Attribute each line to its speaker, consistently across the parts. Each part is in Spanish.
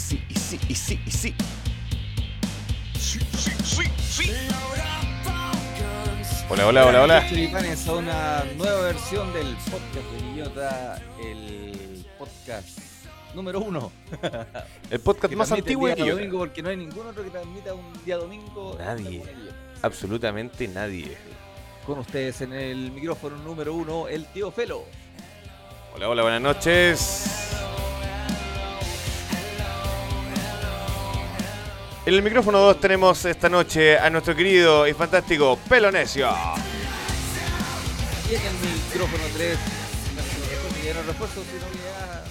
Speaker 1: y sí, y sí. Hola, hola, hola, hola.
Speaker 2: Churipanes a una nueva versión del podcast de Idiota, el podcast número uno.
Speaker 1: El podcast
Speaker 2: Que
Speaker 1: más
Speaker 2: transmite el
Speaker 1: antiguo
Speaker 2: día
Speaker 1: de Quillota.
Speaker 2: domingo porque no hay ningún otro que transmita un día domingo.
Speaker 1: Nadie.
Speaker 2: alguna idiota.
Speaker 1: Absolutamente nadie.
Speaker 2: Con ustedes en el micrófono número uno, el tío Felo.
Speaker 1: Hola, hola, buenas noches. En el micrófono 2 tenemos esta noche a nuestro querido y fantástico Pelonesio.
Speaker 2: Y en el micrófono 3, llegaron refuerzos, sino que ya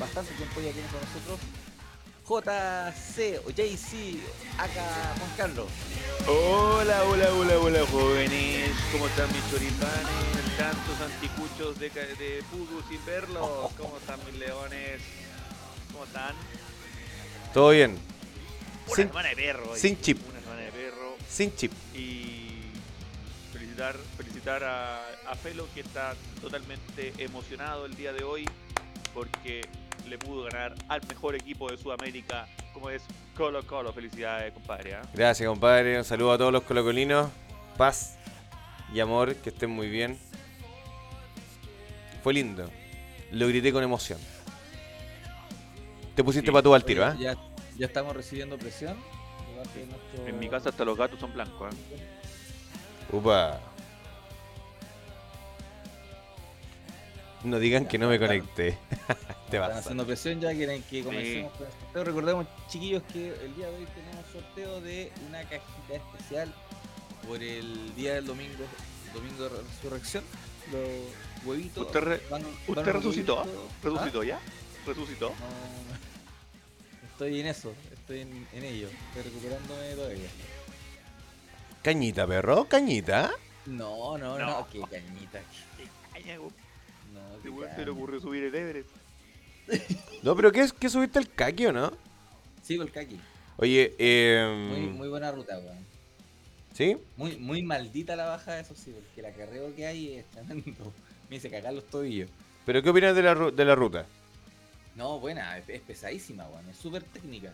Speaker 2: bastante tiempo ya que viene con nosotros. JC o JC, acá Juan Carlos.
Speaker 3: Hola, hola, hola, hola, jóvenes. ¿Cómo están mis choripanes? Tantos anticuchos de, ca- de Pudu sin verlos. ¿Cómo están mis leones? ¿Cómo están?
Speaker 1: ¿Todo bien?
Speaker 3: Una
Speaker 1: Sin-
Speaker 3: semana de perro. hoy.
Speaker 1: sin chip.
Speaker 3: Una semana de perro.
Speaker 1: Sin chip.
Speaker 3: Y felicitar, felicitar a, a Felo que está totalmente emocionado el día de hoy porque le pudo ganar al mejor equipo de Sudamérica como es Colo Colo. Felicidades, compadre. ¿ah?
Speaker 1: Gracias, compadre. Un saludo a todos los colocolinos. Paz y amor, que estén muy bien. Fue lindo. Lo grité con emoción. Te pusiste
Speaker 3: Sí.
Speaker 1: para tú al tiro, ¿ah?
Speaker 2: Ya, ya estamos recibiendo presión. de parte de nuestro-
Speaker 3: En mi casa hasta los gatos son blancos. ¿ah?
Speaker 1: Upa. No digan que no me conecté. Te
Speaker 2: Están
Speaker 1: vas.
Speaker 2: haciendo presión ya, quieren que comencemos con el sorteo. Recordemos, chiquillos, que el día de hoy tenemos sorteo de una cajita especial por el día del domingo, domingo de resurrección. Los huevitos.
Speaker 3: Usted re-
Speaker 2: van- van
Speaker 3: ¿Usted
Speaker 2: los
Speaker 3: resucitó? ¿ah?
Speaker 2: huevitos-
Speaker 3: ¿Resucitó ya? ¿Resucitó?
Speaker 2: ¿Ah? No, estoy en eso, estoy en, en ello, estoy recuperándome todavía.
Speaker 1: Cañita, perro, cañita.
Speaker 2: No, no, no,
Speaker 3: No.
Speaker 2: qué cañita. No, qué
Speaker 3: se le
Speaker 2: caña.
Speaker 3: ocurrió subir el Everest.
Speaker 1: No, pero ¿qué, es- qué subiste el caqui o no?
Speaker 2: Sí, por el caqui.
Speaker 1: Oye,
Speaker 2: Muy,
Speaker 3: Mm.
Speaker 1: eh,
Speaker 2: muy buena ruta, weón.
Speaker 1: ¿sí?
Speaker 2: Muy, muy maldita la baja, eso sí, porque el acarreo que hay es tremendo. Me dice cagar los tobillos.
Speaker 1: ¿Pero qué opinas de la, ru- de la ruta?
Speaker 2: No, buena, es, es pesadísima, weón. Es súper técnica.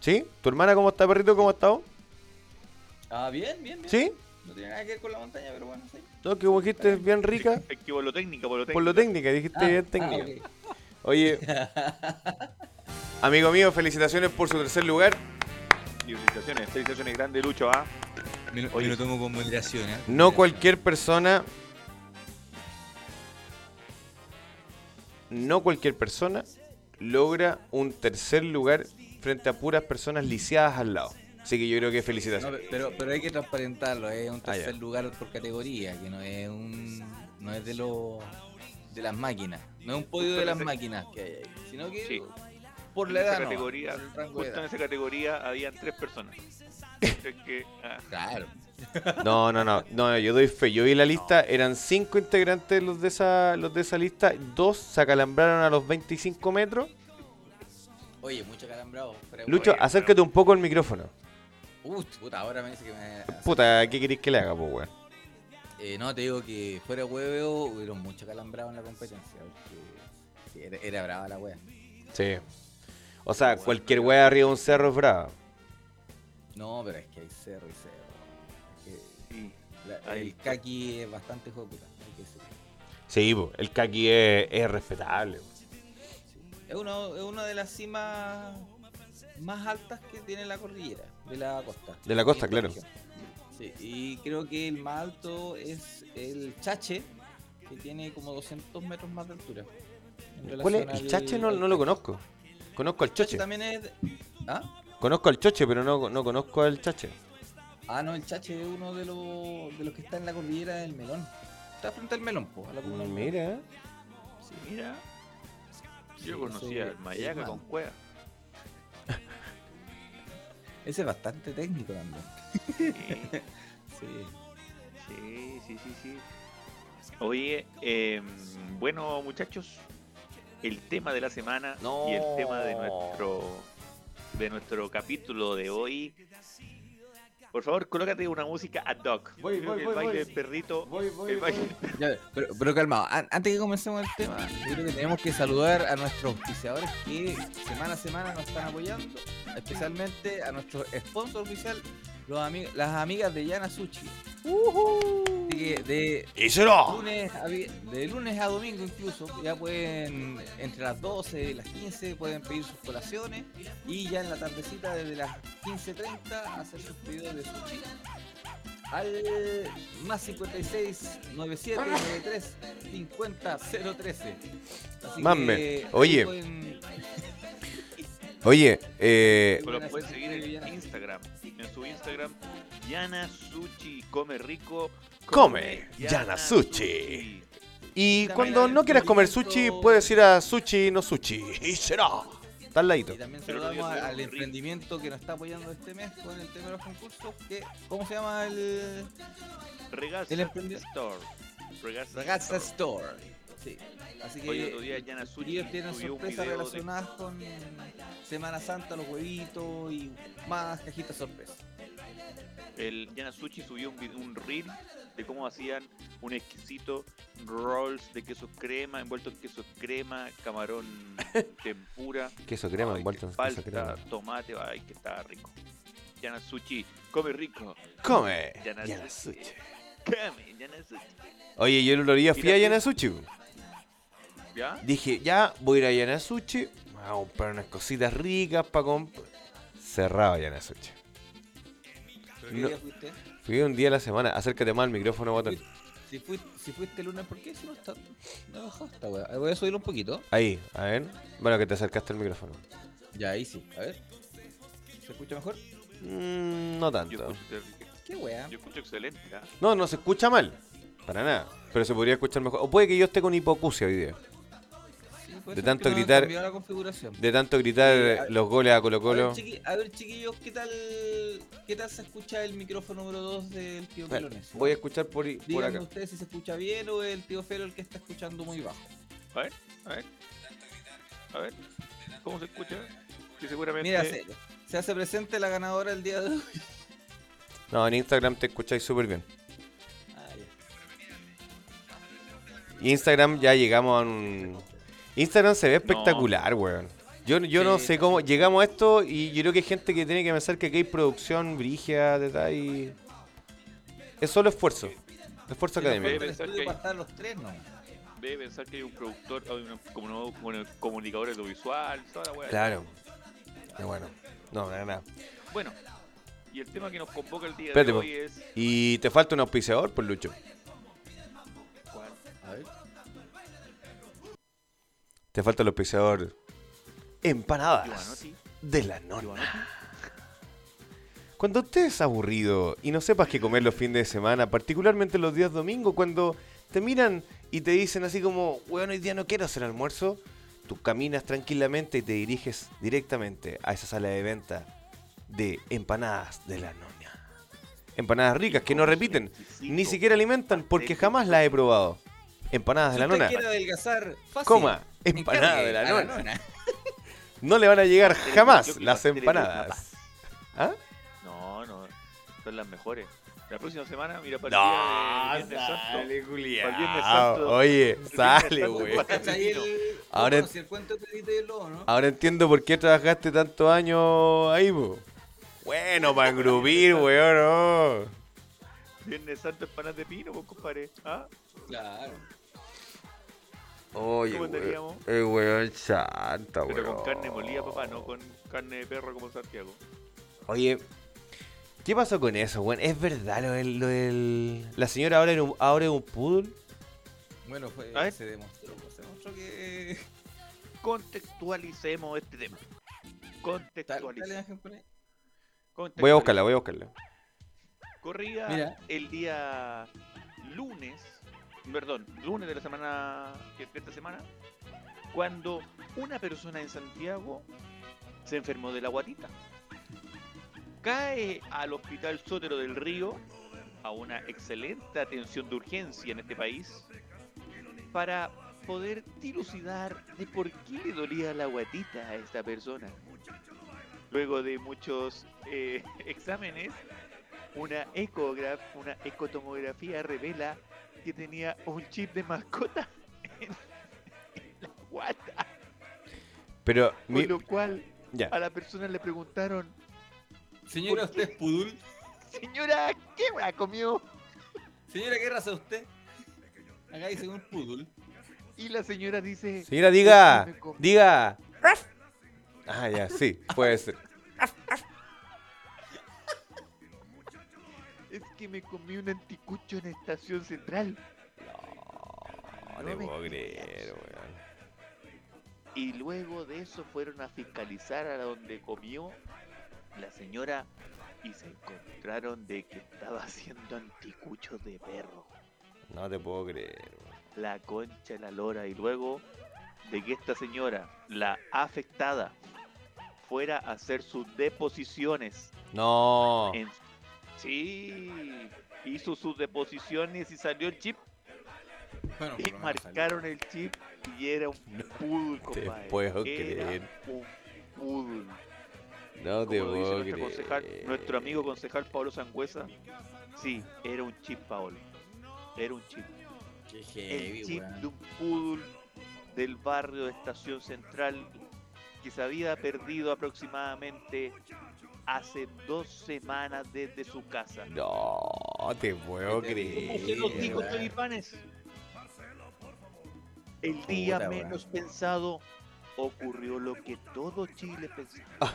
Speaker 1: ¿Sí? ¿Tu hermana cómo está, perrito? ¿Cómo ha estado?
Speaker 2: Ah, bien, bien, bien.
Speaker 1: ¿Sí?
Speaker 2: No tiene nada que ver con la montaña, pero bueno, sí.
Speaker 1: No, que vos dijiste es bien rica.
Speaker 3: Es que por lo técnico, por lo técnico.
Speaker 1: Por lo técnica, dijiste
Speaker 2: Ah,
Speaker 1: bien
Speaker 2: ah,
Speaker 1: técnica.
Speaker 2: ok.
Speaker 1: Oye, amigo mío, felicitaciones por su tercer lugar.
Speaker 3: Y felicitaciones, felicitaciones, grande Lucho, ¿ah?
Speaker 4: Me lo,
Speaker 3: Oye.
Speaker 4: me lo tomo con moderación, ¿eh?
Speaker 1: No cualquier persona. No cualquier persona logra un tercer lugar frente a puras personas lisiadas al lado. Así que yo creo que
Speaker 2: No,
Speaker 1: felicitaciones.
Speaker 2: pero, pero hay que transparentarlo, ¿eh? es un
Speaker 1: Ah, ya.
Speaker 2: tercer lugar por categoría, que no es un no es de los de las máquinas, no es un podio
Speaker 3: Justo
Speaker 2: de
Speaker 3: en
Speaker 2: las
Speaker 3: ese-
Speaker 2: máquinas que hay ahí, sino que
Speaker 3: Sí.
Speaker 2: por
Speaker 3: En
Speaker 2: la
Speaker 3: esa
Speaker 2: edad, nomás,
Speaker 3: categoría,
Speaker 2: por el rango de
Speaker 3: Justo en
Speaker 2: edad.
Speaker 3: esa categoría habían tres personas. Es que, ah,
Speaker 2: Claro.
Speaker 1: No, no, no, no, yo doy fe. Yo vi la lista, eran cinco integrantes los de esa, los de esa lista, dos se acalambraron a los 25 metros.
Speaker 2: Oye, mucho calambrado. pero-
Speaker 1: Lucho, ah.
Speaker 3: Oye,
Speaker 1: acércate un poco al micrófono.
Speaker 2: Uy, puta, ahora me dice que me.
Speaker 1: Puta, ¿qué querés que le haga, po, weón?
Speaker 2: Eh, no, te digo que fuera de hueveo hubieron mucho calambrado en la competencia. Porque sí, era, era brava la wea.
Speaker 1: Sí. O sea, cualquier weá arriba de un cerro es brava.
Speaker 2: No, pero es que hay cerro y cerro. Es
Speaker 3: sí.
Speaker 2: que la-
Speaker 3: Ahí.
Speaker 2: el kaki es bastante hijo de puta, hay que decirlo.
Speaker 1: Sí, po, el caqui es, es respetable. po.
Speaker 2: Es, uno, es una de las cimas más altas que tiene la cordillera de la costa.
Speaker 1: De la costa,
Speaker 2: Aquí en
Speaker 1: claro.
Speaker 2: región. Sí, y creo que el más alto es el Chache, que tiene como 200 metros más de altura. en
Speaker 1: ¿Cuál es?
Speaker 2: relación
Speaker 1: El
Speaker 2: al-
Speaker 1: chache no,
Speaker 2: al
Speaker 1: no lo
Speaker 2: Caqui.
Speaker 1: conozco. Conozco al choche.
Speaker 2: Chache también es. ¿Ah?
Speaker 1: Conozco al choche, pero no, no conozco al chache.
Speaker 2: ah, no, el Chache es uno de los, de los que está en la cordillera del melón. Está frente al melón, po, a la comuna del Melón.
Speaker 1: Mm, Mira.
Speaker 3: Sí, mira.
Speaker 2: Sí,
Speaker 3: Yo
Speaker 2: ese-
Speaker 3: conocía al
Speaker 2: ese
Speaker 3: Mayaca
Speaker 2: es
Speaker 3: con
Speaker 2: man-
Speaker 3: cueva.
Speaker 2: Ese es bastante técnico también.
Speaker 3: Sí,
Speaker 2: Sí.
Speaker 3: sí, sí, sí. sí. Oye, eh, bueno, muchachos, el tema de la semana
Speaker 1: No.
Speaker 3: y el tema de nuestro, de nuestro capítulo de hoy Por favor, colócate una música ad hoc.
Speaker 1: Voy,
Speaker 3: Creo
Speaker 1: voy,
Speaker 3: que
Speaker 1: voy,
Speaker 3: el baile
Speaker 1: voy.
Speaker 3: del perrito.
Speaker 1: Voy, voy,
Speaker 3: el baile-
Speaker 2: Ya, pero, pero calmado, an- antes que comencemos el tema, yo creo que tenemos que saludar a nuestros auspiciadores que semana a semana nos están apoyando, especialmente a nuestro sponsor oficial, los ami- las amigas de Yana Sushi. Así que de
Speaker 1: ¡Híselo!
Speaker 2: lunes, a, vi- de lunes a domingo incluso, ya pueden, entre las 12 y las 15, pueden pedir sus colaciones y ya en la tardecita desde las 15.30 hacer sus pedidos de sushi al más 56 97 93 50 013. Así
Speaker 1: Mamme,
Speaker 2: que ahí
Speaker 1: oye.
Speaker 2: pueden-
Speaker 1: Oye, eh,
Speaker 3: O lo pueden seguir en Instagram. En su Instagram, Yana Sushi come rico.
Speaker 1: Come, Yana Sushi. y cuando no quieras comer sushi, puedes ir a Sushi No Sushi. ¡Híselo! Está al ladito.
Speaker 2: Y también
Speaker 3: Pero no
Speaker 2: saludamos
Speaker 3: voy a hacer
Speaker 2: al
Speaker 3: un ring.
Speaker 2: emprendimiento que nos está apoyando este mes con el tema de los concursos. Que, ¿Cómo se llama el
Speaker 3: Regazza
Speaker 2: El emprendi-
Speaker 3: Store. Regazza,
Speaker 2: Ragazza
Speaker 3: Store.
Speaker 2: Store? Sí. Así que
Speaker 3: Hoy otro día Yana Sushi
Speaker 2: ellos tienen
Speaker 3: subió un
Speaker 2: sorpresas
Speaker 3: video de
Speaker 2: relacionadas con Semana Santa, los huevitos y más cajitas sorpresa.
Speaker 3: el Yanasuchi subió un, vid- un reel de cómo hacían un exquisito rolls de queso crema, envuelto en queso crema, camarón tempura,
Speaker 1: Queso crema,
Speaker 3: ay,
Speaker 1: envuelto
Speaker 3: que
Speaker 1: en
Speaker 3: falta,
Speaker 1: queso crema.
Speaker 3: tomate, ay, que estaba rico. Yanasuchi, come rico.
Speaker 1: Come,
Speaker 3: Yana
Speaker 1: Yana
Speaker 3: Sushi.
Speaker 1: Sushi.
Speaker 3: Come, Yanasuchi.
Speaker 1: Oye, yo el otro día fui
Speaker 3: Mira,
Speaker 1: a
Speaker 3: tú-
Speaker 1: Yana Sushi. po.
Speaker 3: ¿Ya?
Speaker 1: Dije, ya, voy a ir a Yana Sushi. me Voy a comprar unas cositas ricas para comprar. Cerrado Yana Sushi.
Speaker 2: ¿Pero
Speaker 1: No.
Speaker 2: ¿Qué día fuiste?
Speaker 1: Fui un día a la semana. Acércate más al micrófono, guatón.
Speaker 2: Si fuiste, si fuiste el lunes, ¿por qué si no está? No bajó esta wea. Voy a subirlo un poquito.
Speaker 1: Ahí, a ver. Bueno, que te acercaste al micrófono.
Speaker 2: Ya, ahí sí. A ver. ¿Se escucha mejor?
Speaker 1: Mm, no
Speaker 3: Yo
Speaker 1: tanto.
Speaker 3: escucho,
Speaker 2: Qué wea.
Speaker 3: yo escucho excelente. ¿ah?
Speaker 1: No, no se escucha mal. Para nada. Pero se podría escuchar mejor. O puede que yo esté con hipocucia hoy día.
Speaker 2: Sí, puede
Speaker 1: de
Speaker 2: ser
Speaker 1: tanto
Speaker 2: que no
Speaker 1: gritar-
Speaker 2: cambió la configuración.
Speaker 1: De tanto gritar
Speaker 2: Eh, a-
Speaker 1: los goles a Colo
Speaker 2: A ver,
Speaker 1: Colo.
Speaker 2: chiqui- a ver, chiquillos, ¿qué tal, ¿qué tal se escucha el micrófono número 2 del tío
Speaker 1: Bueno,
Speaker 2: Pelones?
Speaker 1: Voy a escuchar por, i- por
Speaker 2: Díganme
Speaker 1: acá.
Speaker 2: ustedes si se escucha bien o el tío Felo el que está escuchando muy bajo.
Speaker 3: A ver, a ver. A ver, ¿cómo se escucha? Que seguramente.
Speaker 2: Mira, se, se hace presente la ganadora el día de hoy.
Speaker 1: No, en Instagram te escucháis súper bien.
Speaker 2: Ah, ya.
Speaker 1: Instagram ya llegamos a un... Instagram se ve espectacular, weón. Yo, yo no
Speaker 2: Sí.
Speaker 1: sé cómo llegamos a esto y yo creo que hay gente que tiene que pensar que aquí hay producción, brigia, detalle. y- Es solo esfuerzo. Esfuerzo
Speaker 2: Sí, nos
Speaker 1: académico.
Speaker 2: falta el
Speaker 3: Pensar
Speaker 2: estudio
Speaker 3: que hay-
Speaker 2: para estar los tres,
Speaker 1: Ah,
Speaker 2: ¿no?
Speaker 3: debe pensar que hay un productor, hay un como no- bueno, comunicador audiovisual, toda la weá.
Speaker 1: Claro. Pero bueno. No, nada, nada.
Speaker 3: Bueno, y el tema que nos convoca el día
Speaker 1: Espérate,
Speaker 3: de
Speaker 1: po.
Speaker 3: hoy es.
Speaker 1: Y te falta un auspiciador, pues Lucho.
Speaker 3: ¿Cuál?
Speaker 2: A ver.
Speaker 1: Te falta el auspiciador. Empanadas
Speaker 3: Giovanotti.
Speaker 1: de la norma. Cuando usted es aburrido y no sepas qué comer los fines de semana, particularmente los días domingo, cuando te miran y te dicen así como, weón, hoy día no quiero hacer almuerzo, tú caminas tranquilamente y te diriges directamente a esa sala de venta de empanadas de la noña. Empanadas ricas que
Speaker 2: Oh,
Speaker 1: no repiten, ni siquiera alimentan porque jamás las he probado. Empanadas de
Speaker 2: Si
Speaker 1: la
Speaker 2: usted
Speaker 1: nona.
Speaker 2: quiere adelgazar, fácil.
Speaker 1: Coma, empanada
Speaker 2: encargue
Speaker 1: de
Speaker 2: a
Speaker 1: la nona. No le van a llegar jamás las empanadas. ¿Ah?
Speaker 3: No, no, son las mejores. La próxima semana, mira, para el día de Viernes Santo.
Speaker 1: Julián.
Speaker 3: Para el Viernes Santo.
Speaker 1: Ah, Oye, sale,
Speaker 3: Santo,
Speaker 1: güey.
Speaker 3: para-
Speaker 2: ¿Cachai? El,
Speaker 1: Ahora- Ah.
Speaker 2: bueno, si el cuento que edité el lobo, ¿no?
Speaker 1: Ahora entiendo por qué trabajaste tantos años ahí, po. Bueno, para engrupir, weón, no.
Speaker 3: Viernes Santo, empanadas de pino, vos compadre. ¿Ah?
Speaker 2: Claro.
Speaker 1: Oye,
Speaker 3: ¿Cómo
Speaker 1: weón.
Speaker 3: teníamos?
Speaker 1: El weón chanta, weón.
Speaker 3: Pero con carne molida, papá, no con carne de perro como Santiago.
Speaker 1: Oye, ¿qué pasó con eso, weón? ¿Es verdad lo del... lo del- La señora ahora era un, ahora es un poodle?
Speaker 2: Bueno, fue,
Speaker 3: A ver.
Speaker 2: se demostró, pues, se demostró que...
Speaker 3: Contextualicemos este tema.
Speaker 2: Tal, tal
Speaker 3: Contextualicemos.
Speaker 2: imagen por ahí.
Speaker 1: Voy a buscarla, voy a buscarla.
Speaker 3: Corría
Speaker 2: Mira.
Speaker 3: el día lunes, perdón, lunes de la semana, de esta semana, cuando una persona en Santiago se enfermó de la guatita. Cae al hospital Sotero del Río, a una excelente atención de urgencia en este país, para poder dilucidar de por qué le dolía la guatita a esta persona. Luego de muchos eh, exámenes, Una, ecograf una ecotomografía revela que tenía un chip de mascota en, en la guata.
Speaker 1: Pero,
Speaker 3: Con
Speaker 1: mi-
Speaker 3: lo cual
Speaker 1: ya.
Speaker 3: a la persona le preguntaron,
Speaker 2: Señora,
Speaker 3: ¿Por qué?
Speaker 2: ¿usted es pudul?
Speaker 3: señora, ¿qué hueá comió?
Speaker 2: Señora, ¿qué raza es usted? Acá dice un pudul.
Speaker 3: Y la señora dice,
Speaker 1: Señora, diga, diga. Ah, ya, sí, puede ser.
Speaker 3: es que me comí un anticucho en estación central.
Speaker 1: No, no puedo creer, weón.
Speaker 3: Y luego de eso fueron a fiscalizar a donde comió la señora y se encontraron de que estaba haciendo anticuchos de perro.
Speaker 1: No te puedo creer, weón.
Speaker 3: La concha, de la lora y luego de que esta señora, la afectada, fuera a hacer sus deposiciones
Speaker 1: No.
Speaker 3: en- Sí, hizo sus deposiciones y salió el chip
Speaker 2: Bueno,
Speaker 3: y
Speaker 2: por lo menos salió.
Speaker 3: marcaron el chip y era un pudul,
Speaker 1: te
Speaker 3: compadre.
Speaker 1: puedo
Speaker 3: Era
Speaker 1: creer.
Speaker 3: Un pudul.
Speaker 1: No te
Speaker 3: Como lo dice
Speaker 1: puedo creer.
Speaker 3: nuestro, concejal- nuestro amigo concejal Pablo Sangüesa, sí, era un chip, Paolo. Era un chip.
Speaker 2: Qué
Speaker 3: El
Speaker 2: heavy,
Speaker 3: chip
Speaker 2: weón.
Speaker 3: de un pudul del barrio de Estación Central que se había perdido aproximadamente hace dos semanas desde su casa.
Speaker 1: No, te puedo
Speaker 2: Qué terrible.
Speaker 1: creer.
Speaker 3: ¿Cómo se los digo,
Speaker 2: weón.
Speaker 3: Tolipanes? El día
Speaker 2: Puta, weón.
Speaker 3: menos pensado ocurrió lo que todo Chile pensaba.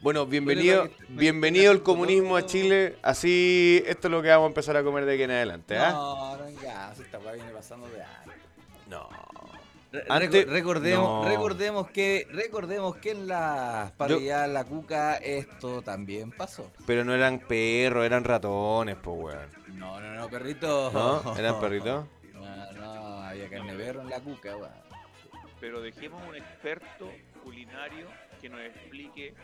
Speaker 1: Bueno, bienvenido,
Speaker 2: Bueno, no,
Speaker 1: bienvenido el
Speaker 2: no,
Speaker 1: comunismo a
Speaker 2: no.
Speaker 1: Chile. Así, esto es lo que vamos a empezar a comer de aquí en adelante, ¿ah?
Speaker 2: No, no vengas, esta weá viene pasando de años.
Speaker 1: No.
Speaker 2: Re-
Speaker 1: Antes-
Speaker 2: reco- recordemos,
Speaker 1: no.
Speaker 2: recordemos que recordemos que en la parrilla La Cuca esto también pasó.
Speaker 1: Pero no eran perros, eran ratones, po, weón.
Speaker 2: No, no, no, perrito.
Speaker 1: ¿No? ¿Eran perritos?
Speaker 2: No, no, había carne de perro en La Cuca, weón.
Speaker 3: pero dejemos a un experto culinario que nos explique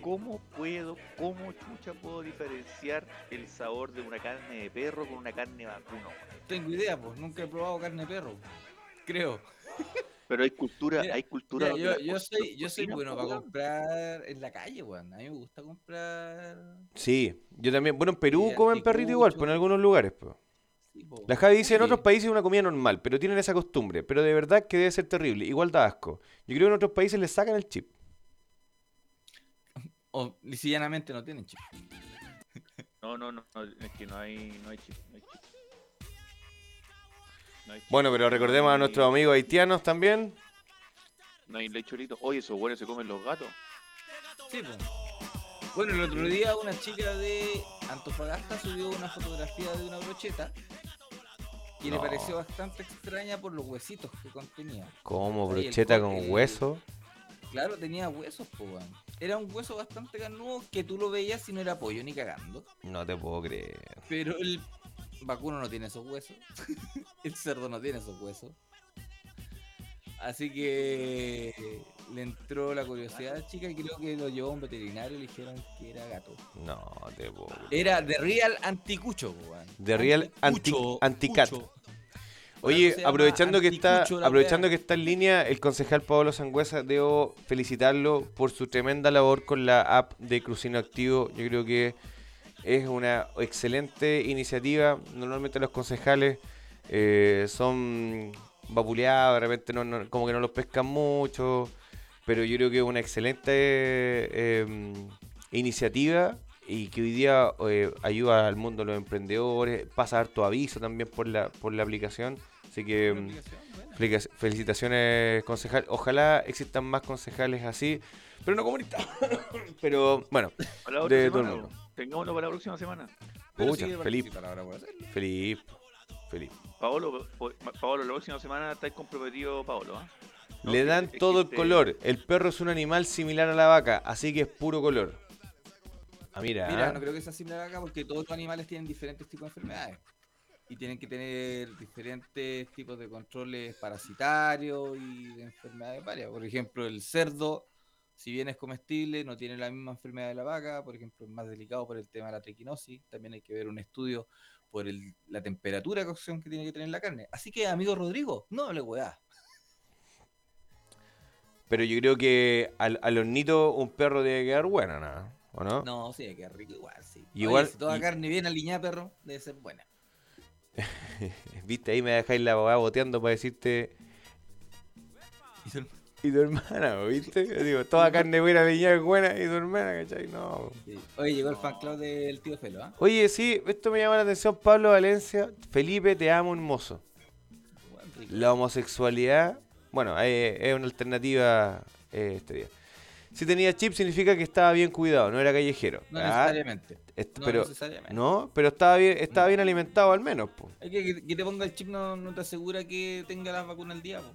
Speaker 3: cómo puedo, cómo chucha puedo diferenciar el sabor de una carne de perro con una carne de vacuno.
Speaker 2: Tengo idea, pues nunca he probado carne de perro. Creo.
Speaker 3: Pero hay cultura,
Speaker 2: Mira,
Speaker 3: hay cultura.
Speaker 2: Mira,
Speaker 3: donde
Speaker 2: yo, yo
Speaker 3: las
Speaker 2: soy,
Speaker 3: cocinas
Speaker 2: yo soy bueno para
Speaker 3: cocinan,
Speaker 2: comprar en la calle, weón. A mí me gusta comprar.
Speaker 1: Sí, yo también. Bueno, en Perú
Speaker 2: Sí,
Speaker 1: comen perrito igual, pero en
Speaker 2: anticucho.
Speaker 1: algunos lugares, po.
Speaker 2: Sí, po.
Speaker 1: La Javi dice, en
Speaker 2: Sí.
Speaker 1: otros países es una comida normal, pero tienen esa costumbre. Pero de verdad que debe ser terrible. Igual da asco. Yo creo que en otros países le sacan el chip.
Speaker 2: O lisillanamente no tienen chip.
Speaker 3: No, no, no, no, es que no hay, no hay chip, no hay chip. No hay chip,
Speaker 1: Bueno, pero recordemos
Speaker 3: no
Speaker 1: a
Speaker 3: hay-
Speaker 1: nuestros amigos haitianos también.
Speaker 3: No hay lechurito. Oye, esos buenos se comen los gatos.
Speaker 2: Sí, po. Bueno, el otro día una chica de Antofagasta subió una fotografía de una brocheta y
Speaker 1: No.
Speaker 2: le pareció bastante extraña por los huesitos que contenía.
Speaker 1: Como
Speaker 2: Oye, el
Speaker 1: brocheta
Speaker 2: co-
Speaker 1: con
Speaker 2: el-
Speaker 1: hueso.
Speaker 2: Claro, tenía huesos, po, weón. Era un hueso bastante carnudo que tú lo veías y no era pollo ni cagando.
Speaker 1: No te puedo creer.
Speaker 2: Pero el vacuno no tiene esos huesos. el cerdo no tiene esos huesos. Así que le entró la curiosidad a la chica y creo que lo llevó a un veterinario y le dijeron que era gato.
Speaker 1: No te puedo creer.
Speaker 2: Era The Real Anticucho, po, weón.
Speaker 1: The Real Anti-
Speaker 2: Anticucho,
Speaker 1: Anticat.
Speaker 2: cucho.
Speaker 1: Oye,
Speaker 2: se llama
Speaker 1: aprovechando que está
Speaker 2: anticucho la
Speaker 1: aprovechando
Speaker 2: wea.
Speaker 1: que está en línea, el concejal Pablo Sangüesa, debo felicitarlo por su tremenda labor con la app de Crucino Activo. Yo creo que es una excelente iniciativa. Normalmente los concejales eh, son vapuleados, de repente no- no- como que no los pescan mucho, pero yo creo que es una excelente eh, iniciativa y que hoy día eh, ayuda al mundo de los emprendedores, pasa harto aviso también por la, por la aplicación, así que...
Speaker 2: Una
Speaker 1: mm,
Speaker 2: aplicación, buena.
Speaker 1: Felica- Felicitaciones, concejal. Ojalá existan más concejales así, pero no comunistas. pero bueno,
Speaker 3: A la otra
Speaker 1: De todo el
Speaker 3: semana.
Speaker 1: mundo.
Speaker 3: po. Tengámoslo para la próxima semana.
Speaker 2: Pero
Speaker 1: pucha,
Speaker 2: sí que
Speaker 1: feliz,
Speaker 2: participa la hora, weón.
Speaker 1: feliz, feliz.
Speaker 3: Paolo, po- Paolo, la próxima semana estáis comprometido, Paolo. ¿ah? No,
Speaker 1: Le
Speaker 3: que-
Speaker 1: dan
Speaker 3: que
Speaker 1: todo el
Speaker 3: te-
Speaker 1: color. El perro es un animal similar a la vaca, así que es puro color. Ah, mira.
Speaker 2: Mira, no
Speaker 1: ¿eh?
Speaker 2: creo que sea similar acá porque todos los animales tienen diferentes tipos de enfermedades. Y tienen que tener diferentes tipos de controles parasitarios y de enfermedades varias. Por ejemplo, el cerdo, si bien es comestible, no tiene la misma enfermedad de la vaca. Por ejemplo, es más delicado por el tema de la triquinosis. También hay que ver un estudio por el- la temperatura de cocción que tiene que tener la carne. Así que, amigo Rodrigo, no hable weá.
Speaker 1: Pero yo creo que al, al hornito un perro debe quedar bueno, ¿no? ¿O no?
Speaker 2: No, sí, que rico igual, sí.
Speaker 1: Y igual-
Speaker 2: si toda
Speaker 1: y-
Speaker 2: carne bien aliñada, perro, debe ser buena.
Speaker 1: Viste, ahí me dejáis la abogada boteando para decirte. Y tu hermana, ¿viste? Yo digo, toda carne buena, leña buena, y tu hermana, ¿cachai? No.
Speaker 2: Sí. Oye, llegó el fan club del tío Felo, ¿ah?
Speaker 1: Oye, sí, esto me llama la atención, Pablo Valencia. Felipe, te amo, hermoso.
Speaker 2: Bueno, rico.
Speaker 1: La homosexualidad, bueno, eh, es una alternativa eh, este día. Si tenía chip significa que estaba bien cuidado, no era callejero.
Speaker 2: No
Speaker 1: Ah,
Speaker 2: necesariamente.
Speaker 1: est-
Speaker 2: No
Speaker 1: pero,
Speaker 2: necesariamente.
Speaker 1: no, pero estaba bien, estaba bien alimentado al menos. po.
Speaker 2: Es que, que- que te ponga el chip no, no te asegura que tenga las vacunas al día, po.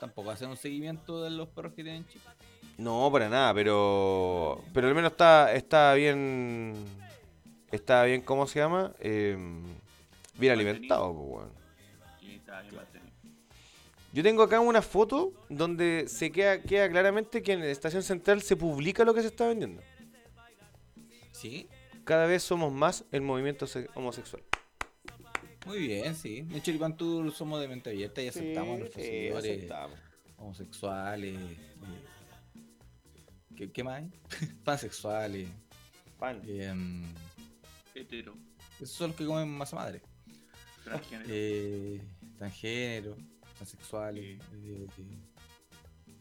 Speaker 2: Tampoco hacen un seguimiento de los perros que tienen chip.
Speaker 1: No, para nada, pero pero al menos está, está bien, está bien, ¿cómo se llama? Eh, bien alimentado. po, weón.
Speaker 5: Y está bien mantenido.
Speaker 1: Yo tengo acá una foto donde se queda, queda claramente que en la estación central se publica lo que se está vendiendo.
Speaker 2: Sí,
Speaker 1: Cada vez somos más el movimiento se- homosexual.
Speaker 2: muy bien, sí. En Choripan Tour somos de mente abierta y aceptamos a nuestros seguidores homosexuales. eh, ¿Qué, qué más hay? Pansexuales.
Speaker 1: Pan.
Speaker 2: em,
Speaker 5: Hetero,
Speaker 2: esos son los que comen masa madre.
Speaker 5: transgénero.
Speaker 2: eh, transgénero, transexuales, eh, eh,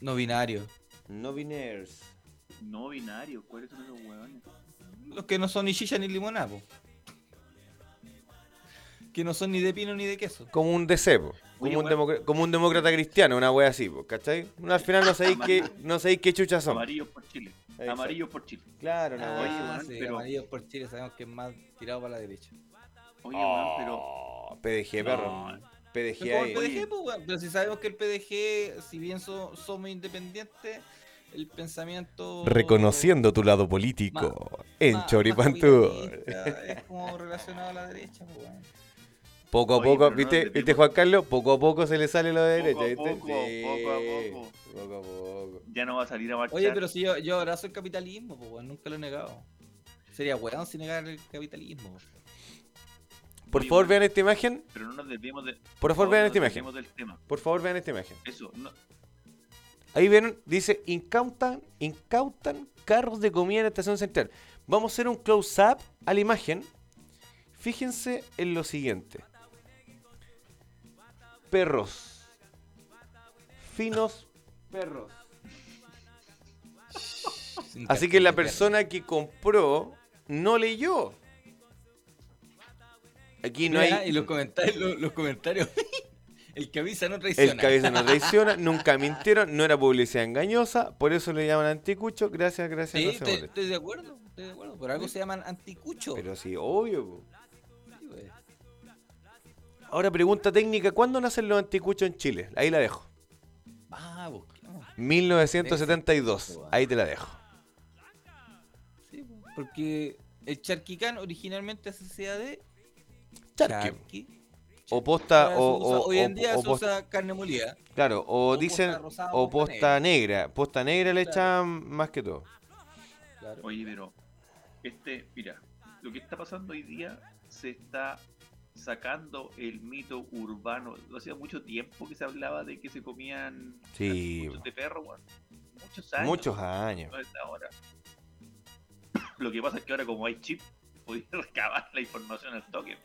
Speaker 2: no binarios,
Speaker 1: No biners.
Speaker 5: No binario, ¿cuáles son esos huevones?
Speaker 2: los que no son ni chicha ni limonada, po. que no son ni de pino ni de queso.
Speaker 1: Como un DC, po.
Speaker 5: Oye,
Speaker 1: como, un
Speaker 5: weón.
Speaker 1: democra- como un demócrata cristiano, una wea así, po, ¿cachai? No, al final no sabéis qué, no sabéis qué chuchas son.
Speaker 5: Amarillos por Chile.
Speaker 1: Exacto.
Speaker 5: Amarillos por Chile.
Speaker 1: Claro, una wea así.
Speaker 2: Ah,
Speaker 5: weón,
Speaker 2: sí,
Speaker 5: pero-
Speaker 2: amarillos por Chile sabemos que es más tirado para la derecha.
Speaker 5: Oye, weón, pero.
Speaker 1: Oh, PDG, perro.
Speaker 5: No,
Speaker 1: PDG
Speaker 2: Pero como el
Speaker 1: ahí.
Speaker 5: Oye.
Speaker 2: PDG, pues, weón, pero si sabemos que el PDG, si bien so- somos independientes, el pensamiento...
Speaker 1: tu lado político
Speaker 2: más- más
Speaker 1: Choripantú.
Speaker 2: comunista Es como relacionado a la derecha, pues, weón.
Speaker 1: Poco a
Speaker 5: Oye,
Speaker 1: poco,
Speaker 5: pero no,
Speaker 1: ¿viste,
Speaker 5: este tipo-
Speaker 1: ¿viste Juan Carlos? Poco a poco se le sale lo de
Speaker 5: Poco
Speaker 1: derecha,
Speaker 5: a
Speaker 1: ¿viste?
Speaker 5: poco, poco a poco.
Speaker 1: Poco a poco.
Speaker 5: Ya no va a salir a marchar.
Speaker 2: Oye, pero si yo, yo abrazo el capitalismo, pues weón, nunca lo he negado. Sería weón si negar el capitalismo. po.
Speaker 1: Por
Speaker 5: Oye,
Speaker 1: favor,
Speaker 5: weón.
Speaker 1: vean esta imagen.
Speaker 5: Pero no nos desviemos de. Por
Speaker 1: Por favor, vean
Speaker 5: no
Speaker 1: esta
Speaker 5: nos
Speaker 1: imagen.
Speaker 5: desviemos del tema.
Speaker 1: Por favor, vean esta imagen.
Speaker 5: Eso, no,
Speaker 1: Ahí vieron, dice, incautan, incautan carros de comida en la estación central. Vamos a hacer un close-up a la imagen. Fíjense en lo siguiente. Perros. Finos perros.
Speaker 2: Sin
Speaker 1: Así que la
Speaker 2: capitalismo.
Speaker 1: persona que compró no leyó. Aquí no
Speaker 2: Mira,
Speaker 1: hay...
Speaker 2: Y los comentarios, los, los comentarios. el que avisa no traiciona.
Speaker 1: El cabeza no traiciona, nunca mintieron, no era publicidad engañosa, por eso le llaman anticucho. Gracias, gracias,
Speaker 2: Sí,
Speaker 1: no se
Speaker 2: estoy,
Speaker 1: molesten.
Speaker 2: estoy de acuerdo, estoy de acuerdo. Por algo se llaman anticucho.
Speaker 1: Pero sí, obvio. po.
Speaker 2: Sí, pues. weón.
Speaker 1: Ahora pregunta técnica, ¿cuándo nacen los anticuchos en Chile? Ahí la dejo.
Speaker 2: Ah, busquemos.
Speaker 1: 1972. Ahí te la dejo.
Speaker 2: Sí, po. porque el charquicán originalmente se hacía de
Speaker 1: Charqui.
Speaker 2: charqui.
Speaker 1: O posta
Speaker 2: Ahora se
Speaker 1: o,
Speaker 2: usa-
Speaker 1: o-
Speaker 2: hoy en
Speaker 1: o-
Speaker 2: día
Speaker 1: o
Speaker 2: se
Speaker 1: posta,
Speaker 2: usa carne molida.
Speaker 1: claro, o,
Speaker 2: o
Speaker 1: dicen
Speaker 2: posta rosada,
Speaker 1: o
Speaker 2: posta
Speaker 1: posta negra. Posta negra le
Speaker 2: Claro.
Speaker 1: echan más que todo.
Speaker 2: Claro.
Speaker 5: Oye, pero este, mira, lo que está pasando hoy día se está sacando el mito urbano. Hacía mucho tiempo que se hablaba de que se comían
Speaker 1: Sí.
Speaker 5: anticuchos de perro, weón. Muchos
Speaker 2: Este
Speaker 5: años.
Speaker 1: Muchos años.
Speaker 5: No es de ahora. Lo que pasa es que ahora como hay chip, podéis recabar la información al toque.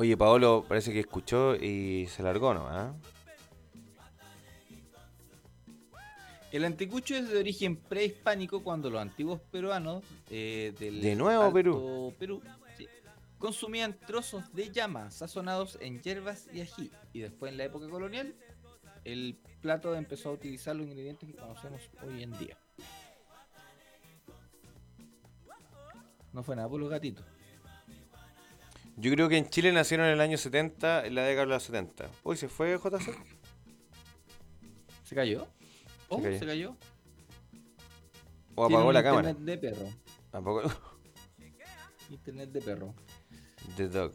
Speaker 1: Oye, Paolo parece que escuchó y se largó, ¿no? ¿Ah?
Speaker 2: El anticucho es de origen prehispánico cuando los antiguos peruanos eh, del
Speaker 1: De nuevo
Speaker 2: Alto
Speaker 1: Perú.
Speaker 2: Perú, sí, consumían trozos de llama sazonados en hierbas y ají. Y después en la época colonial, el plato empezó a utilizar los ingredientes que conocemos hoy en día. No fue nada por los gatitos.
Speaker 1: Yo creo que en Chile nacieron en el año 70, en la década de los 70. Uy, ¿se fue JC?
Speaker 2: ¿Se cayó? Oh, se
Speaker 1: cayó.
Speaker 2: cayó. Tiene
Speaker 1: ¿O apagó
Speaker 2: un
Speaker 1: la cámara?
Speaker 2: Internet de perro.
Speaker 1: Apagó.
Speaker 2: Internet de perro.
Speaker 1: The Dog.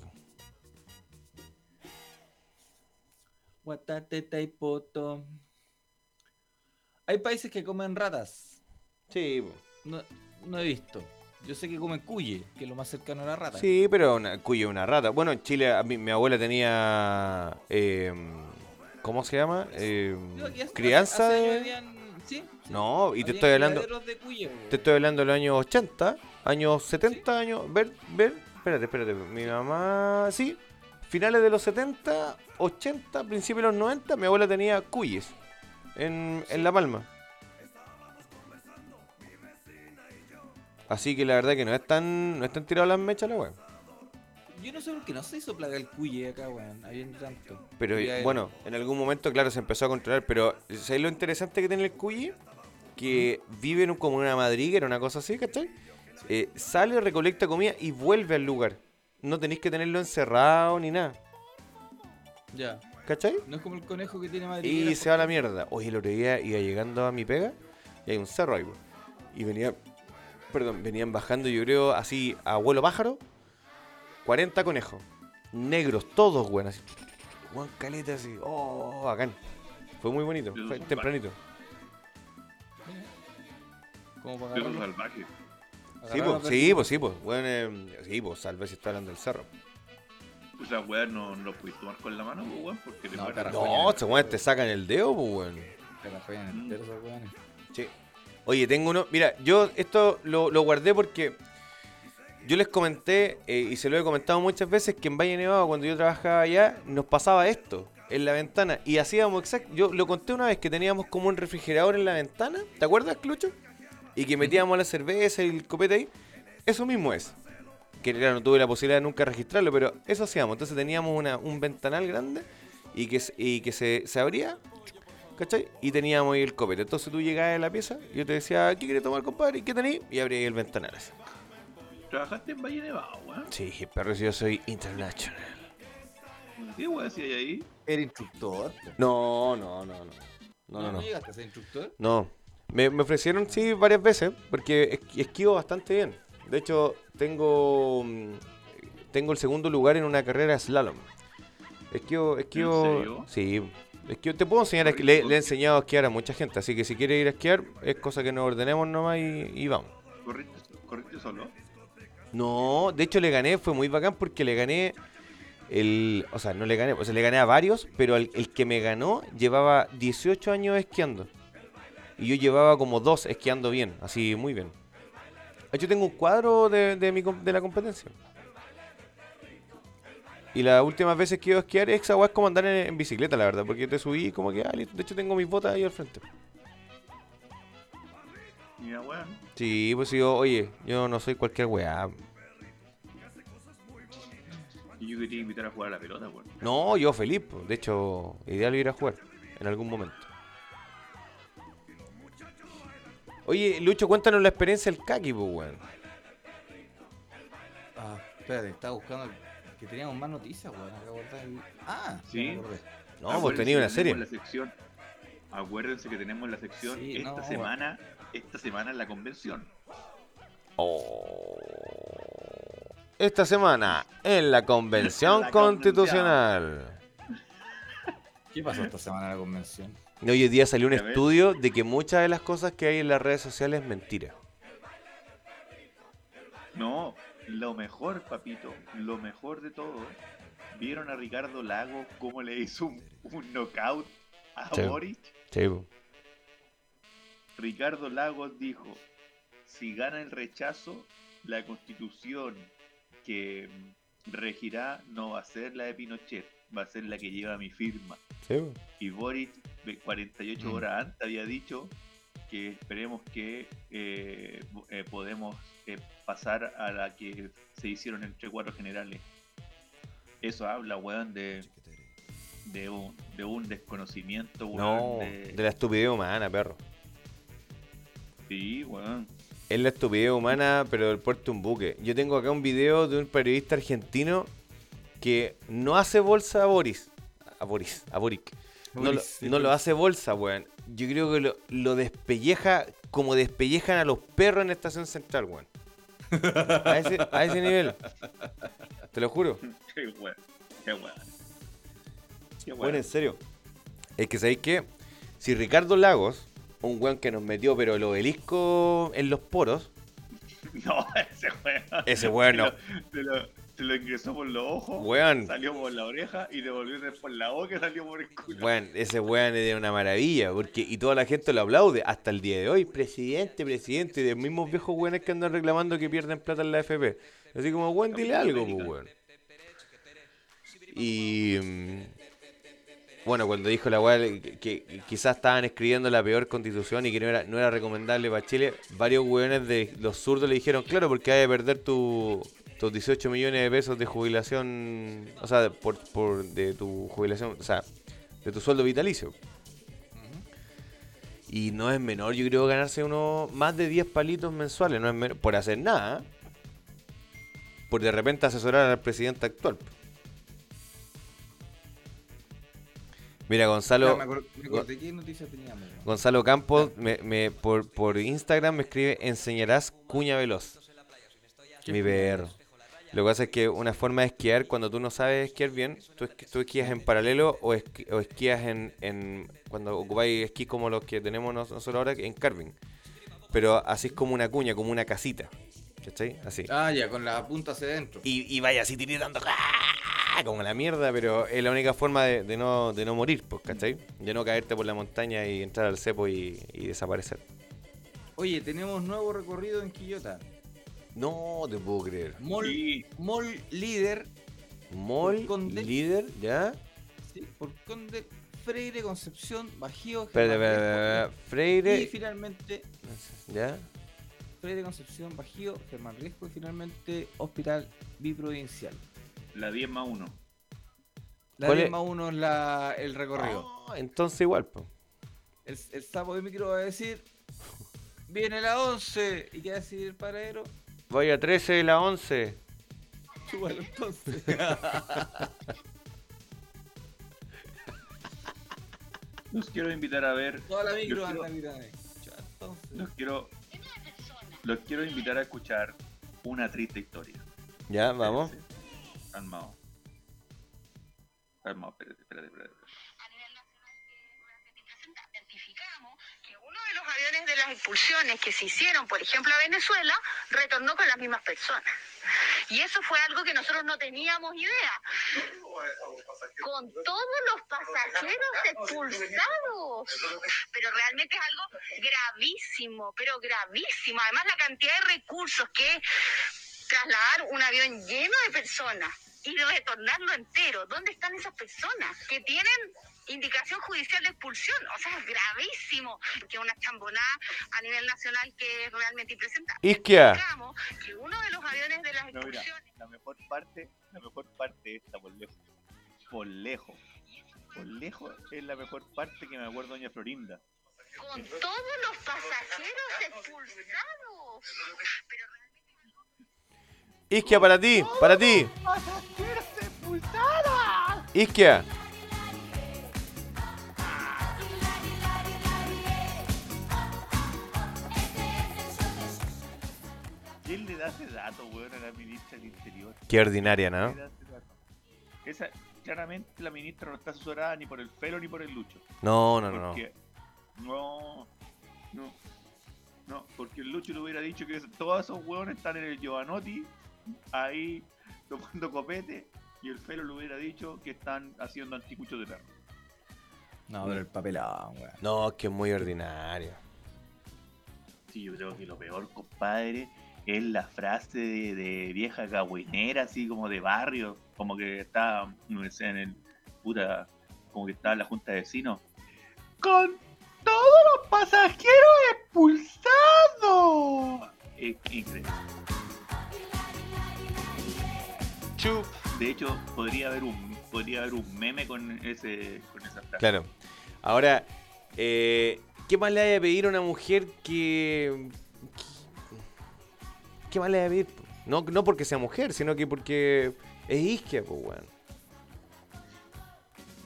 Speaker 2: Guatateta y poto. Hay países que comen ratas.
Speaker 1: Sí, po.
Speaker 2: No, no he visto. Yo sé que comen cuye, que es lo más cercano a la rata.
Speaker 1: Sí, pero una, cuyo una rata. Bueno, en Chile a mí- mi, abuela tenía. eh, ¿Cómo se llama? Eh,
Speaker 2: Yo aquí hasta-
Speaker 1: crianza
Speaker 2: hace años
Speaker 1: de.
Speaker 2: habían Sí, sí.
Speaker 1: No, y te
Speaker 2: Habían
Speaker 1: estoy hablando.
Speaker 2: criaderos de cuyo.
Speaker 1: Te estoy hablando de los años 80, años 70, años. Ver, ver. Espérate, espérate. Mi mamá. Sí, finales de los 70, 80, principios de los 90. Mi abuela tenía cuyes en, en La Palma. Así que la verdad que no están, no están tirados las mechas la weón.
Speaker 2: Yo no sé por qué no se hizo plaga el cuye acá, weón. Habiendo tanto.
Speaker 1: Pero eh,
Speaker 2: Criadero.
Speaker 1: bueno, en algún momento, claro, se empezó a controlar. Pero, ¿sabes lo interesante que tiene el cuyi? Que vive en un- como en una madriguera, una cosa así, ¿cachai? Eh, sale, recolecta comida y vuelve al lugar. No tenéis que tenerlo encerrado ni nada,
Speaker 2: Ya.
Speaker 1: ¿cachai?
Speaker 2: No es como el conejo que tiene Madrid.
Speaker 1: Y se va a la mierda. Oye, el otro día iba llegando a mi pega y hay un cerro ahí, po. Y venía, perdón, venían bajando, yo creo, así, a vuelo pájaro, 40 conejos. Negros, todos, weón, así. Weón, caleta, así. Oh, bacán. Fue muy bonito, fue tempranito.
Speaker 2: Como
Speaker 1: Ah,
Speaker 2: para
Speaker 3: Perro
Speaker 2: agarrarlo.
Speaker 3: salvaje.
Speaker 1: Sí,
Speaker 2: agarrarlo
Speaker 1: pues,
Speaker 2: a
Speaker 1: sí, pues, sí, pues. Bueno, eh, sí, pues, salve si está hablando del cerro.
Speaker 3: Esa weá no, no los puedes tomar con la mano, pues, weón, porque te
Speaker 2: No,
Speaker 3: mueres.
Speaker 2: carajo.
Speaker 1: No, estos weones te sacan el dedo, pues, weón.
Speaker 2: Que la jueguen entero esos weones.
Speaker 1: Sí. Oye, tengo uno. Mira, yo esto lo, lo guardé porque yo les comenté eh, y se lo he comentado muchas veces que en Valle Nevado, cuando yo trabajaba allá, nos pasaba esto en la ventana y hacíamos exacto. Yo lo conté una vez que teníamos como un refrigerador en la ventana. ¿Te acuerdas, Clucho? Y que metíamos la cerveza y el copete ahí. Eso mismo es. Que claro, no tuve la posibilidad de nunca registrarlo, pero eso hacíamos. Entonces teníamos una, un ventanal grande y que, se- y que se, se abría ¿cachai? Y teníamos ahí el copete. Entonces tú llegabas a la pieza y yo te decía, ¿qué quieres tomar, compadre? ¿Y qué tenéis? Y abrí el ventanal. así.
Speaker 3: Trabajaste en Valle Nevado, weón.
Speaker 1: Sí, perro, si yo soy international.
Speaker 3: ¿Qué weá hacía ahí?
Speaker 2: Era instructor. po.
Speaker 1: No, no, no, no. No, no, no.
Speaker 2: llegaste a ser instructor?
Speaker 1: No. Me, me ofrecieron, sí, varias veces, porque esqui- esquivo bastante bien. De hecho, tengo mm, tengo el segundo lugar en una carrera de slalom. Esquivo, esquivo...
Speaker 3: serio?
Speaker 1: Sí. Esquivo, te puedo enseñar, a esqui- le, le he enseñado a esquiar a mucha gente, así que si quieres ir a esquiar, es cosa que nos ordenemos nomás y- y vamos.
Speaker 3: ¿Corriste, corriste solo?
Speaker 1: No, de hecho le gané, fue muy bacán porque le gané el, o sea, no le gané, o sea, le gané a varios, pero al- el, que me ganó llevaba 18 años esquiando. Y yo llevaba como dos esquiando bien, así muy bien. De hecho tengo un cuadro de, de mi com- de la competencia. Y las últimas veces que iba a esquiar, esa weá es como andar en, en bicicleta, la verdad, porque yo te subí y como que, ah, listo. De hecho tengo mis botas ahí al frente.
Speaker 3: Mira, weón.
Speaker 1: Sí, pues digo, oye, yo no soy cualquier weá.
Speaker 3: Y yo quería invitar a jugar a la pelota, weón.
Speaker 1: No, yo feliz. po. De hecho, ideal ir a jugar en algún momento. Oye, Lucho, cuéntanos la experiencia del Kaki, pues, weón.
Speaker 2: Ah, espérate, estaba buscando que teníamos más noticias, weón. acá guardadas ahí. Ah, ya
Speaker 3: Sí.
Speaker 2: me acordé.
Speaker 3: Ah,
Speaker 1: No, hemos tenido una serie.
Speaker 3: La sección. Acuérdense que tenemos la sección
Speaker 2: Sí,
Speaker 3: esta
Speaker 2: no, weón.
Speaker 3: semana, esta semana en la convención.
Speaker 1: Oh. Esta semana, en la Convención
Speaker 3: La
Speaker 1: Constitucional.
Speaker 2: ¿Qué pasó esta semana en la convención?
Speaker 1: Y Hoy en día salió un
Speaker 3: A ver.
Speaker 1: estudio de que muchas de las cosas que hay en las redes sociales es mentira.
Speaker 3: No, lo mejor, papito, lo mejor de todo. ¿Vieron a Ricardo Lago cómo le hizo un, un knockout a
Speaker 1: Sí.
Speaker 3: Boric?
Speaker 1: Sí, po.
Speaker 3: Ricardo Lagos dijo, si gana el rechazo, la constitución que mm, regirá no va a ser la de Pinochet, va a ser la que lleva mi firma.
Speaker 1: Sí, po.
Speaker 3: Y Boris, 48
Speaker 2: Mm.
Speaker 3: horas antes, había dicho que esperemos que eh, bo- eh, podemos eh, pasar a la que se hicieron entre cuatro generales. Eso habla, weón, de, de, un, de un desconocimiento, weón.
Speaker 1: No,
Speaker 3: de-
Speaker 1: de la estupidez humana, perro.
Speaker 3: Sí, weón.
Speaker 1: Es la estupidez humana, pero del puerto un buque. Yo tengo acá un video de un periodista argentino que no hace bolsa a Boris. A Boris, a Boric. No lo,
Speaker 2: Boris,
Speaker 1: no lo hace bolsa, weón. Yo creo que lo, lo despelleja como despellejan a los perros en Estación Central, weón. A ese, a ese nivel. Te lo juro.
Speaker 3: Qué weón. Qué weón. Qué weón.
Speaker 1: Bueno, en serio. Es que sabéis que si Ricardo Lagos, un weón que nos metió pero el obelisco en los poros,
Speaker 3: No, ese weón.
Speaker 1: Ese weón no.
Speaker 3: Te lo, te lo- Se lo ingresó por los ojos,
Speaker 1: Weón.
Speaker 3: salió por la oreja y devolvió por la boca y salió por el culo.
Speaker 1: Weón, ese weón es de una maravilla, porque y toda la gente lo aplaude hasta el día de hoy, presidente, presidente, y de los mismos viejos weones que andan reclamando que pierden plata en la FP. Así como, weón, dile algo, pues, weón. Y mm, bueno, cuando dijo la weá que, que quizás estaban escribiendo la peor constitución y que no era, no era recomendable para Chile, varios weones de los zurdos le dijeron, claro, porque hay de perder tu, tus 18 millones de pesos de jubilación, o sea, de- por, por, de tu jubilación, o sea, de tu sueldo vitalicio. Y no es menor, yo creo, ganarse uno más de 10 palitos mensuales, no es menor, por hacer nada, ¿eh? por de repente asesorar al presidente actual. Mira, Gonzalo...
Speaker 2: Ya, me acor- me acordé qué noticias teníamos. weón.
Speaker 1: Gonzalo Campos me, me- por, por Instagram me escribe enseñarás cuña veloz. Mi perro. Lo que pasa es que una forma de esquiar, cuando tú no sabes esquiar bien, tú, esqui- tú esquías en paralelo o, esqui- o esquías en, en- Cuando ocupáis esquís como los que tenemos nos- nosotros ahora, en carving. Pero así es como una cuña, como una casita. ¿Cachai? Así.
Speaker 2: Ah, ya, con la punta hacia adentro.
Speaker 1: Y, y vaya así tiritando ¡ah! como la mierda, pero es la única forma de, de no, de no morir, pues, ¿cachai? De no caerte por la montaña y entrar al cepo y, y desaparecer.
Speaker 2: Oye, tenemos nuevo recorrido en Quillota.
Speaker 1: No te puedo creer.
Speaker 2: Mall,
Speaker 3: Sí.
Speaker 2: mall líder
Speaker 1: Mol,
Speaker 2: Conde.
Speaker 1: líder, ¿ya?
Speaker 2: sí, por Conde Freire Concepción Bajío.
Speaker 1: Espérate,
Speaker 2: Germán
Speaker 1: espérate,
Speaker 2: Riesco,
Speaker 1: espérate, espérate. Freire.
Speaker 2: Y finalmente
Speaker 1: ¿Ya?
Speaker 2: Freire Concepción Bajío, Germán Riesco y finalmente Hospital Biprovincial.
Speaker 3: La 10 más 1.
Speaker 2: La
Speaker 1: ¿Cuál es?
Speaker 2: 10 más 1 es la, el recorrido.
Speaker 1: Ah, entonces igual, pues.
Speaker 2: El, el sapo de micro va a decir, viene la 11 y qué va a decir el paradero,
Speaker 1: Voy a 13 de la 11.
Speaker 2: chúbalo entonces.
Speaker 3: Los quiero invitar a ver.
Speaker 2: Toda la micro
Speaker 3: Yo
Speaker 2: anda
Speaker 3: quiero-
Speaker 2: mirando. Chao, entonces.
Speaker 3: Los quiero. Los quiero invitar a escuchar una triste historia.
Speaker 1: Ya, vamos.
Speaker 3: Espérense. Calmado. Calmado, espérate, espérate, espérate. espérate.
Speaker 6: a nivel nacional que durante esta semana identificamos que uno de los aviones de las expulsiones que se hicieron, por ejemplo, a Venezuela, retornó con las mismas personas. Y eso fue algo que nosotros no teníamos idea. Con todos los pasajeros expulsados. Pero realmente es algo gravísimo, pero gravísimo. Además, la cantidad de recursos que es trasladar un avión lleno de personas y retornarlo entero. ¿Dónde están esas personas que tienen indicación judicial de expulsión? O sea, es gravísimo que una chambonada a nivel nacional que es realmente impresentable.
Speaker 1: Isquia.
Speaker 6: Digamos que uno de los aviones de las
Speaker 3: No, mira,
Speaker 6: expulsiones...
Speaker 3: la mejor parte, la mejor parte está por lejos. Por lejos. Por lejos es la mejor parte que me acuerdo doña Florinda.
Speaker 6: con todos los pasajeros expulsados. Pero
Speaker 1: Isquia para ti, para ti.
Speaker 3: ¡Ah,
Speaker 1: Isquia.
Speaker 3: ¿Quién le da ese dato, weón, a la ministra del Interior?
Speaker 1: Qué ordinaria,
Speaker 3: ¿Quién
Speaker 1: ¿no?
Speaker 3: le da ese dato? Esa, claramente la ministra no está asesorada ni por el pelo ni por el lucho.
Speaker 1: No, no, no. no.
Speaker 3: Porque no. No. No, porque el Lucho le hubiera dicho que todos esos hueones están en el Giovanotti, ahí tomando copete, y el pelo le hubiera dicho que están haciendo anticuchos de perro.
Speaker 2: No, pero el papelón, weón.
Speaker 1: No, es que es muy ordinario.
Speaker 3: Sí, yo creo que lo peor, compadre, es la frase de, de vieja cagüinera, así como de barrio, como que está, no sé, en el puta, como que está en la junta de vecinos. ¡Con todos los pasajeros expulsados! Es increíble.
Speaker 7: Chup.
Speaker 3: De hecho, podría haber un podría haber un meme con ese con esa frase.
Speaker 1: Claro. Ahora, eh, ¿qué más le hay a pedir a una mujer que. que- ¿Qué más le hay a pedir? po? No, no porque sea mujer, sino que porque es isquia, pues, weón.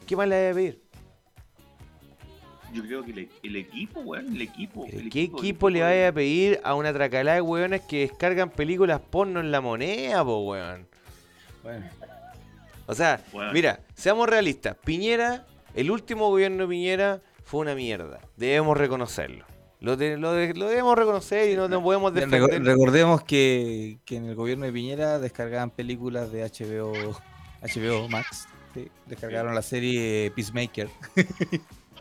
Speaker 1: ¿Qué más le hay a pedir?
Speaker 3: Yo creo que el, el equipo, weón, el equipo.
Speaker 1: ¿Pero
Speaker 3: Oh, el
Speaker 1: ¿Qué
Speaker 3: el
Speaker 1: equipo le
Speaker 3: de-
Speaker 1: vaya a pedir a una tracalada de weones que descargan películas porno en la moneda, po, weón?
Speaker 2: Bueno,
Speaker 1: O sea,
Speaker 3: Weón.
Speaker 1: mira, seamos realistas. Piñera, el último gobierno de Piñera fue una mierda. Debemos reconocerlo. Lo, de- lo de- lo debemos reconocer y no nos podemos
Speaker 2: Bien,
Speaker 1: defender.
Speaker 2: reco- recordemos que, que en el gobierno de Piñera descargaban películas de HBO, HBO Max. sí, descargaron la serie Peacemaker.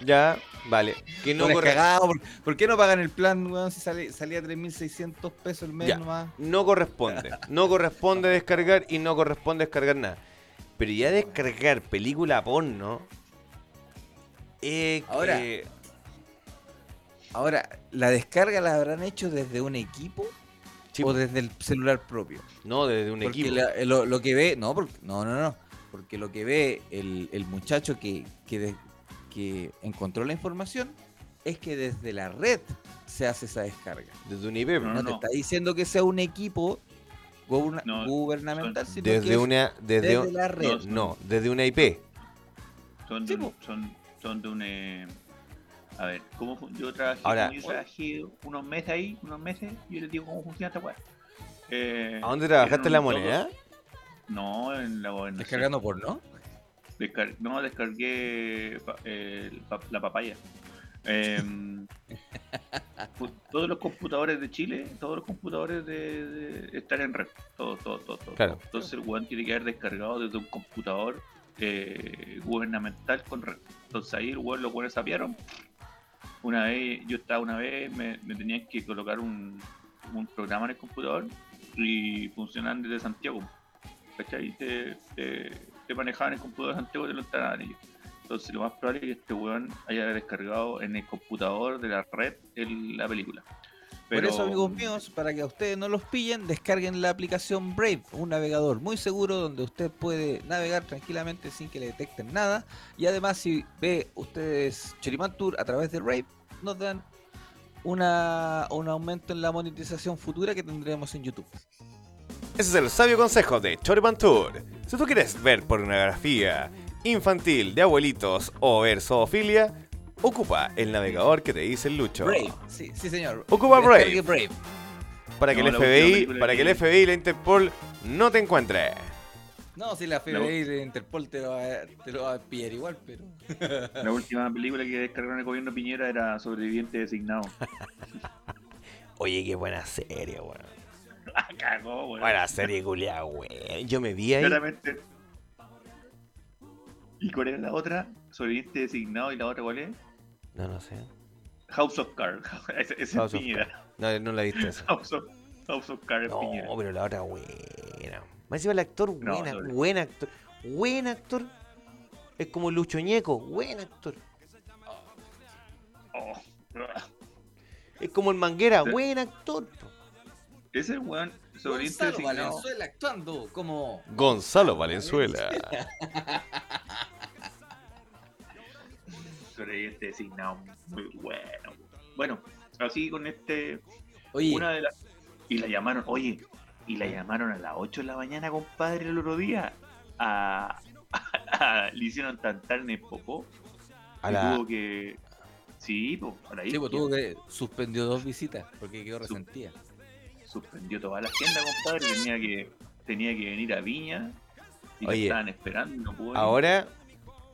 Speaker 1: Ya, vale. Que no
Speaker 2: No
Speaker 1: corre-
Speaker 2: ¿por, por qué no pagan el plan, weón? Si sale, salía 3.600 pesos el mes
Speaker 1: Ya.
Speaker 2: nomás.
Speaker 1: No corresponde. No corresponde descargar y no corresponde descargar nada. Pero ya descargar película porno. eh,
Speaker 2: Ahora,
Speaker 1: que-
Speaker 2: Ahora, ¿la descarga la habrán hecho desde un equipo
Speaker 1: sí,
Speaker 2: o desde el celular propio?
Speaker 1: no, desde un
Speaker 2: Porque
Speaker 1: equipo.
Speaker 2: la- eh, lo, lo que ve, no, porque, no, no, no. Porque lo que ve el, el muchacho que, que, de- que encontró la información es que desde la red se hace esa descarga.
Speaker 1: Desde un IP.
Speaker 3: No,
Speaker 2: No,
Speaker 3: no,
Speaker 2: te
Speaker 3: no.
Speaker 2: está diciendo que sea un equipo guberna-
Speaker 3: No,
Speaker 2: gubernamental, sino que
Speaker 1: Desde
Speaker 2: es
Speaker 1: una. Desde,
Speaker 2: desde
Speaker 1: un-
Speaker 2: la red.
Speaker 3: dos.
Speaker 1: No, desde una IP.
Speaker 3: Son de, un, son, son de un. eh, a ver, ¿cómo fun- yo trabajé,
Speaker 1: Ahora-
Speaker 3: como yo trabajé unos meses ahí, unos meses, y yo les digo cómo funciona esta weá. Eh,
Speaker 1: ¿A dónde
Speaker 3: eran
Speaker 1: trabajaste la
Speaker 3: un todo-
Speaker 1: moneda?
Speaker 3: No, en la gobernación.
Speaker 2: Descargando por no.
Speaker 3: Descar- no, descargué pa- el pa- la papaya. Em, pu- todos los computadores de Chile, todos los computadores de, de- están en red. Todos, todos, todos. todos.
Speaker 1: Claro.
Speaker 3: Entonces el weón tiene que haber descargado desde un computador eh, gubernamental con red. Entonces ahí el weón, los weones sapearon. Una vez, yo estaba una vez, me, me tenían que colocar un, un programa en el computador y funcionan desde Santiago. ¿Cachai? Y Te, te, te manejaban el computador de Santiago y te lo instalaban ellos. Entonces lo más probable es que este weón haya descargado en el computador de la red el- la película. Pero-
Speaker 2: Por eso, amigos míos, para que a ustedes no los pillen, descarguen la aplicación Brave, un navegador muy seguro donde usted puede navegar tranquilamente sin que le detecten nada. Y además, si ve ustedes Choriman Tour a través de Brave, nos dan una, un aumento en la monetización futura que tendremos en YouTube.
Speaker 1: Ese es el sabio consejo de Choripan Tour. Si tú quieres ver pornografía infantil de abuelitos o ver zoofilia, ocupa el navegador que te dice el Lucho.
Speaker 2: Brave, sí, sí, señor.
Speaker 1: Ocupa
Speaker 2: Descargue Brave.
Speaker 1: Para que
Speaker 3: No,
Speaker 1: el
Speaker 3: la
Speaker 1: FBI,
Speaker 3: última película
Speaker 1: para que
Speaker 3: que
Speaker 1: el
Speaker 3: vi.
Speaker 1: FBI y la Interpol no te encuentre.
Speaker 2: No, si la FBI de Interpol te lo, va, te lo va a pillar igual, pero.
Speaker 3: La última película que descargaron el gobierno Piñera era Sobreviviente designado.
Speaker 1: Oye, qué buena serie, weón.
Speaker 3: ah, cagó, weón.
Speaker 1: Buena serie, culia, weón. Yo me vi ahí.
Speaker 3: Claramente. ¿Y cuál era la otra? Sobreviviente designado y la otra cuál es?
Speaker 1: No, no sé.
Speaker 3: House of Cards. Ese ese
Speaker 1: House
Speaker 3: es
Speaker 1: of
Speaker 3: Piñera.
Speaker 1: No, no la viste esa.
Speaker 3: House of, House of Cards
Speaker 1: No,
Speaker 3: Piñera.
Speaker 1: pero la otra buena. Más encima el actor,
Speaker 3: No,
Speaker 1: buena,
Speaker 3: sobre-
Speaker 1: buen actor. Buen actor. Es como Lucho Ñeco, buen actor.
Speaker 3: Oh,
Speaker 1: Es como el Manguera,
Speaker 3: Sí.
Speaker 1: buen actor. po.
Speaker 3: ese weón, sobreviviente
Speaker 2: Gonzalo
Speaker 3: designado.
Speaker 2: Valenzuela actuando como.
Speaker 1: Gonzalo Valenzuela.
Speaker 3: Sobreviviente este designado. Muy bueno. Bueno, así con este.
Speaker 2: Oye,
Speaker 3: Una de las. Y la llamaron, oye, y la llamaron a las 8 de la mañana, compadre, el otro día. A, le hicieron tantar en el popó.
Speaker 1: A
Speaker 3: y
Speaker 1: la-
Speaker 3: tuvo que. Sí, po, a la
Speaker 2: Sí, pues
Speaker 3: isquia.
Speaker 2: tuvo que suspendió dos visitas porque quedó resentida.
Speaker 3: Suspendió toda la agenda, compadre. Tenía que, tenía que venir a Viña. Y la
Speaker 1: Oye,
Speaker 3: estaban esperando, y no pudo venir.
Speaker 1: Ahora,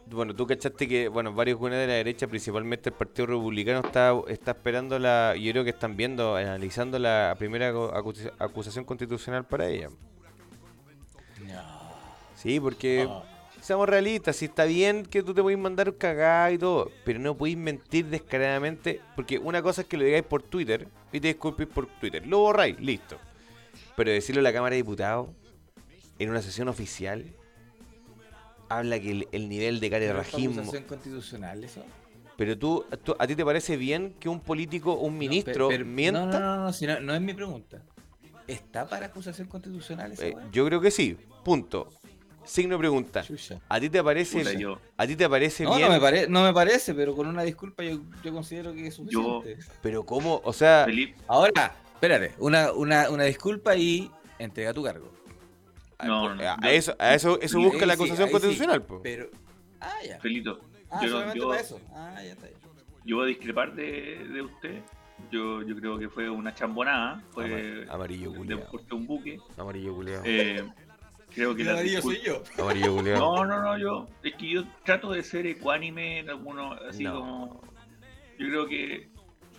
Speaker 1: bueno, tú cachaste que, bueno, varios buenos de la derecha, principalmente el Partido Republicano, está, está esperando la. Yo creo que están viendo, analizando la primera acu- acu- acusación constitucional para ella. Sí,
Speaker 2: Eh,
Speaker 1: porque.
Speaker 2: Ah.
Speaker 1: Seamos realistas, si está bien que tú te podís mandar cagada y todo, pero no podís mentir descaradamente, porque una cosa es que lo digáis por Twitter y te disculpéis por Twitter, lo borráis, listo. Pero decirlo a la Cámara de Diputados, en una sesión oficial, habla que el, el nivel de
Speaker 2: ¿Es
Speaker 1: carerrajismo...
Speaker 2: una constitucional eso?
Speaker 1: Pero tú, tú- ¿a ti te parece bien que un político, un ministro, mienta? Eh,
Speaker 2: No, no, no, no, si no, no es mi pregunta. ¿Está para acusación constitucional esa
Speaker 1: Eh,
Speaker 2: weá?
Speaker 1: yo creo que sí, punto. Signo de pregunta,
Speaker 2: Chucha.
Speaker 1: ¿a ti te parece,
Speaker 3: Puta, yo,
Speaker 1: ¿a ti te parece
Speaker 2: No,
Speaker 1: bien?
Speaker 2: no me, pare- no me parece, pero con una disculpa yo, yo considero que es
Speaker 3: Yo-
Speaker 2: suficiente.
Speaker 1: Pero cómo, o sea...
Speaker 3: Felipe,
Speaker 2: Ahora, espérate, una, una, una disculpa y entrega tu cargo.
Speaker 3: No,
Speaker 1: Por-
Speaker 3: no,
Speaker 1: ah, pues, Eh, a
Speaker 3: yo-
Speaker 1: eso, a eso, eso
Speaker 2: Ahí
Speaker 1: busca la
Speaker 2: sí,
Speaker 1: acusación
Speaker 2: ahí sí,
Speaker 1: constitucional. po.
Speaker 2: Pero. Ah, ya.
Speaker 3: Felito,
Speaker 2: Ah,
Speaker 3: yo-
Speaker 2: solamente
Speaker 3: yo-
Speaker 2: para eso. Ah, ya está. bien.
Speaker 3: yo voy a discrepar de, de usted. Yo, yo creo que fue una chambonada. Fue
Speaker 1: Amar- amarillo
Speaker 3: eh, de
Speaker 1: culiao,
Speaker 3: corte un buque.
Speaker 1: Amarillo culiao,
Speaker 3: Eh, creo que
Speaker 2: El
Speaker 3: la
Speaker 2: amarillo
Speaker 3: discul-
Speaker 2: soy yo.
Speaker 1: Amarillo culiao.
Speaker 3: No, no, no, yo. Es que yo trato de ser ecuánime en algunos, así
Speaker 1: No.
Speaker 3: como. Yo creo que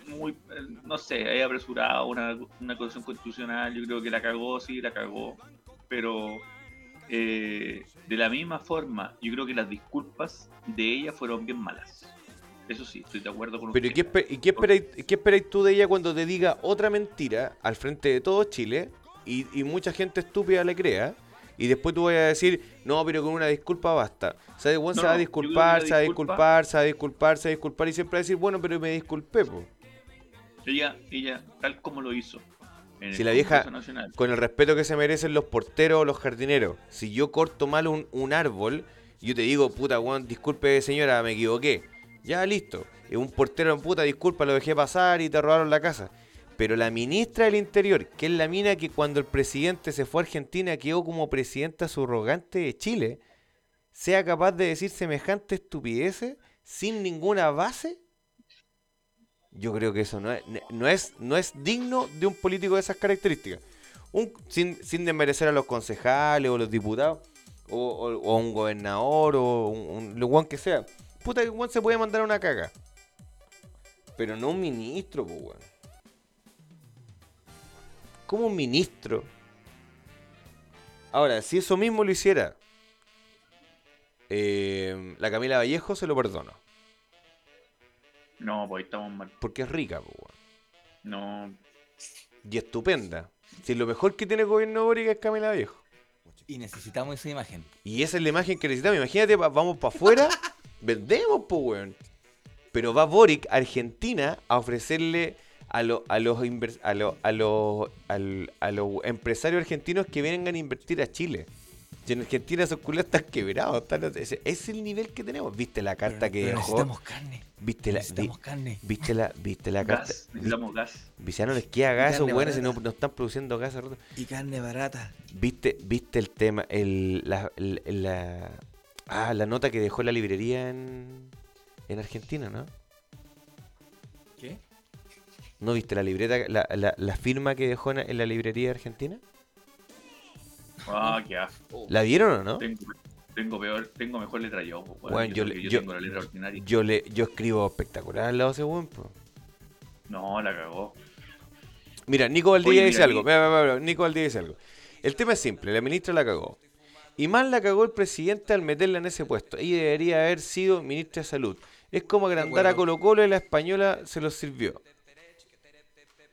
Speaker 3: muy, eh, no sé, ahí apresurado una, una constitución constitucional, yo creo que la cagó, sí, la cagó, pero eh, de la misma forma, yo creo que las disculpas de ella fueron bien malas. Eso sí, estoy de acuerdo con
Speaker 1: Pero ¿y qué,
Speaker 3: usted.
Speaker 1: espe- y qué esperáis, qué esperáis tú de ella cuando te diga otra mentira al frente de todo Chile y, y mucha gente estúpida le crea? Y después tú vas a decir, no, pero con una disculpa basta. O sea, el weón
Speaker 3: No,
Speaker 1: se va a
Speaker 3: no, yo
Speaker 1: disculpar,
Speaker 3: creo que
Speaker 1: se va
Speaker 3: una
Speaker 1: a
Speaker 3: disculpa-
Speaker 1: disculpar, se va a disculpar, se va a disculpar y siempre va a decir, bueno, pero me disculpé, po.
Speaker 3: Ella, ella, tal como lo hizo. en
Speaker 1: Si
Speaker 3: el
Speaker 1: la vieja-
Speaker 3: Congreso Nacional.
Speaker 1: Con el respeto que se merecen los porteros o los jardineros. Si yo corto mal un, un árbol, yo te digo, puta, weón, disculpe señora, me equivoqué. Ya, listo. Es un portero, puta, disculpa, lo dejé pasar y te robaron la casa. Pero la ministra del Interior, que es la mina que cuando el presidente se fue a Argentina quedó como presidenta subrogante de Chile, sea capaz de decir semejante estupideces sin ninguna base, yo creo que eso no es, no es, no es digno de un político de esas características. Un- sin, sin desmerecer a los concejales o los diputados, o, o- o a un gobernador, o un, un lo guan que sea. Puta, el guan se puede mandar una caga. Pero no un ministro, pues, weón. Como un ministro. Ahora, si eso mismo lo hiciera, eh, la Camila Vallejo se lo perdono.
Speaker 3: No, pues ahí estamos mal.
Speaker 1: Porque es rica, pues, weón.
Speaker 3: No,
Speaker 1: Y estupenda. Si lo mejor que tiene el gobierno Boric es Camila Vallejo.
Speaker 2: Y necesitamos esa imagen.
Speaker 1: Y esa es la imagen que necesitamos. Imagínate, va- vamos para afuera, vendemos, pues, weón. Pero va Boric a Argentina a ofrecerle a, lo- a los, inver- a, lo- a, los- al- a los empresarios argentinos que vengan a invertir a Chile. Si en Argentina esos culos están quebrados. están- ese, ese es el nivel que tenemos. ¿Viste la carta que
Speaker 2: Pero
Speaker 1: dejó?
Speaker 2: necesitamos carne.
Speaker 1: ¿Viste la, vi-
Speaker 2: necesitamos carne.
Speaker 1: ¿Viste la, viste la carta?
Speaker 3: gas, necesitamos gas.
Speaker 1: Vi- ya no les queda gas a esos
Speaker 2: Carne
Speaker 1: weones si no,
Speaker 2: barata.
Speaker 1: no están produciendo gas. hace rato.
Speaker 2: Y carne barata.
Speaker 1: ¿Viste, viste el tema, el, la, el- la- ah, la nota que dejó la librería en, en Argentina, ¿no?
Speaker 2: ¿Qué?
Speaker 1: ¿No viste la libreta, la, la- la firma que dejó en, en la librería argentina?
Speaker 3: Ah, qué asco.
Speaker 1: ¿La vieron o no?
Speaker 3: Tengo, tengo peor, tengo mejor letra yo. pues, weón.
Speaker 1: Bueno, yo
Speaker 3: Yo,
Speaker 1: le-
Speaker 3: yo
Speaker 1: yo-
Speaker 3: tengo la letra ordinaria.
Speaker 1: Yo le, yo escribo espectacular al lado de ese weón, po.
Speaker 3: No, la cagó.
Speaker 1: Mira, Nico Valdivia
Speaker 3: Oye, mira,
Speaker 1: dice algo.
Speaker 3: y-
Speaker 1: Mira, mira, mira, Nico Valdivia dice algo. El tema es simple, la ministra la cagó. Y más la cagó el presidente al meterla en ese puesto. Ella debería haber sido ministra de salud. Es como agrandar a Colo Colo y la española se los sirvió.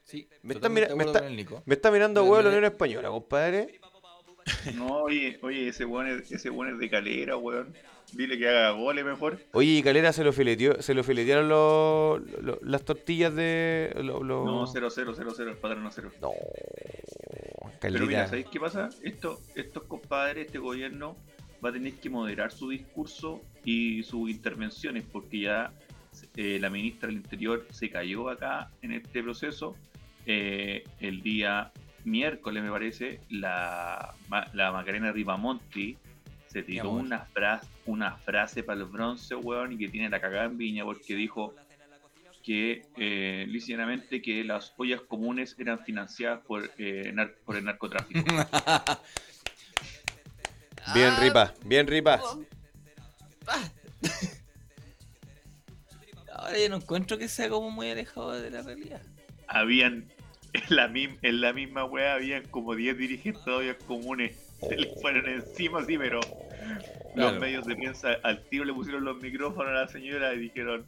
Speaker 2: Sí.
Speaker 1: Me está
Speaker 2: totalmente
Speaker 1: mira- me
Speaker 2: de acuerdo
Speaker 1: está-
Speaker 2: con el Nico.
Speaker 1: Me está mirando a
Speaker 2: Pero
Speaker 1: huevo la
Speaker 2: mira-
Speaker 1: Unión Española, compadre.
Speaker 3: No, oye, oye, ese weón es, ese weón es de calera, weón. Dile que haga goles mejor.
Speaker 1: Oye, y Calera se lo fileteó, se lo filetearon lo- lo- las tortillas de. lo- lo-
Speaker 3: No, 0, 0, 0, 0, el padrón 0.
Speaker 1: No.
Speaker 3: Pero mira,
Speaker 1: Calera.
Speaker 3: ¿sabéis qué pasa? Esto, estos compadres, este gobierno va a tener que moderar su discurso y sus intervenciones porque ya eh, la ministra del Interior se cayó acá en este proceso. Eh, el día miércoles, me parece, la, ma- la Macarena Ripamonti se tiró
Speaker 2: amor.
Speaker 3: una frase, una frase para el bronce, weón, y que tiene la cagada en viña porque dijo que eh, lícitamente que las ollas comunes eran financiadas por, eh, nar- por el narcotráfico.
Speaker 1: Bien ripa, bien ripa.
Speaker 2: Ahora yo no encuentro que sea como muy alejado de la realidad.
Speaker 3: habían en la, mim- en la misma weá habían como 10 dirigentes de ollas comunes. Se le fueron encima, sí, pero
Speaker 2: Claro.
Speaker 3: los medios de prensa al tiro le pusieron los micrófonos a la señora y dijeron,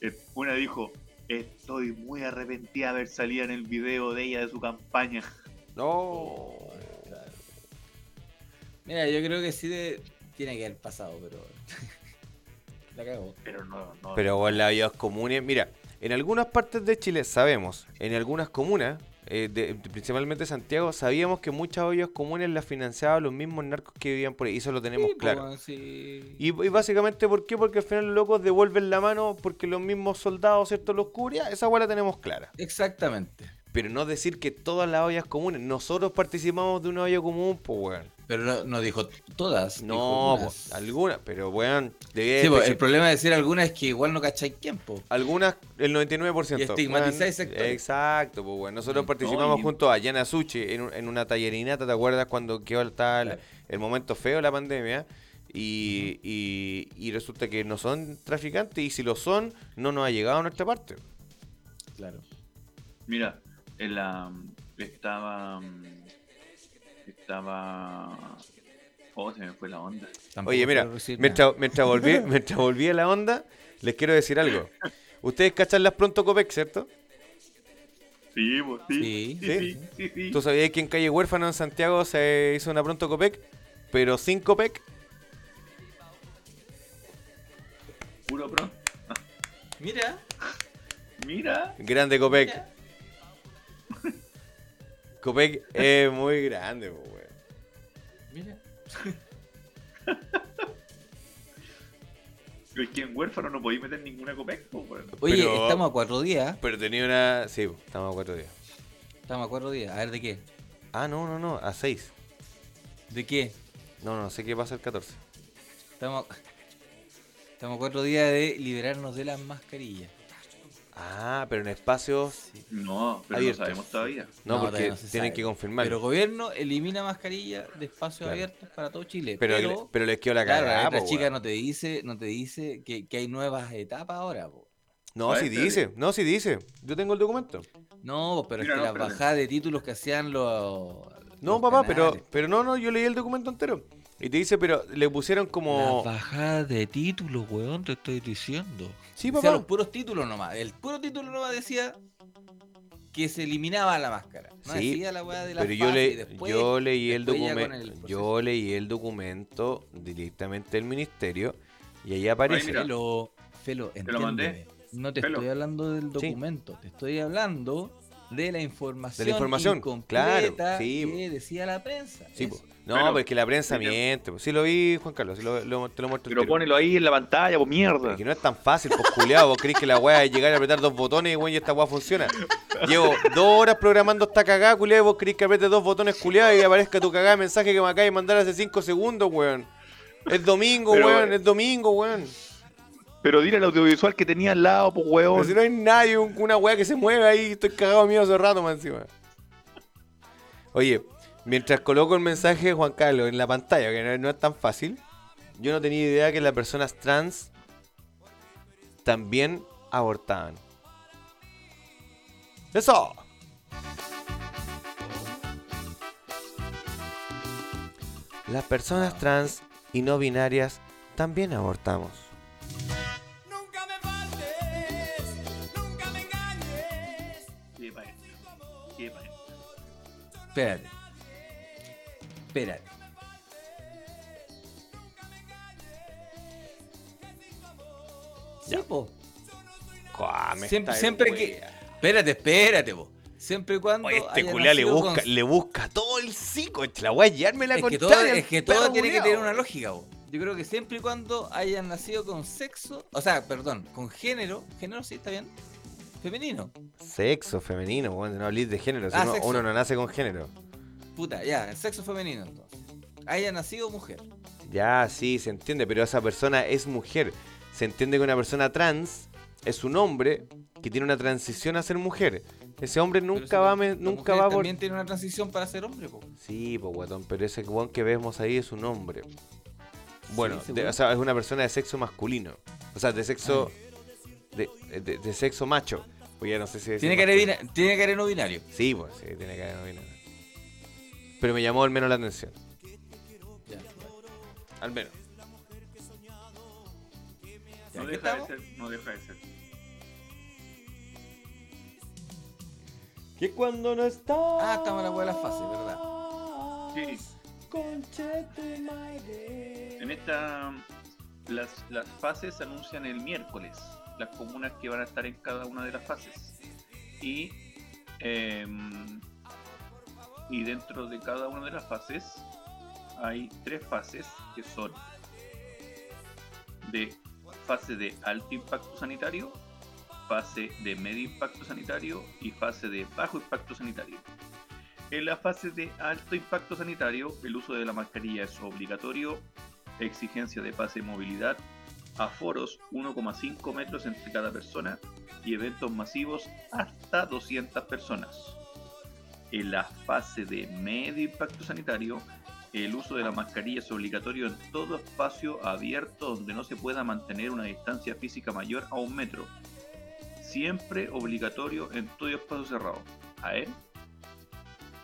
Speaker 3: eh, una dijo, estoy muy arrepentida de haber salido en el video de ella de su campaña.
Speaker 1: No.
Speaker 2: Mira, yo creo que sí de... tiene que haber pasado, pero. la cago.
Speaker 3: Pero no, no.
Speaker 1: Pero vos las ollas comunes, mira, en algunas partes de Chile sabemos, en algunas comunas, eh, de- de- principalmente Santiago, sabíamos que muchas ollas comunes las financiaban los mismos narcos que vivían por ahí. Eso lo tenemos claro.
Speaker 2: pues,
Speaker 1: Y, y básicamente, ¿por qué? Porque al final los locos devuelven la mano porque los mismos soldados, ¿cierto? Los cubría. Esa hueá la tenemos clara.
Speaker 2: Exactamente.
Speaker 1: Pero no decir que todas las ollas comunes. Nosotros participamos de una olla común, pues, weón.
Speaker 2: Pero no, no dijo t- todas. dijo
Speaker 1: No,
Speaker 2: algunas.
Speaker 1: pues, algunas. Pero, weón, este debía
Speaker 2: Sí, pues,
Speaker 1: especi-
Speaker 2: el problema de decir algunas es que igual no cacháis pues. tiempo.
Speaker 1: Algunas, el 99%.
Speaker 2: Y estigmatizar
Speaker 1: weón.
Speaker 2: sectores.
Speaker 1: Exacto, pues bueno. Nosotros
Speaker 2: Mm,
Speaker 1: participamos
Speaker 3: no, y-
Speaker 1: junto a Yana Suchi en, un- en una tallerinata, ¿te acuerdas? Cuando quedó el, tal-
Speaker 2: Claro.
Speaker 1: el momento feo de la pandemia. Y, y- y resulta que no son traficantes. Y si lo son, no nos ha llegado a nuestra parte.
Speaker 8: Claro.
Speaker 3: Mira, en la, estaba. Estaba. Oh, se me fue la onda.
Speaker 2: Tampoco
Speaker 1: Oye, mira,
Speaker 2: quiero decir nada.
Speaker 1: mientras, mientras, volví, mientras volví a la onda, les quiero decir algo. Ustedes cachan las pronto Copec, ¿cierto?
Speaker 3: Sí, pues, sí.
Speaker 2: Sí,
Speaker 3: Sí,
Speaker 1: sí.
Speaker 3: sí, sí, sí.
Speaker 1: Tú sabías que en Calle Huérfano en Santiago se hizo una pronto Copec, pero sin Copec.
Speaker 3: Puro pro.
Speaker 2: Mira,
Speaker 3: Mira.
Speaker 1: Grande Copec. Copec es muy grande, po, weón.
Speaker 2: mira.
Speaker 3: Pero es que en huérfano no podéis meter ninguna copec, po, weón.
Speaker 2: Oye,
Speaker 1: Pero-
Speaker 2: estamos a cuatro días.
Speaker 1: Pero tenía una. Sí, po, estamos a cuatro días.
Speaker 2: Estamos a cuatro días. A ver, ¿de qué?
Speaker 1: Ah, no, no, no, a seis.
Speaker 2: ¿De qué?
Speaker 1: No, no, sé qué pasa el 14.
Speaker 2: Estamos, estamos a cuatro días de liberarnos de las mascarillas.
Speaker 1: Ah, pero en espacios.
Speaker 3: No, pero
Speaker 1: Abiertos.
Speaker 3: no sabemos todavía.
Speaker 1: No,
Speaker 2: No,
Speaker 1: porque
Speaker 2: todavía no se
Speaker 1: tienen
Speaker 2: sabe.
Speaker 1: que confirmar.
Speaker 2: Pero
Speaker 1: Pero,
Speaker 2: gobierno elimina mascarillas de espacios
Speaker 1: Claro.
Speaker 2: abiertos para todo Chile.
Speaker 1: pero,
Speaker 2: Pero,
Speaker 1: les quedó la
Speaker 2: claro,
Speaker 1: cagada,
Speaker 2: la letra
Speaker 1: po,
Speaker 2: chica
Speaker 1: weón.
Speaker 2: no te dice, no te dice que, que hay nuevas etapas ahora. po.
Speaker 1: No,
Speaker 3: Ah,
Speaker 1: sí
Speaker 3: espérate.
Speaker 1: dice, no, sí dice. Yo tengo el documento.
Speaker 2: No, pero
Speaker 3: Mira,
Speaker 2: es
Speaker 3: no,
Speaker 2: que las
Speaker 3: espérate.
Speaker 2: bajadas de títulos que hacían los.
Speaker 1: No,
Speaker 2: los
Speaker 1: papá, pero,
Speaker 2: canales.
Speaker 1: pero no, no, yo leí el documento entero. Y te dice, pero le pusieron como.
Speaker 2: Las bajadas de títulos, weón, te estoy diciendo.
Speaker 1: Sí,
Speaker 2: O sea,
Speaker 1: papá.
Speaker 2: los puros títulos nomás. El puro título nomás decía que se eliminaba la máscara. No
Speaker 1: Sí,
Speaker 2: decía la weá de la
Speaker 1: Pero yo,
Speaker 2: fase,
Speaker 1: le-
Speaker 2: después-
Speaker 1: yo leí el
Speaker 2: después ya con
Speaker 1: documento.
Speaker 2: el proceso.
Speaker 1: yo leí el documento directamente del ministerio. Y ahí
Speaker 3: Ay,
Speaker 1: aparece.
Speaker 3: mira.
Speaker 2: Felo, Felo,
Speaker 3: Te lo mandé.
Speaker 2: entiéndeme. No te
Speaker 3: Felo.
Speaker 2: estoy hablando del documento, te estoy hablando de la información,
Speaker 1: información,
Speaker 2: incompleta
Speaker 1: claro, sí,
Speaker 2: que decía la prensa.
Speaker 1: Sí,
Speaker 2: Eso.
Speaker 1: po. No,
Speaker 3: Pero-
Speaker 1: porque la prensa
Speaker 3: pero-
Speaker 1: miente. po. Sí lo vi, Juan Carlos, sí lo- lo- te lo muestro.
Speaker 5: Pero
Speaker 1: entero.
Speaker 5: ponelo ahí en la pantalla, pues mierda.
Speaker 1: Es que no es tan fácil, pues culiado. Vos crees que la weá es llegar a apretar dos botones weón, y esta weá funciona. Llevo dos horas programando esta cagada, culiado. y Vos crees que apretes dos botones, culiado, y aparezca tu cagada de mensaje que me acabas de mandar hace cinco segundos, weón. Es domingo,
Speaker 5: Pero,
Speaker 1: weón,
Speaker 5: weón.
Speaker 1: es domingo, weón.
Speaker 5: Pero dile al audiovisual que tenía al lado, pues
Speaker 1: Pero
Speaker 5: weón.
Speaker 1: si no hay nadie, un- una weá que se mueve ahí, estoy cagado de miedo hace rato, más encima. Oye, mientras coloco el mensaje de Juan Carlos en la pantalla, que no, no es tan fácil, yo no tenía idea que las personas trans también abortaban. ¡Eso! Las personas trans y no binarias también abortamos.
Speaker 9: Nunca me faltes, nunca me engañes.
Speaker 3: Qué pa' dentro. Qué pa' dentro.
Speaker 2: Espérate. Espérate. Sí, po.
Speaker 1: Cuá, me
Speaker 2: Siempre,
Speaker 1: estáis
Speaker 2: siempre que. Espérate, espérate, po. Siempre y cuando.
Speaker 1: Oye, este
Speaker 2: haya
Speaker 1: culiá le
Speaker 2: nacido
Speaker 1: busca,
Speaker 2: con-
Speaker 1: le busca todo el cico. La voy a llevarme la
Speaker 2: es que todo,
Speaker 1: contraria al
Speaker 2: es que todo
Speaker 1: perro
Speaker 2: tiene que
Speaker 1: culiao.
Speaker 2: tener una lógica, po. Yo creo que siempre y cuando hayan nacido con sexo, o sea, perdón, con género, género sí está bien, femenino.
Speaker 1: Sexo femenino, weón, no hablís de género. si
Speaker 2: Ah,
Speaker 1: uno,
Speaker 2: sexo.
Speaker 1: uno no nace con género.
Speaker 2: Puta, ya, el sexo femenino entonces. Haya nacido mujer.
Speaker 1: Ya, sí, se entiende, pero esa persona es mujer. Se entiende que una persona trans es un hombre que tiene una transición a ser mujer. Ese hombre
Speaker 2: Pero
Speaker 1: nunca
Speaker 2: esa-
Speaker 1: va, a me-
Speaker 2: la
Speaker 1: nunca va
Speaker 2: mujer
Speaker 1: por.
Speaker 2: También tiene una transición para ser hombre, po.
Speaker 1: Sí, pues guatón, pero ese guan que vemos ahí es un hombre. Bueno,
Speaker 2: ese
Speaker 1: de-
Speaker 2: weón.
Speaker 1: o sea, es una persona de sexo masculino. O sea, de sexo. De, de- de sexo macho. Pues ya no sé si decir
Speaker 2: Ah. Tiene que,
Speaker 1: masculino.
Speaker 2: haber, tiene que haber no binario.
Speaker 1: Sí, pues sí, tiene que haber no binario. Pero me llamó al menos la atención.
Speaker 2: Ya.
Speaker 1: Al menos.
Speaker 2: Ya,
Speaker 3: No deja
Speaker 2: ¿qué
Speaker 3: de
Speaker 2: estamos?
Speaker 3: ser, no deja de ser.
Speaker 1: Que cuando no está.
Speaker 2: Ah, estamos en la hueá de las fases, ¿verdad?
Speaker 3: Sí. En esta, las, las fases se anuncian el miércoles, las comunas que van a estar en cada una de las fases. Y, eh, y dentro de cada una de las fases hay tres fases que son de fase de alto impacto sanitario, fase de medio impacto sanitario y fase de bajo impacto sanitario. En la fase de alto impacto sanitario, el uso de la mascarilla es obligatorio, exigencia de pase de movilidad, aforos 1,5 metros entre cada persona y eventos masivos hasta 200 personas. En la fase de medio impacto sanitario, el uso de la mascarilla es obligatorio en todo espacio abierto donde no se pueda mantener una distancia física mayor a un metro. siempre obligatorio en todo espacio cerrado. A ver,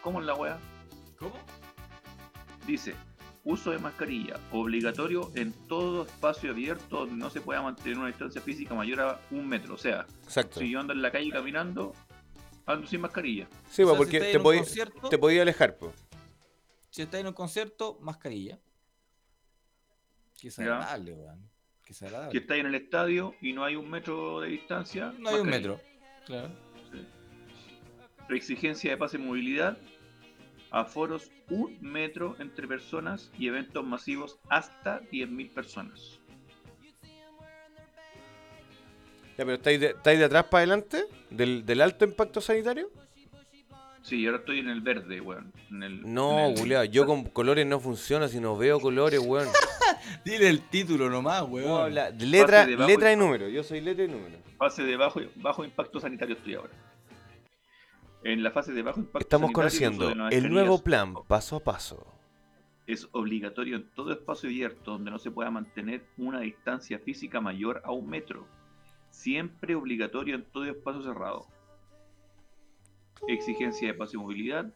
Speaker 3: ¿cómo es la weá?
Speaker 2: ¿Cómo?
Speaker 3: Dice, uso de mascarilla, obligatorio en todo espacio abierto donde no se pueda mantener una distancia física mayor a un metro. O sea,
Speaker 1: Exacto.
Speaker 3: si yo ando en la calle caminando, ando sin mascarilla.
Speaker 1: Sí, pues,
Speaker 2: O sea, si
Speaker 1: porque
Speaker 2: estáis
Speaker 1: te
Speaker 2: en un
Speaker 1: podí-
Speaker 2: concierto-
Speaker 1: te podía alejar, pues.
Speaker 2: Si estáis en un concierto, mascarilla. Qué desagradable, weón. Qué
Speaker 3: Que
Speaker 2: desagradable.
Speaker 3: estáis en el estadio y no hay un metro de distancia.
Speaker 2: Ah. No hay un
Speaker 3: mascarilla.
Speaker 2: metro. Claro.
Speaker 3: Exigencia de pase de movilidad. Aforos un metro entre personas y eventos masivos hasta 10.000 personas.
Speaker 1: Ya, pero ¿estáis de, estáis de atrás para adelante? ¿Del, del alto impacto sanitario?
Speaker 3: Sí, ahora estoy en el verde, weón. en el-
Speaker 1: No,
Speaker 3: en el-
Speaker 1: Julián, yo con colores no funciona si no veo colores, weón.
Speaker 2: Dile el título nomás,
Speaker 1: Puedo
Speaker 2: weón.
Speaker 1: hablar. Letra,
Speaker 3: Pase de bajo
Speaker 1: letra
Speaker 3: y-
Speaker 1: y número, yo soy letra y número.
Speaker 3: fase de bajo, bajo impacto sanitario estoy ahora. En la fase de bajo impacto
Speaker 1: Estamos
Speaker 3: sanitario, el uso
Speaker 1: conociendo
Speaker 3: de las
Speaker 1: el nuevo
Speaker 3: mascarillas
Speaker 1: plan paso a paso.
Speaker 3: Es obligatorio en todo espacio abierto donde no se pueda mantener una distancia física mayor a un metro. Siempre obligatorio en todo espacio cerrado. Exigencia de pase y movilidad,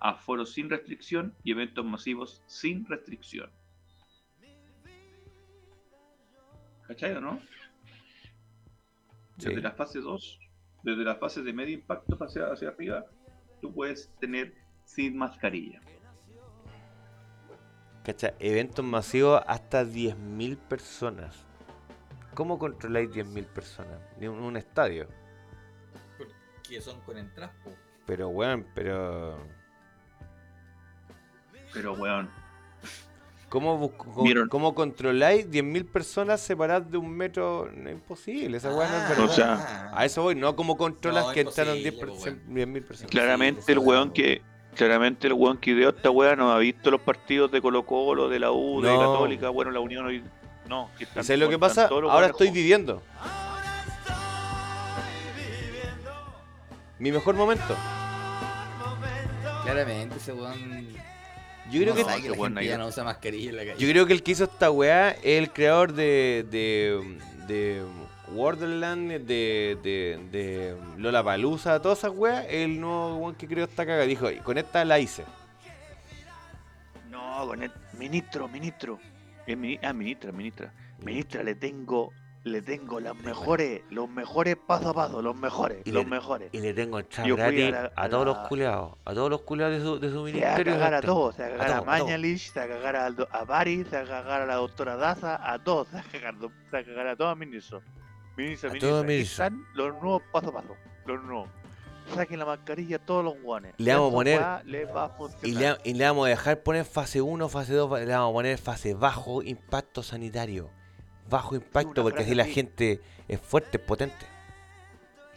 Speaker 3: aforos sin restricción y eventos masivos sin restricción. ¿Cachai o no?
Speaker 1: Sí.
Speaker 3: Desde la fase 2, desde la fase de medio impacto hacia, hacia arriba, tú puedes tener sin mascarilla.
Speaker 1: Cacha, eventos masivos hasta 10.000 personas. ¿Cómo controláis 10.000 personas? Ni un, un estadio.
Speaker 2: Que son con entradas, po.
Speaker 1: Pero, weón, pero.
Speaker 3: Pero, weón,
Speaker 1: ¿Cómo, busco- cómo-
Speaker 3: Vieron.
Speaker 1: cómo controláis 10.000 personas separadas de un metro? No, imposible, esa weón no es
Speaker 2: Ah,
Speaker 1: verdad.
Speaker 3: O sea,
Speaker 1: A eso voy, no como controlas
Speaker 2: No,
Speaker 1: que entraron 10
Speaker 2: imposible, po, weón.
Speaker 1: 10.000 personas.
Speaker 2: Claro.
Speaker 5: Claramente
Speaker 2: sí,
Speaker 5: el
Speaker 2: sí,
Speaker 5: weón
Speaker 2: sí.
Speaker 5: que. Claramente el weón que ideó esta weá no ha visto los partidos de Colo Colo, de la U, de
Speaker 1: No.
Speaker 5: Católica, bueno, la Unión hoy. No, que
Speaker 1: ¿Y
Speaker 5: están-
Speaker 1: sabes lo que
Speaker 5: están
Speaker 1: pasa?
Speaker 5: todos los
Speaker 1: Ahora
Speaker 5: weones
Speaker 1: estoy
Speaker 5: juntos.
Speaker 1: viviendo
Speaker 9: Ahora estoy viviendo
Speaker 1: mi mejor momento.
Speaker 9: un momento.
Speaker 2: Claramente ese weón.
Speaker 1: Yo creo,
Speaker 2: no
Speaker 1: que,
Speaker 2: sabe
Speaker 3: ese
Speaker 2: la
Speaker 3: weón
Speaker 2: gente
Speaker 3: ahí-
Speaker 2: ya no usa mascarilla en la calle.
Speaker 1: yo creo que el que hizo esta weá es el creador de. de. de. Wonderland, de. de. de Lola Palusa, todas esas weas. El nuevo weón que creó esta caga dijo: "Y con esta la hice.
Speaker 5: No, con el ministro, ministro. Eh, mini- ah, ministra, ministra. Ministra, le tengo, le tengo las mejores, los mejores paso a paso, los mejores,
Speaker 1: Y
Speaker 5: los
Speaker 1: le-
Speaker 5: mejores.
Speaker 1: Y le tengo entrada
Speaker 5: Yo fui a
Speaker 1: gratis
Speaker 5: la-
Speaker 1: a,
Speaker 5: a
Speaker 1: todos
Speaker 5: la-
Speaker 1: los culeados. A todos los culeados de su, de su
Speaker 5: Se va a
Speaker 1: ministerio.
Speaker 5: cagar a
Speaker 1: hasta-
Speaker 5: todos, se va a cagar a,
Speaker 1: todos, a todos.
Speaker 5: Mañalich, se va a cagar a, Aldo- a París, se va a cagar a la doctora Daza, a todos, se va a cagar, se va a, cagar a todos ministros. Ministro,
Speaker 1: A
Speaker 5: ministro,
Speaker 1: todos
Speaker 5: aquí
Speaker 1: ministros.
Speaker 5: están los nuevos paso a paso, los nuevos. Saquen la mascarilla a todos los guanes.
Speaker 1: Le vamos a
Speaker 5: Esa
Speaker 1: poner-
Speaker 5: weá les va a
Speaker 1: Y le,
Speaker 5: funcionar.
Speaker 1: y le vamos a dejar poner fase 1, fase 2, le vamos a poner fase bajo impacto sanitario. Bajo
Speaker 5: una
Speaker 1: impacto, porque así
Speaker 5: frase
Speaker 1: la
Speaker 5: así.
Speaker 1: gente es fuerte, es potente.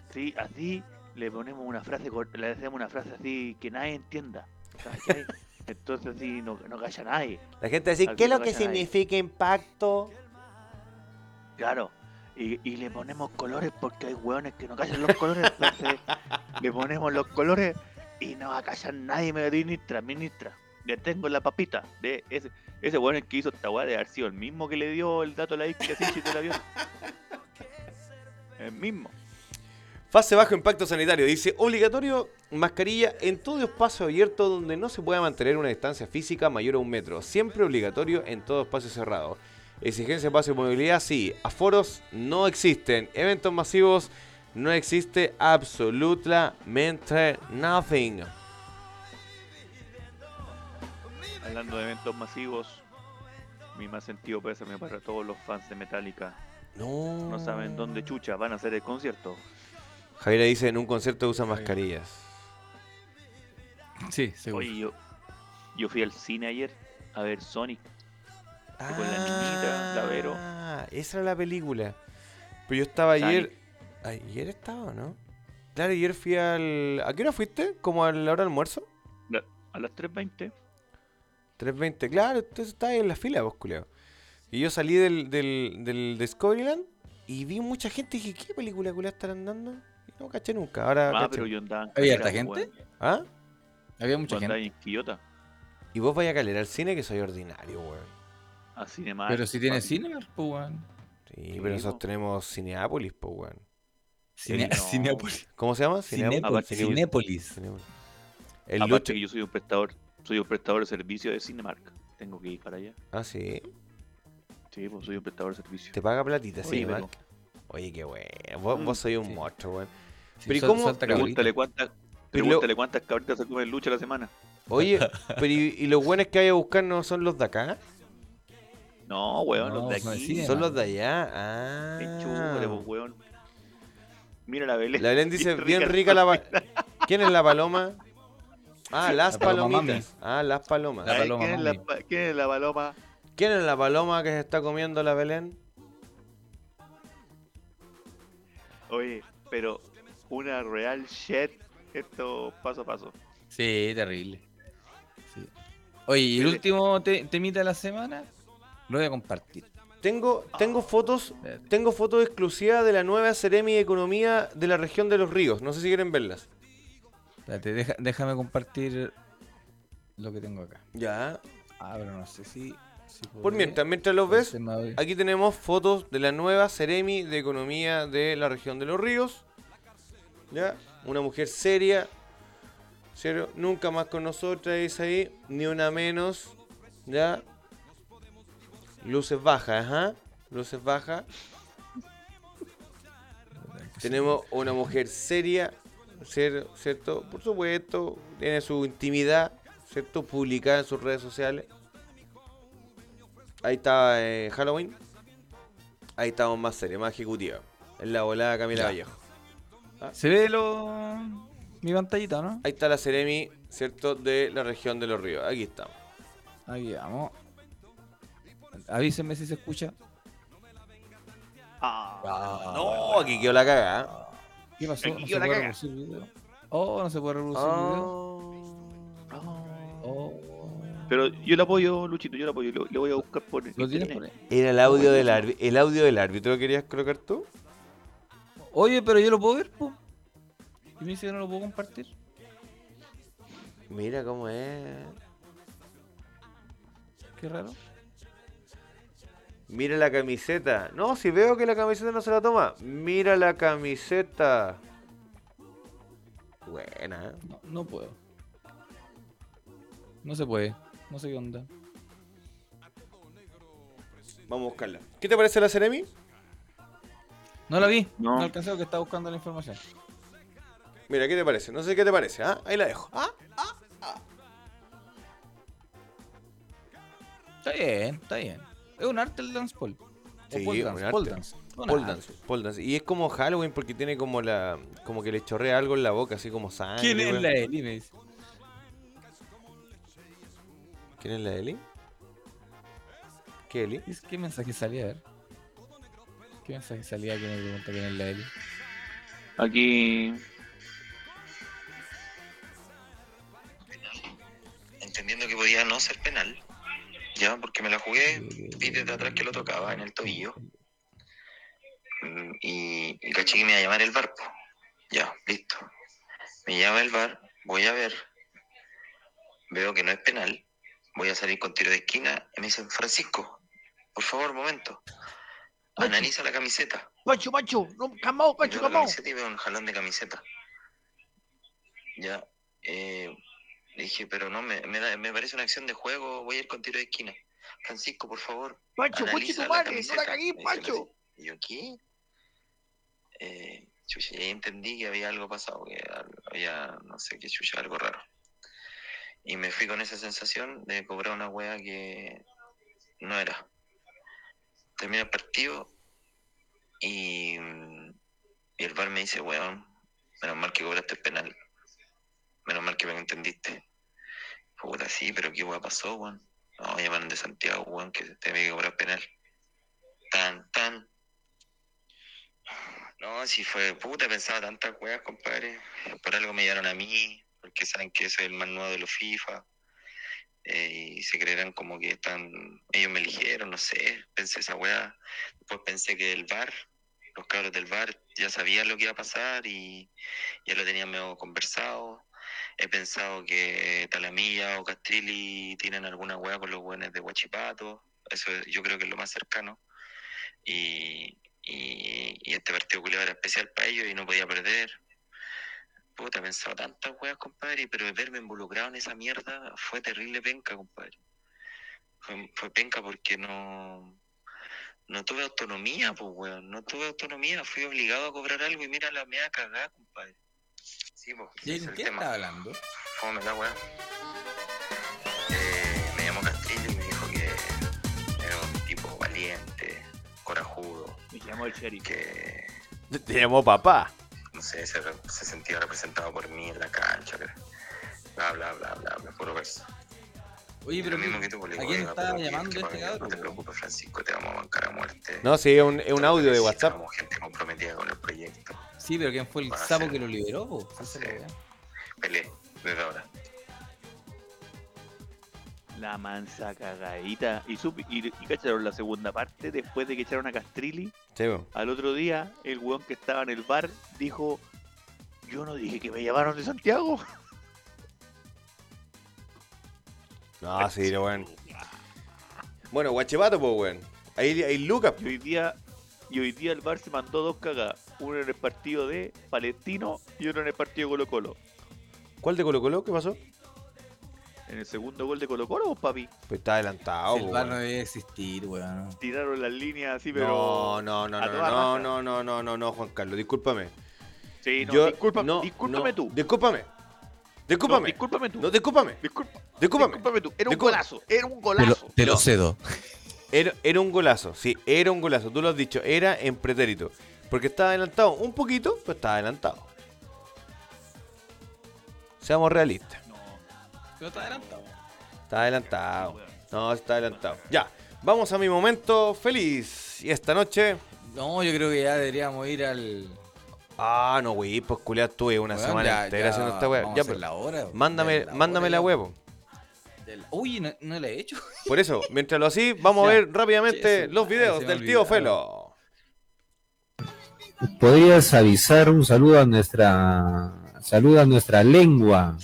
Speaker 5: Sí, así le ponemos una frase, cor- le hacemos una frase así que nadie entienda. ¿cachai? Entonces así no, no calla nadie.
Speaker 1: La gente va a decir,
Speaker 5: Al
Speaker 1: ¿qué es
Speaker 5: final
Speaker 1: lo que
Speaker 5: ganan ahí".
Speaker 1: significa impacto?
Speaker 5: Claro. Y, y le ponemos colores porque hay hueones que no callan los colores. Entonces le ponemos los colores y no va a callar nadie, me ministra, ministra. Le tengo la papita. De ese, ese hueón es que hizo esta hueá de haber sido el mismo que le dio el dato a la isquia así del avión. El mismo.
Speaker 1: Fase bajo impacto sanitario. Dice, obligatorio mascarilla en todo espacio abierto donde no se pueda mantener una distancia física mayor a un metro. Siempre obligatorio en todo espacio cerrado. Exigencia de paso y movilidad, sí. Aforos no existen. Eventos masivos no existe absolutamente nothing.
Speaker 5: Hablando de eventos masivos, mi más sentido pésame para todos los fans de Metallica.
Speaker 1: No.
Speaker 5: No saben dónde chucha van a hacer el concierto.
Speaker 1: Javier dice, en un concierto usan mascarillas.
Speaker 2: Sí, seguro.
Speaker 5: Oye, yo, yo fui al cine ayer a ver Sonic.
Speaker 1: Ah,
Speaker 5: con la niñita, la Vero.
Speaker 1: Esa era la película. Pero yo estaba
Speaker 5: Sonic.
Speaker 1: ayer. ¿Ayer estaba o no? Claro, ayer fui al. ¿A qué hora fuiste? ¿Como a la hora del almuerzo?
Speaker 5: La- a las 3.20.
Speaker 1: 3.20. Claro, entonces estaba en la fila, vos, culiao. Y yo salí del, del, del Discoveryland y vi mucha gente y dije, ¿qué película culiao estarán dando? Y no caché nunca. Ahora.
Speaker 5: Ah,
Speaker 1: caché.
Speaker 5: pero yo andaba en
Speaker 2: ¿Había harta
Speaker 5: Calera,
Speaker 2: gente?
Speaker 5: weón.
Speaker 1: ¿Ah?
Speaker 2: Había
Speaker 5: Yo
Speaker 2: mucha
Speaker 5: andaba
Speaker 2: gente.
Speaker 5: en Quillota.
Speaker 1: Y vos vaya a caler al cine que soy ordinario, weón.
Speaker 5: A Cinemark.
Speaker 2: Pero si tiene
Speaker 5: papi.
Speaker 2: cine, pues, weón.
Speaker 1: Sí, pero
Speaker 5: Sí,
Speaker 1: nosotros
Speaker 5: po.
Speaker 1: tenemos Cineápolis, po, weón.
Speaker 2: Cine-
Speaker 1: no.
Speaker 2: Cinépolis.
Speaker 1: ¿Cómo se llama? Cinepolis.
Speaker 2: Cinépolis.
Speaker 5: Aparte que yo-
Speaker 2: Cinépolis.
Speaker 1: Cinepolis. El
Speaker 5: Aparte
Speaker 1: Lucho-
Speaker 5: que yo soy un prestador, soy un prestador de servicio de Cinemark. Tengo que ir para allá.
Speaker 1: Ah, sí.
Speaker 5: Sí, pues soy un prestador de servicio.
Speaker 1: Te paga platita,
Speaker 5: Oye,
Speaker 1: sí,
Speaker 5: pero-
Speaker 1: Mark. Oye, qué bueno. Vos,
Speaker 5: Mm,
Speaker 1: vos sois un
Speaker 2: sí.
Speaker 1: monstruo, weón.
Speaker 2: Sí,
Speaker 1: Pero ¿y
Speaker 2: sol-
Speaker 1: cómo-
Speaker 2: salta cabrito.
Speaker 5: Pregúntale cuántas,
Speaker 1: Pero lo-
Speaker 5: pregúntale cuántas cabritas se come el lucha a la semana.
Speaker 1: Oye, pero ¿y, y los buenos que hay a buscar no son los de acá?
Speaker 5: No, weón,
Speaker 2: No,
Speaker 5: los de
Speaker 2: son de
Speaker 5: aquí.
Speaker 2: cine.
Speaker 1: Son los de allá. Ah.
Speaker 5: Qué chúpale, pues, weón. Mira la Belén.
Speaker 1: La Belén
Speaker 5: Qué
Speaker 1: dice, bien rica la pa- ¿Quién es la paloma? Ah, las
Speaker 2: La paloma
Speaker 1: palomitas. Ah, las palomas.
Speaker 2: La
Speaker 5: Ay,
Speaker 2: paloma,
Speaker 5: ¿quién, es la,
Speaker 2: mami.
Speaker 5: pa- quién es la paloma?
Speaker 1: ¿Quién es la paloma que se está comiendo la Belén?
Speaker 5: Oye, pero una real shit. Esto paso a paso.
Speaker 2: Sí, terrible. Sí. Oye, ¿y el último te- temita de la semana lo voy a compartir.
Speaker 1: Tengo, tengo fotos,
Speaker 2: Espérate.
Speaker 1: tengo fotos exclusivas de la nueva Ceremi de Economía de la región de los ríos. No sé si quieren verlas.
Speaker 2: Espérate, deja- déjame compartir lo que tengo acá.
Speaker 1: Ya.
Speaker 2: Ah, pero no sé si. si
Speaker 1: Por
Speaker 2: podré.
Speaker 1: mientras, mientras los ves,
Speaker 2: Se me abre.
Speaker 1: Aquí tenemos fotos de la nueva Ceremi de Economía de la región de Los Ríos. ¿Ya? Una mujer seria. ¿Serio? Nunca más con nosotras, dice ahí. Ni una menos. ¿Ya? Luces bajas, ajá. Luces bajas. Tenemos una mujer seria, ser- ¿cierto? Por supuesto, tiene su intimidad, ¿cierto? Publicada en sus redes sociales. Ahí está eh, Halloween. Ahí estamos más serios, más ejecutiva. En la volada Camila
Speaker 2: Ya.
Speaker 1: Vallejo.
Speaker 2: Se ve lo. Mi pantallita, ¿no?
Speaker 1: Ahí está la Ceremi, ¿cierto? De la región de los ríos. Aquí estamos.
Speaker 2: Ahí vamos. Avísenme si se escucha.
Speaker 5: Ah,
Speaker 1: No, aquí quedó la cagada.
Speaker 2: ¿Qué pasó?
Speaker 5: Aquí yo
Speaker 2: ¿No se
Speaker 5: la
Speaker 2: puede
Speaker 5: caga.
Speaker 2: reproducir video? Oh, no se puede reproducir video.
Speaker 1: Ah.
Speaker 2: Oh.
Speaker 5: Pero yo lo apoyo, Luchito, yo lo apoyo. Lo, lo voy a buscar por.
Speaker 2: ¿Lo tienes
Speaker 5: internet.
Speaker 2: por ahí?
Speaker 1: Era el audio del árbitro. ¿El audio del árbitro lo querías colocar tú?
Speaker 2: Oye, pero yo lo puedo ver, po. Y me dice que no lo puedo compartir.
Speaker 1: Mira cómo es.
Speaker 2: Qué raro.
Speaker 1: Mira la camiseta. No, si veo que la camiseta no se la toma. Mira la camiseta. Buena. ¿eh?
Speaker 2: No, no puedo. No se puede. No sé qué onda.
Speaker 1: Vamos a buscarla. ¿Qué te parece la Ceremi?
Speaker 2: No la vi.
Speaker 5: No.
Speaker 2: No, alcancé porque estaba buscando la información.
Speaker 1: Mira, ¿qué te parece? No sé qué te parece. ¿ah? Ahí la dejo. ¿ah?
Speaker 2: Está bien, está bien. Es un arte el dance pole.
Speaker 1: Sí,
Speaker 2: o pole
Speaker 1: es
Speaker 2: dance,
Speaker 1: un
Speaker 2: pole
Speaker 1: arte.
Speaker 2: dance. Un
Speaker 1: Pole
Speaker 2: arte.
Speaker 1: dance, pole dance. Y es como Halloween porque tiene como la. como que le chorrea algo en la boca, así como sangre.
Speaker 2: ¿Quién es
Speaker 1: weón.
Speaker 2: la E? Eli? Me dice.
Speaker 1: ¿Quién es la Eli? ¿Qué Eli?
Speaker 2: Es- ¿Qué mensaje salía? A ver. ¿Qué mensaje salía que me pregunta quién es la Eli?
Speaker 5: Aquí.
Speaker 8: entendiendo que podía no ser penal, ya, porque me la jugué, vi desde atrás que lo tocaba en el tobillo, mm, y, y caché que me iba a llamar el bar, po. ya, listo. Me llama el bar, voy a ver, veo que no es penal, voy a salir con tiro de esquina, y me dicen, Francisco, por favor, momento, analiza la camiseta.
Speaker 9: Pancho, Pancho, no, camao,
Speaker 8: Veo la camiseta y veo un jalón de camiseta. Ya. eh, le dije, pero no, me, me, da- me parece una acción de juego, voy a ir con tiro de esquina. Francisco, por favor.
Speaker 9: Pancho,
Speaker 8: analiza la camiseta.
Speaker 9: cagué,
Speaker 8: Me dice Francisco. Y yo, ¿qué? Eh, chucha, y ahí entendí que había algo pasado, que al- había, no sé qué chucha, algo raro. Y me fui con esa sensación de cobrar una wea que no era. Termina el partido y, mm, y el bar me dice, weón, menos mal que cobraste el penal. Menos mal que me entendiste. Puta, sí, pero ¿qué wea pasó, weón? No, llamaron de Santiago, weón, que te había que cobrar penal. Tan, tan, no, si fue puta, pensaba tantas weas, compadre. Por algo me llevaron a mí, porque saben que soy el más nuevo de los FIFA. eh, y se creerán como que están. Ellos me eligieron, no sé. Pensé esa wea. Después pensé que el bar, los cabros del bar, ya sabían lo que iba a pasar y ya lo tenían medio conversado. He pensado que Talamilla o Castrilli tienen alguna wea con los buenos de Huachipato. Eso yo creo que es lo más cercano. Y, Y, y este partido culiao era especial para ellos y no podía perder. Puta, pensaba tantas weas, compadre, pero verme involucrado en esa mierda fue terrible penca, compadre. Fue, fue penca porque no, no tuve autonomía, pues weón. No tuve autonomía, fui obligado a cobrar algo y mira la mea cagada, compadre. Sí, pues,
Speaker 2: ¿De
Speaker 8: ese es el
Speaker 2: qué
Speaker 8: tema.
Speaker 2: está hablando?
Speaker 8: Fome la weá. Eh, me llamó Castillo y me dijo que era un tipo valiente, corajudo,
Speaker 3: Me llamó el sheriff.
Speaker 8: que
Speaker 1: Te llamó papá.
Speaker 8: no sé, se, re- se sentía representado por mí en la cancha, que- bla bla bla bla bla, puro verso.
Speaker 2: Oye, pero
Speaker 8: lo mismo que tú, pues,
Speaker 2: ¿a
Speaker 8: le
Speaker 2: quién estaba llamando
Speaker 8: que,
Speaker 2: este
Speaker 8: No te
Speaker 2: cabrón?
Speaker 8: preocupes, Francisco, te vamos a bancar a muerte.
Speaker 1: No, sí, es un, es un
Speaker 8: Nosotros
Speaker 1: audio de WhatsApp.
Speaker 8: necesitamos gente comprometida con el proyecto.
Speaker 2: Sí, pero ¿quién fue el
Speaker 8: Va a
Speaker 2: sapo
Speaker 8: ser-
Speaker 2: que lo liberó? po? Esa es la
Speaker 8: Ah, Sí.
Speaker 1: Ah,
Speaker 2: weá.
Speaker 8: Pelé, desde ahora.
Speaker 3: La mansa cagadita. Y, sup- y, y cacharon la segunda parte después de que echaron a Castrilli.
Speaker 1: Sí, po.
Speaker 3: Al otro día, el weón que estaba en el bar dijo: Yo no dije que me llamaron de Santiago.
Speaker 1: No, sí, lo weón. Ah, Bueno, Guachepato, pues, weón. Ahí hay Lucas.
Speaker 3: Y hoy día, y hoy día el bar se mandó dos cagadas: uno en el partido de Palestino y uno en el partido de Colo-Colo.
Speaker 1: ¿Cuál de Colo Colo? ¿Qué pasó?
Speaker 3: En el segundo gol de Colo-Colo, papi,
Speaker 1: Pues está adelantado,
Speaker 2: el
Speaker 1: po,
Speaker 2: bar
Speaker 1: weón.
Speaker 2: no debe existir, weón.
Speaker 3: tiraron las líneas así, pero.
Speaker 1: No, no, no,
Speaker 3: a
Speaker 1: no,
Speaker 3: toda
Speaker 1: no,
Speaker 3: raja.
Speaker 1: no, no, no, no, no, Juan Carlos, discúlpame.
Speaker 3: Sí, no,
Speaker 1: Yo-
Speaker 3: disculpa-
Speaker 1: no,
Speaker 3: discúlpame
Speaker 1: no,
Speaker 3: tú.
Speaker 1: Discúlpame.
Speaker 3: No,
Speaker 1: Discúlpame.
Speaker 3: discúlpame tú.
Speaker 1: No, discúlpame.
Speaker 3: Disculpa-
Speaker 1: Discúlpame.
Speaker 3: discúlpame tú. Era un
Speaker 1: Discúlpame.
Speaker 3: golazo. Era un golazo.
Speaker 1: lo No.
Speaker 2: cedo.
Speaker 1: Era, era un golazo, sí, era un golazo. Tú lo has dicho, era en pretérito. Porque estaba adelantado un poquito, pero estaba adelantado. Seamos realistas.
Speaker 2: Pero está adelantado.
Speaker 1: Está adelantado. No, está adelantado. Ya, vamos a mi momento feliz. Y esta noche.
Speaker 2: No, yo creo que ya deberíamos ir al.
Speaker 1: Ah, no, güey, pues culiado, tuve una
Speaker 2: Weón,
Speaker 1: semana
Speaker 2: ya-
Speaker 1: entera
Speaker 2: ya
Speaker 1: haciendo esta weá.
Speaker 2: vamos a
Speaker 1: Ya,
Speaker 2: hacer
Speaker 1: pero.
Speaker 2: la hora, weón.
Speaker 1: Mándame,
Speaker 2: Ya es
Speaker 1: mándame
Speaker 2: hora,
Speaker 1: la
Speaker 2: ya.
Speaker 1: huevo.
Speaker 2: Ya la- Uy, no, no la he hecho.
Speaker 1: Por eso, mientras lo así, vamos a
Speaker 2: Ya.
Speaker 1: ver rápidamente
Speaker 2: Jesús,
Speaker 1: los
Speaker 2: madre,
Speaker 1: videos
Speaker 2: se me
Speaker 1: del tío
Speaker 2: olvidaba.
Speaker 1: Felo.
Speaker 10: podrías avisar un saludo a nuestra saludo a nuestra lengua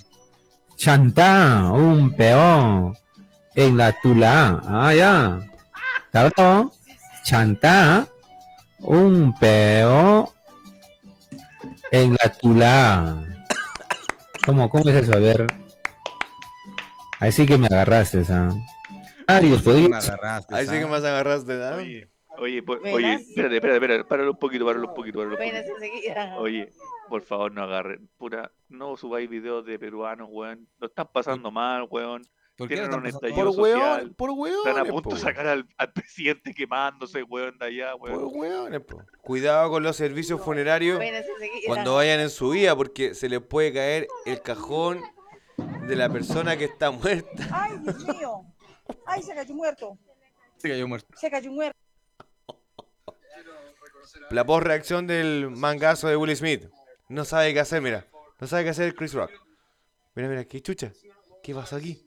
Speaker 10: chantá un peón en la tula ah ya cabrón chantá un peón en la tula ¿Cómo, cómo es eso a ver ahí sí que me agarraste ah Arios podrías
Speaker 2: agarraste.
Speaker 1: Ahí sí que más agarraste, ¿no?
Speaker 3: Oye, oye, por-
Speaker 11: Buenas.
Speaker 3: oye, espérate, espérate, espérate, páralo un poquito, páralo un poquito, páralo un
Speaker 11: Bueno,
Speaker 3: poquito.
Speaker 11: enseguida.
Speaker 3: Oye, por favor no agarren, pura, no subáis videos de peruanos, weón. Lo están pasando mal, weón.
Speaker 2: ¿Por qué no
Speaker 3: tienen
Speaker 2: están
Speaker 3: un
Speaker 2: pasando-
Speaker 1: Por
Speaker 3: estallido
Speaker 2: Por-
Speaker 1: weón,
Speaker 3: social.
Speaker 1: por weón.
Speaker 3: Están a punto de sacar al, al presidente quemándose, weón, de allá,
Speaker 1: Por
Speaker 3: weón.
Speaker 1: hueones, po. Pues, Cuidado con los servicios funerarios
Speaker 11: Bueno, enseguida.
Speaker 1: cuando vayan en su vida, porque se les puede caer el cajón de la persona que está muerta.
Speaker 12: Ay, Dios mío. Ay, se cayó muerto.
Speaker 2: Se cayó muerto.
Speaker 12: Se cayó muerto.
Speaker 1: La post-reacción del mangazo de Will Smith. No sabe qué hacer, mira. No sabe qué hacer Chris Rock. Mira, mira, qué chucha. ¿Qué pasó aquí?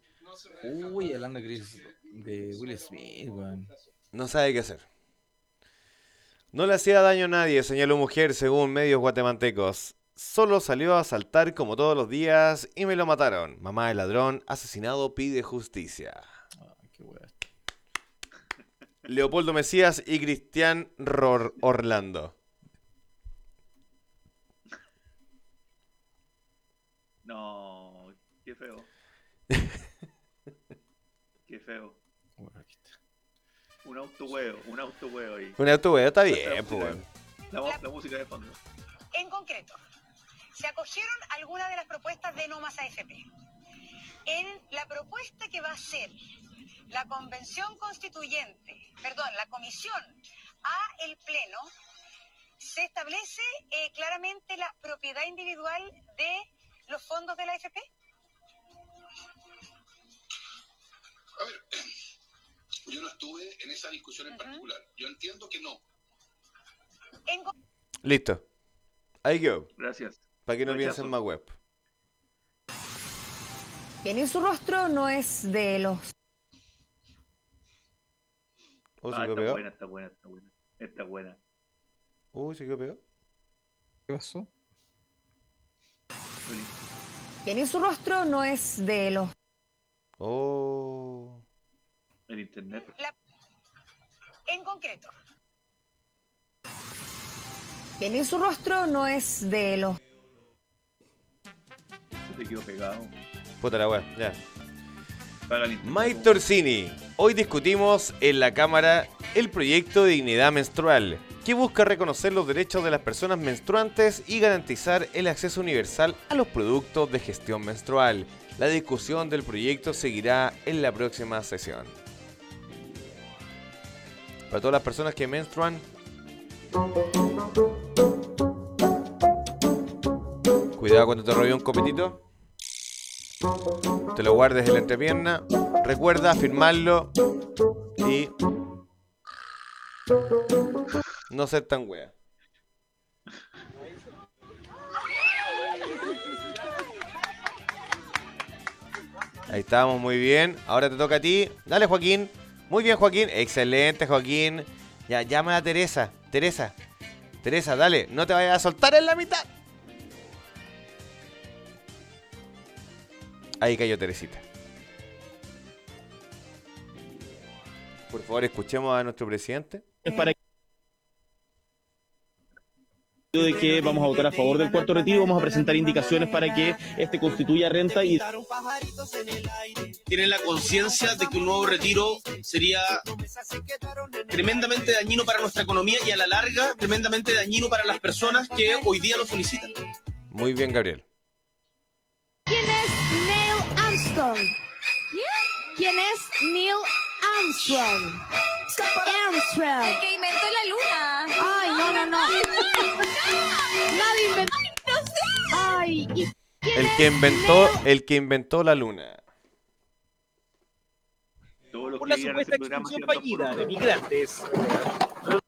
Speaker 2: Uy, hablando de, Chris- de Will Smith, weón.
Speaker 1: No sabe qué hacer. No le hacía daño a nadie, señaló mujer según medios guatemaltecos. Solo salió a asaltar como todos los días y me lo mataron. Mamá del ladrón, asesinado, pide justicia.
Speaker 2: Ay, qué weón.
Speaker 1: Leopoldo Mesías y Cristian Ror- Orlando.
Speaker 13: No, qué feo. qué feo. Un autohuevo, un autohuevo ahí.
Speaker 1: Bueno, tu weón está bien, pues. weón.
Speaker 13: La, mo- la música de fondo.
Speaker 6: En concreto, se acogieron algunas de las propuestas de No Más AFP. En la propuesta que va a ser la Convención Constituyente, perdón, la Comisión a el Pleno, se establece eh, claramente la propiedad individual de los fondos de la AFP.
Speaker 8: Yo no estuve en esa discusión en particular. Yo entiendo que no.
Speaker 6: En co-
Speaker 1: Listo. Ahí quedó.
Speaker 13: Gracias.
Speaker 1: Para que no
Speaker 13: Rechazo.
Speaker 1: piensen más web.
Speaker 11: Bien, y su rostro no es de los
Speaker 1: Uy, Oh, se
Speaker 13: Ah,
Speaker 1: quedó
Speaker 13: está
Speaker 1: pegado.
Speaker 13: buena, está buena, está buena. Está buena.
Speaker 1: Uy, se quedó pegado.
Speaker 2: ¿Qué pasó?
Speaker 11: Bien, y su rostro no es de los
Speaker 1: Oh.
Speaker 13: En internet.
Speaker 6: en concreto,
Speaker 14: Bien, y su rostro no es de los.
Speaker 3: Se te quedó pegado.
Speaker 1: Puta la weá, ya.
Speaker 3: Paga el internet.
Speaker 1: Mike Torsini, hoy discutimos en la Cámara el proyecto de dignidad menstrual, que busca reconocer los derechos de las personas menstruantes y garantizar el acceso universal a los productos de gestión menstrual. La discusión del proyecto seguirá en la próxima sesión. Para todas las personas que menstruan, cuidado cuando te robe un copetito te lo guardes en la entrepierna. Recuerda firmarlo y no ser tan wea. Ahí estábamos muy bien. Ahora te toca a ti. Dale, Joaquín. Muy bien, Joaquín. Excelente, Joaquín. Ya, llama a Teresa. Teresa. Teresa, dale. No te vayas a soltar en la mitad. Ahí cayó Teresita. Por favor, escuchemos a nuestro presidente.
Speaker 15: Es para de que vamos a votar a favor del cuarto retiro, vamos a presentar indicaciones para que este constituya renta y tienen la conciencia de que un nuevo retiro sería tremendamente dañino para nuestra economía y a la larga tremendamente dañino para las personas que hoy día lo solicitan.
Speaker 1: Muy bien, Gabriel.
Speaker 16: ¿Quién es Neil Armstrong? ¿Quién es Neil Armstrong? Armstrong.
Speaker 6: El que inventó la luna.
Speaker 16: Ay, no, no, no. Nadie inventó. Ay, ¿y quién
Speaker 1: El
Speaker 16: es
Speaker 1: que inventó, el que inventó la luna.
Speaker 3: Todos los
Speaker 15: Por
Speaker 3: que
Speaker 15: la
Speaker 3: llegan a
Speaker 15: supuesta
Speaker 3: este programa siendo
Speaker 15: expulsión fallida
Speaker 3: por-
Speaker 15: de migrantes.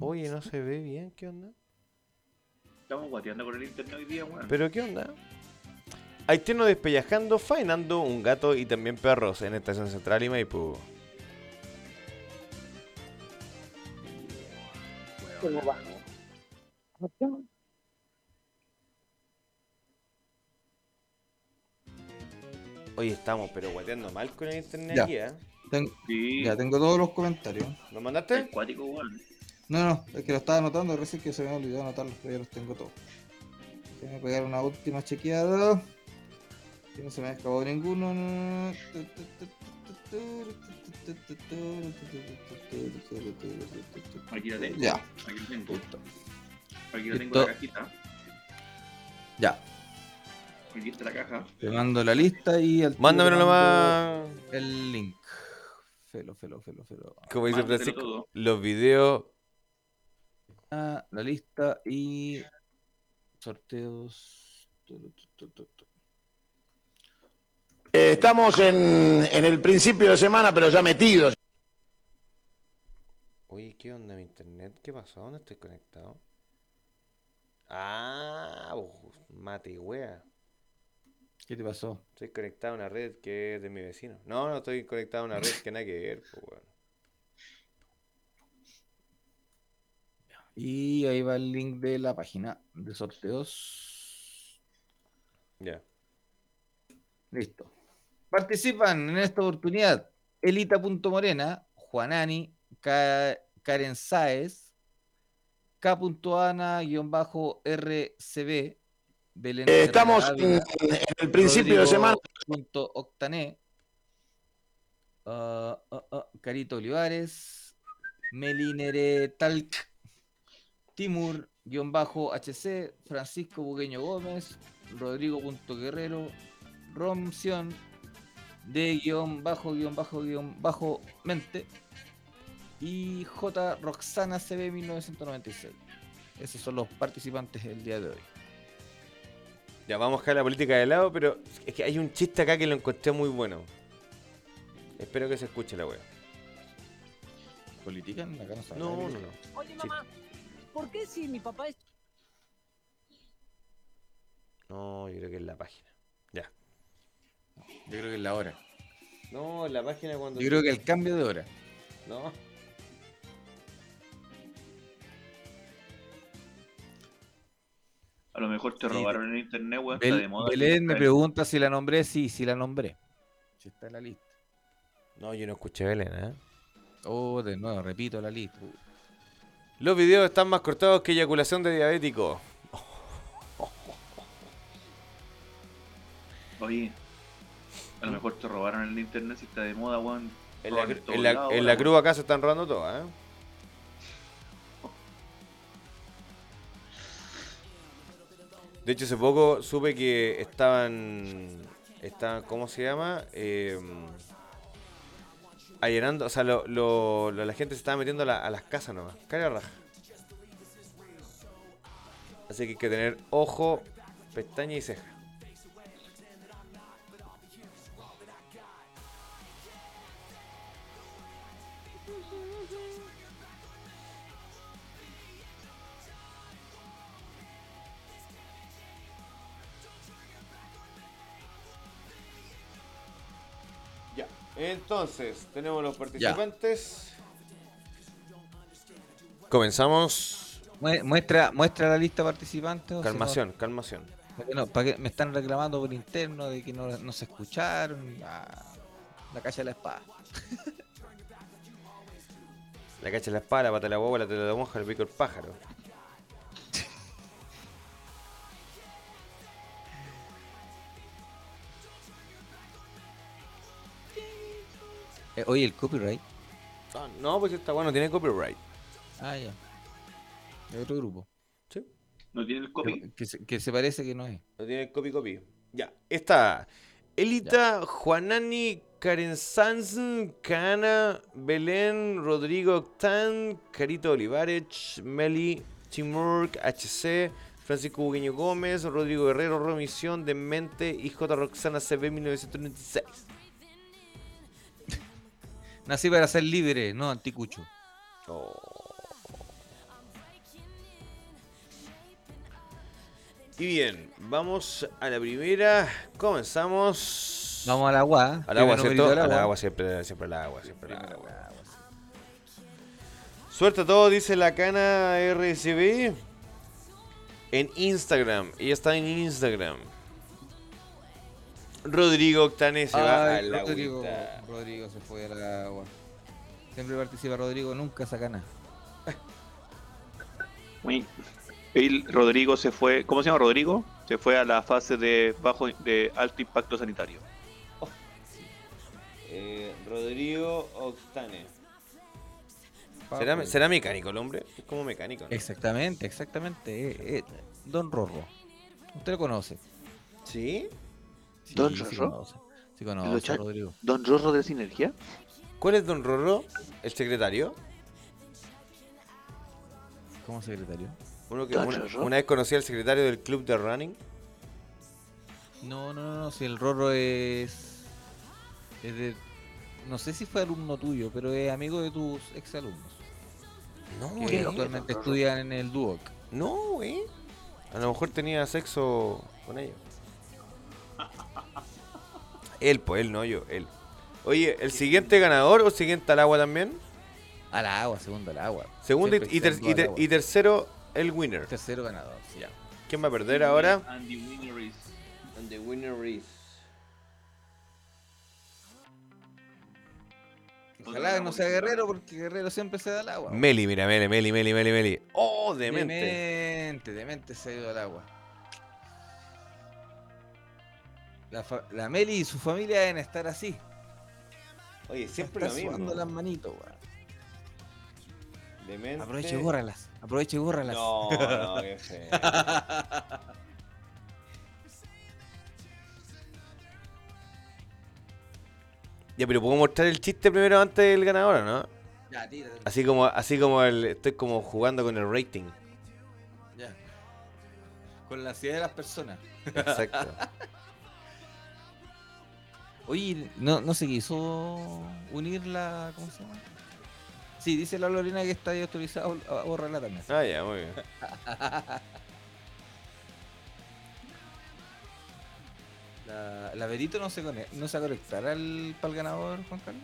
Speaker 1: Oye, no se ve bien, ¿qué onda?
Speaker 3: Estamos guateando con el internet hoy día, weón.
Speaker 1: Pero ¿qué onda? Haitiano despellajando, faenando un gato y también perros en Estación Central y Maipú. Hoy estamos, pero guateando mal con el internet
Speaker 2: Ya.
Speaker 1: aquí, ¿eh?
Speaker 2: Ten- Ya tengo todos los comentarios.
Speaker 1: ¿Lo mandaste?
Speaker 3: Cuático, weón.
Speaker 2: No, no, es que lo estaba anotando, recién que se me había olvidado anotarlos, pero ya los tengo todos. Déjame pegar una última chequeada. Que no se me ha escapado ninguno.
Speaker 3: Aquí la tengo.
Speaker 2: Ya.
Speaker 3: Aquí la tengo. Aquí la
Speaker 2: Listo.
Speaker 3: tengo la cajita.
Speaker 2: Ya,
Speaker 3: Aquí está la caja.
Speaker 2: te mando la lista y al tiro
Speaker 1: Mándamelo
Speaker 2: te
Speaker 1: nomás.
Speaker 2: mando El link. Felo, felo, felo, felo.
Speaker 1: Como dice
Speaker 2: Mándamelo
Speaker 1: Francisco,
Speaker 2: todo.
Speaker 1: los videos
Speaker 2: Ah, la lista y sorteos.
Speaker 17: Eh, estamos en, en el principio de semana, pero ya metidos.
Speaker 1: Oye, ¿qué onda mi internet? ¿Qué pasó? ¿Dónde estoy conectado? Ah, oh, mate y wea.
Speaker 2: ¿Qué te pasó?
Speaker 1: Estoy conectado a una red que es de mi vecino. No, no estoy conectado a una red que nada que ver, po, weón.
Speaker 2: Y ahí va el link de la página de sorteos.
Speaker 1: Ya.
Speaker 2: Listo. Participan en esta oportunidad Elita.morena, Juanani, Ka- Karen Sáez, K.ana-RCB, Belén.
Speaker 17: Eh, estamos
Speaker 2: Herrera
Speaker 17: en,
Speaker 2: Ávila,
Speaker 17: en el principio de
Speaker 2: Rodrigo
Speaker 17: semana.
Speaker 2: punto Octané, ah, ah, ah, Carito Olivares, Melinere Talc, Timur-HC, Francisco Bugueño Gómez, Rodrigo.guerrero, Romción, de guión bajo guión bajo guión bajo mente y J Roxana CB 1996. Esos son los participantes del día de hoy.
Speaker 1: Ya, vamos a dejar la política de lado, pero es que hay un chiste acá que lo encontré muy bueno. Espero que se escuche la wea.
Speaker 2: ¿Política? Acá no se habla de
Speaker 1: No, no,
Speaker 2: política.
Speaker 1: no.
Speaker 18: Oye, mamá, ¿por qué si mi papá es
Speaker 1: No, yo creo que es la página. Ya.
Speaker 2: Yo creo que es la hora.
Speaker 1: No, en la página cuando...
Speaker 2: Yo creo que el cambio de hora.
Speaker 1: No.
Speaker 3: A lo mejor te
Speaker 2: Sí,
Speaker 3: robaron el internet, weón.
Speaker 2: Bel-
Speaker 3: está de moda.
Speaker 2: Belén me pregunta si la nombré. Sí, sí la nombré. Si está en la lista.
Speaker 1: No, yo no escuché Belén, ¿eh?
Speaker 2: Oh, de nuevo, repito la lista.
Speaker 1: Los videos están más cortados que eyaculación de diabético.
Speaker 3: Oye, a lo mejor te robaron el de internet si está de moda, weón.
Speaker 1: En la,
Speaker 3: Roban
Speaker 1: cru-
Speaker 3: todos
Speaker 1: en la-
Speaker 3: lados,
Speaker 1: en la
Speaker 3: weón.
Speaker 1: cruz acá se están robando todo, ¿eh? De hecho, hace poco supe que estaban. estaban ¿Cómo se llama? Eh, allanando. O sea, lo- lo- lo- la gente se estaba metiendo a, la- a las casas nomás. Cara de raja. Así que hay que tener ojo, pestaña y ceja. Ya. Entonces, tenemos los participantes. Comenzamos.
Speaker 2: Mue- Muestra, muestra la lista participante. o si no-
Speaker 1: Calmación, calmación.
Speaker 2: Porque no, para que me están reclamando por interno de que no, no se escucharon. Ah, la calle de la espada.
Speaker 1: La cacha la espada, la pata de la guagua, la tela de la monja, el pico el pájaro.
Speaker 2: Eh, oye, el copyright.
Speaker 1: Ah, No, pues esta bueno, tiene copyright.
Speaker 2: Ah, ya. Es otro grupo.
Speaker 1: Sí.
Speaker 3: No tiene el copy.
Speaker 2: Que se, que se parece que no es.
Speaker 1: No tiene copy copy. Ya, está. Elita, Juanani, Karen Sansen, Cana, Belén, Rodrigo Octan, Carito Olivarech, Meli, Timur, HC, Francisco Bugueño Gómez, Rodrigo Guerrero, Romisión, Demente y J. Roxana CB 1996.
Speaker 2: Nací para ser libre, no anticucho.
Speaker 1: Oh. Y bien, vamos a la primera. Comenzamos.
Speaker 2: Vamos al agua.
Speaker 1: Al agua,
Speaker 2: Primero
Speaker 1: ¿cierto?
Speaker 2: grito al
Speaker 1: Al
Speaker 2: agua.
Speaker 1: agua, siempre, siempre al agua, siempre al agua. Suerte a todos, dice la cana RCB. En Instagram, ella está en Instagram. Rodrigo Octane se va
Speaker 2: Ay,
Speaker 1: al agua.
Speaker 2: Rodrigo, Rodrigo se fue al agua. Siempre participa Rodrigo, nunca saca nada.
Speaker 5: Uy. El Rodrigo se fue, ¿cómo se llama Rodrigo? Se fue a la fase de bajo de alto impacto sanitario.
Speaker 1: Eh, Rodrigo Octane.
Speaker 2: Papo.
Speaker 1: ¿Será, será mecánico el hombre? Es como mecánico. ¿no?
Speaker 2: Exactamente, exactamente. eh, eh, Don Rorro. Usted lo conoce.
Speaker 1: ¿Sí?
Speaker 2: sí, sí conoce, Sí conoce
Speaker 1: ¿El
Speaker 2: a
Speaker 1: Ocha-
Speaker 2: Rodrigo.
Speaker 5: ¿Don Rorro de Sinergia?
Speaker 1: ¿Cuál es Don Rorro? ¿El secretario?
Speaker 2: ¿Cómo secretario?
Speaker 1: Uno que
Speaker 2: Don
Speaker 1: una,
Speaker 2: Rorro.
Speaker 1: una vez conocí al secretario del club de running.
Speaker 2: No, no, no, no, si el Rorro es. es de- no sé si fue alumno tuyo, pero es amigo de tus exalumnos.
Speaker 1: No,
Speaker 2: que
Speaker 1: ¿eh?
Speaker 2: actualmente estudian en el Duoc.
Speaker 1: No, ¿eh? A lo mejor tenía sexo con ellos. Él, pues, él, no yo, él. Oye, ¿el siguiente ganador o siguiente al agua también?
Speaker 2: Al agua, segundo al agua.
Speaker 1: Segundo y,
Speaker 2: Siempre
Speaker 1: y ter-
Speaker 2: segundo
Speaker 1: y
Speaker 2: pues, al
Speaker 1: ter-
Speaker 2: agua.
Speaker 1: y tercero, el winner.
Speaker 2: Tercero ganador, ya.
Speaker 1: ¿Quién va a perder ahora?
Speaker 2: ah,
Speaker 3: Andy Winner is.
Speaker 1: And the winner is.
Speaker 2: Ojalá que no sea Guerrero, porque Guerrero siempre se da al agua.
Speaker 1: Meli, mira, Meli, Meli, Meli, Meli, Meli. ¡Oh, demente!
Speaker 2: Demente, demente se ha ido al agua. La, fa- la Meli y su familia deben estar así.
Speaker 1: Oye, siempre
Speaker 2: Está
Speaker 1: lo mismo.
Speaker 2: sudando las manitos, weón.
Speaker 1: Demente.
Speaker 2: Aproveche y bórralas. Aproveche y bórralas.
Speaker 1: No, no, qué feo. Ya, pero puedo mostrar el chiste primero antes del ganador, ¿o ¿no?
Speaker 2: Ya, tírate.
Speaker 1: Así como, así como el, estoy como jugando con el rating.
Speaker 2: Ya. Con la ansiedad de las personas.
Speaker 1: Exacto.
Speaker 2: Oye, no, no se quiso unir la. ¿Cómo se llama? Sí, dice la Lorena que está ahí autorizada a a borrarla también.
Speaker 1: Ah, ya, muy bien.
Speaker 2: La, la Berito no se, conecta, no se va a conectar al pal ganador, Juan Carlos.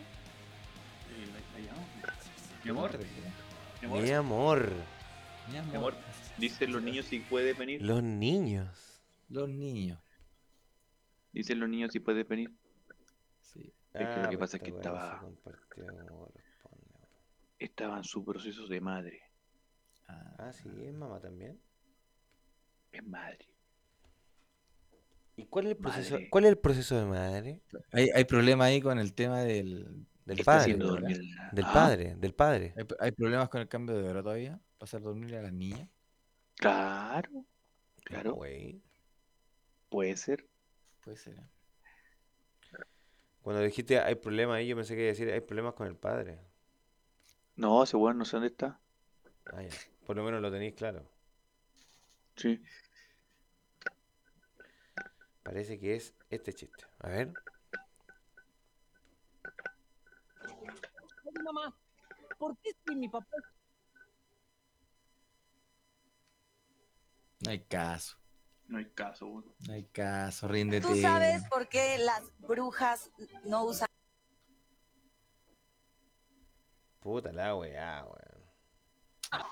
Speaker 3: Mi amor. Mi amor.
Speaker 1: Mi amor,
Speaker 3: Mi amor.
Speaker 5: Dicen los niños si puedes venir.
Speaker 1: los niños.
Speaker 2: Los niños.
Speaker 5: Dicen los niños si puedes venir.
Speaker 2: Sí.
Speaker 5: Es que
Speaker 1: Ah,
Speaker 5: lo que
Speaker 1: pues
Speaker 5: pasa es que
Speaker 1: esta weá no se
Speaker 5: estaba.
Speaker 1: compartió, no corresponde.
Speaker 3: estaba en su proceso de madre.
Speaker 1: Ah, sí, es mamá también.
Speaker 3: Es madre.
Speaker 1: ¿Y cuál es el proceso,
Speaker 3: Madre.
Speaker 1: ¿cuál es el proceso de madre?
Speaker 2: Hay, hay problema ahí con el tema del,
Speaker 1: Del padre. Del padre, del padre.
Speaker 2: ¿Hay, hay problemas con el cambio de hora todavía? ¿Pasar a dormir a las niñas?
Speaker 3: Claro, claro. Puede ser.
Speaker 2: Puede ser. ¿eh?
Speaker 1: Cuando dijiste hay problemas ahí, yo pensé que iba a decir hay problemas con el padre.
Speaker 3: No, ese weón no sé dónde está.
Speaker 1: Ah, ya. Por lo menos lo tenéis claro.
Speaker 3: Sí.
Speaker 1: Parece que es este chiste. A ver.
Speaker 18: Oye, mamá, ¿por qué si mi papá es
Speaker 2: No hay caso.
Speaker 3: No hay caso, weón.
Speaker 2: No hay caso, ríndete.
Speaker 6: ¿Tú sabes por qué las brujas no usan
Speaker 1: Puta la weá, weón.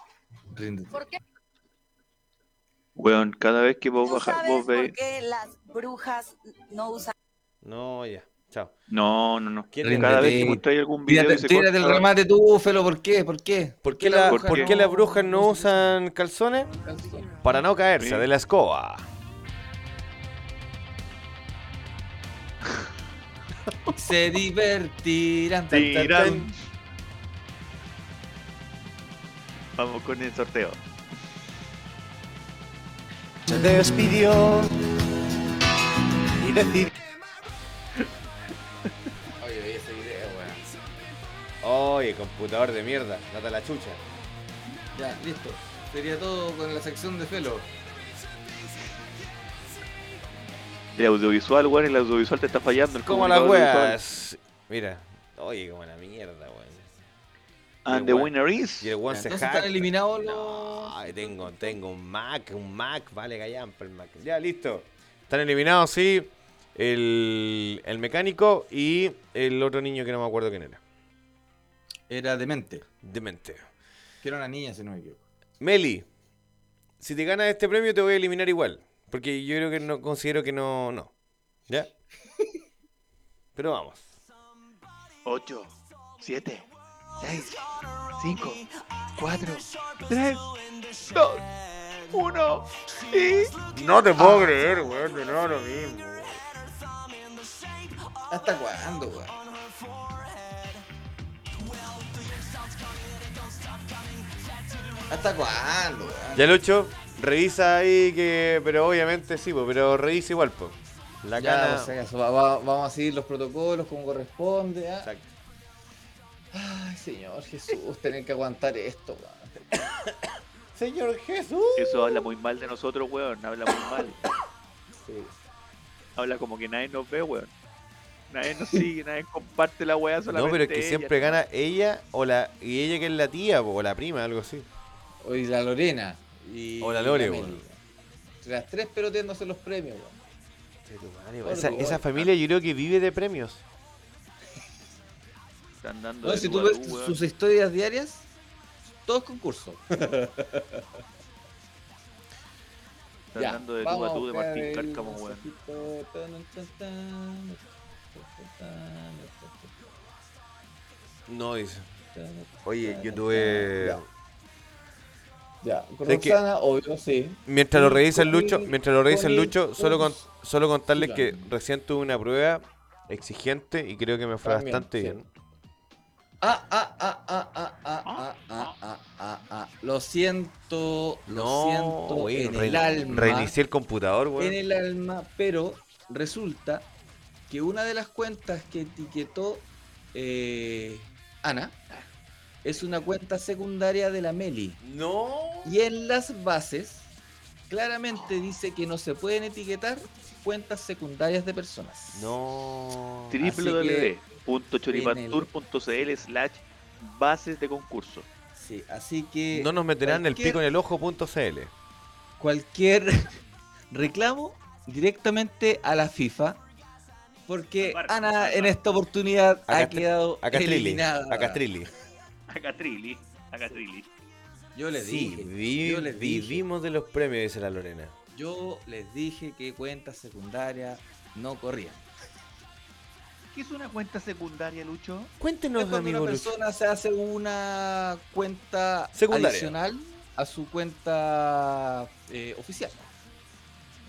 Speaker 2: Ríndete.
Speaker 6: ¿Por qué?
Speaker 3: Weón, cada vez que vos
Speaker 6: ¿Tú
Speaker 3: bajas,
Speaker 6: sabes
Speaker 3: vos
Speaker 6: por
Speaker 3: veis.
Speaker 6: qué las brujas no usan
Speaker 1: No, ya. Chao.
Speaker 3: No, no, no.
Speaker 1: ¿Quién
Speaker 3: Cada
Speaker 1: te-
Speaker 3: vez que mostráis algún video
Speaker 2: Tírate,
Speaker 3: y se
Speaker 2: tírate el
Speaker 3: corta-
Speaker 2: remate tú, Felo, ¿por qué? ¿Por qué?
Speaker 1: ¿Por qué, la-
Speaker 2: bruja
Speaker 1: por qué las brujas no usan calzones? Para no caerse
Speaker 2: Sí.
Speaker 1: de la escoba.
Speaker 2: Se divertirán. tan, tan,
Speaker 3: Tirán.
Speaker 2: tan.
Speaker 3: Vamos con el sorteo.
Speaker 9: Se despidió y decidió.
Speaker 2: Oye, veía ese video, weón.
Speaker 1: Oye, computador de mierda. Nata la chucha.
Speaker 2: Ya, listo. Sería todo con la sección de Felo.
Speaker 3: El audiovisual, weón, el audiovisual te está fallando. El
Speaker 1: Como las
Speaker 3: comunicador audiovisual.
Speaker 1: weas. Mira. Oye, como la mierda, weón.
Speaker 3: And the winner is-
Speaker 1: Y el weón se
Speaker 3: Entonces están
Speaker 1: jacta.
Speaker 2: eliminados los.
Speaker 1: Ay, tengo, tengo un Mac, un Mac, vale callan el Mac. Ya, listo. Están eliminados, sí. El, el mecánico y el otro niño que no me acuerdo quién era.
Speaker 2: Era demente.
Speaker 1: Demente.
Speaker 2: Que era una niña, si no me equivoco.
Speaker 1: Meli, si te ganas este premio te voy a eliminar igual. Porque yo creo que no considero que no. no. ¿Ya? Pero vamos.
Speaker 3: 8, 7, 6, 5, 4, 3, 2, 1 y...
Speaker 1: No te puedo creer, weón, que no lo mismo.
Speaker 2: ¿Hasta cuándo, weón? ¿Hasta cuándo, weón?
Speaker 1: Ya el 8, revisa ahí que. Pero obviamente sí, po, pero revisa igual, po. La
Speaker 2: Ya,
Speaker 1: cara.
Speaker 2: o sea, eso va- va- vamos a seguir los protocolos como corresponde. ¿ah? Ay, Señor Jesús, tener que aguantar esto. weón.
Speaker 1: Señor Jesús.
Speaker 3: Eso habla muy mal de nosotros, weón. Habla muy mal. Habla como que nadie nos ve, weón. Nadie nos sigue, nadie comparte la weá solamente.
Speaker 1: No, pero es que
Speaker 3: ella,
Speaker 1: siempre
Speaker 3: ¿no?
Speaker 1: gana ella o la. Y ella que es la tía, po, o la prima, algo así.
Speaker 2: O y la Lorena. Y
Speaker 1: O la Lore,
Speaker 2: Meli,
Speaker 1: po.
Speaker 2: weón. Las tres peloteándose los premios, weón.
Speaker 1: Esa,
Speaker 2: Por
Speaker 1: esa
Speaker 2: favor.
Speaker 1: familia yo creo que vive de premios.
Speaker 3: Están dando
Speaker 2: No,
Speaker 3: de
Speaker 2: si
Speaker 3: tú
Speaker 2: tú
Speaker 3: a
Speaker 2: ves
Speaker 3: tú, weón.
Speaker 2: sus historias diarias, todo es concurso.
Speaker 3: Están dando de tú a tú de Martín Cárcamo, weón.
Speaker 1: No, dice. Oye, yo tuve.
Speaker 2: Ya, con
Speaker 1: Es que-
Speaker 2: Roxana, obvio, sí.
Speaker 1: Mientras lo revisa el
Speaker 2: Con-
Speaker 1: Lucho, mientras lo revisa el
Speaker 2: con-
Speaker 1: Lucho, solo, con, solo contarles que
Speaker 2: Fulano.
Speaker 1: recién tuve una prueba exigente y creo que me fue
Speaker 2: También,
Speaker 1: bastante
Speaker 2: sí.
Speaker 1: bien.
Speaker 2: Ah, ah, ah, ah, ah, ah, ah, ah, ah, ah, ah. Lo siento, lo siento
Speaker 1: güey,
Speaker 2: en
Speaker 1: re-
Speaker 2: el alma.
Speaker 1: Reinicié el computador,
Speaker 2: en
Speaker 1: güey.
Speaker 2: el alma, pero resulta que una de las cuentas que etiquetó eh, Ana es una cuenta secundaria de la Meli.
Speaker 1: No.
Speaker 2: Y en las bases claramente dice que no se pueden etiquetar cuentas secundarias de personas.
Speaker 1: No.
Speaker 3: www.choripantur.cl slash bases de concurso.
Speaker 2: Sí, así que...
Speaker 1: No nos meterán el pico en el ojo.cl.
Speaker 2: Cualquier reclamo directamente a la FIFA. Porque Ana en esta oportunidad
Speaker 1: A
Speaker 2: ha
Speaker 1: Castri-
Speaker 2: quedado
Speaker 1: a Castrilli.
Speaker 2: eliminada.
Speaker 1: A Castrilli.
Speaker 3: Acatrilli, Acatrilli.
Speaker 2: Yo les
Speaker 1: Sí,
Speaker 2: dije.
Speaker 1: vi-
Speaker 2: yo les dije.
Speaker 1: vivimos de los premios, dice la Lorena.
Speaker 2: Yo les dije que cuentas secundarias no corrían.
Speaker 3: ¿Qué es una cuenta secundaria, Lucho?
Speaker 1: Cuéntenos,
Speaker 15: es cuando
Speaker 1: amigo
Speaker 15: una
Speaker 1: Lucho.
Speaker 15: persona se hace una cuenta
Speaker 1: Secundaria.
Speaker 15: adicional a su cuenta eh, oficial.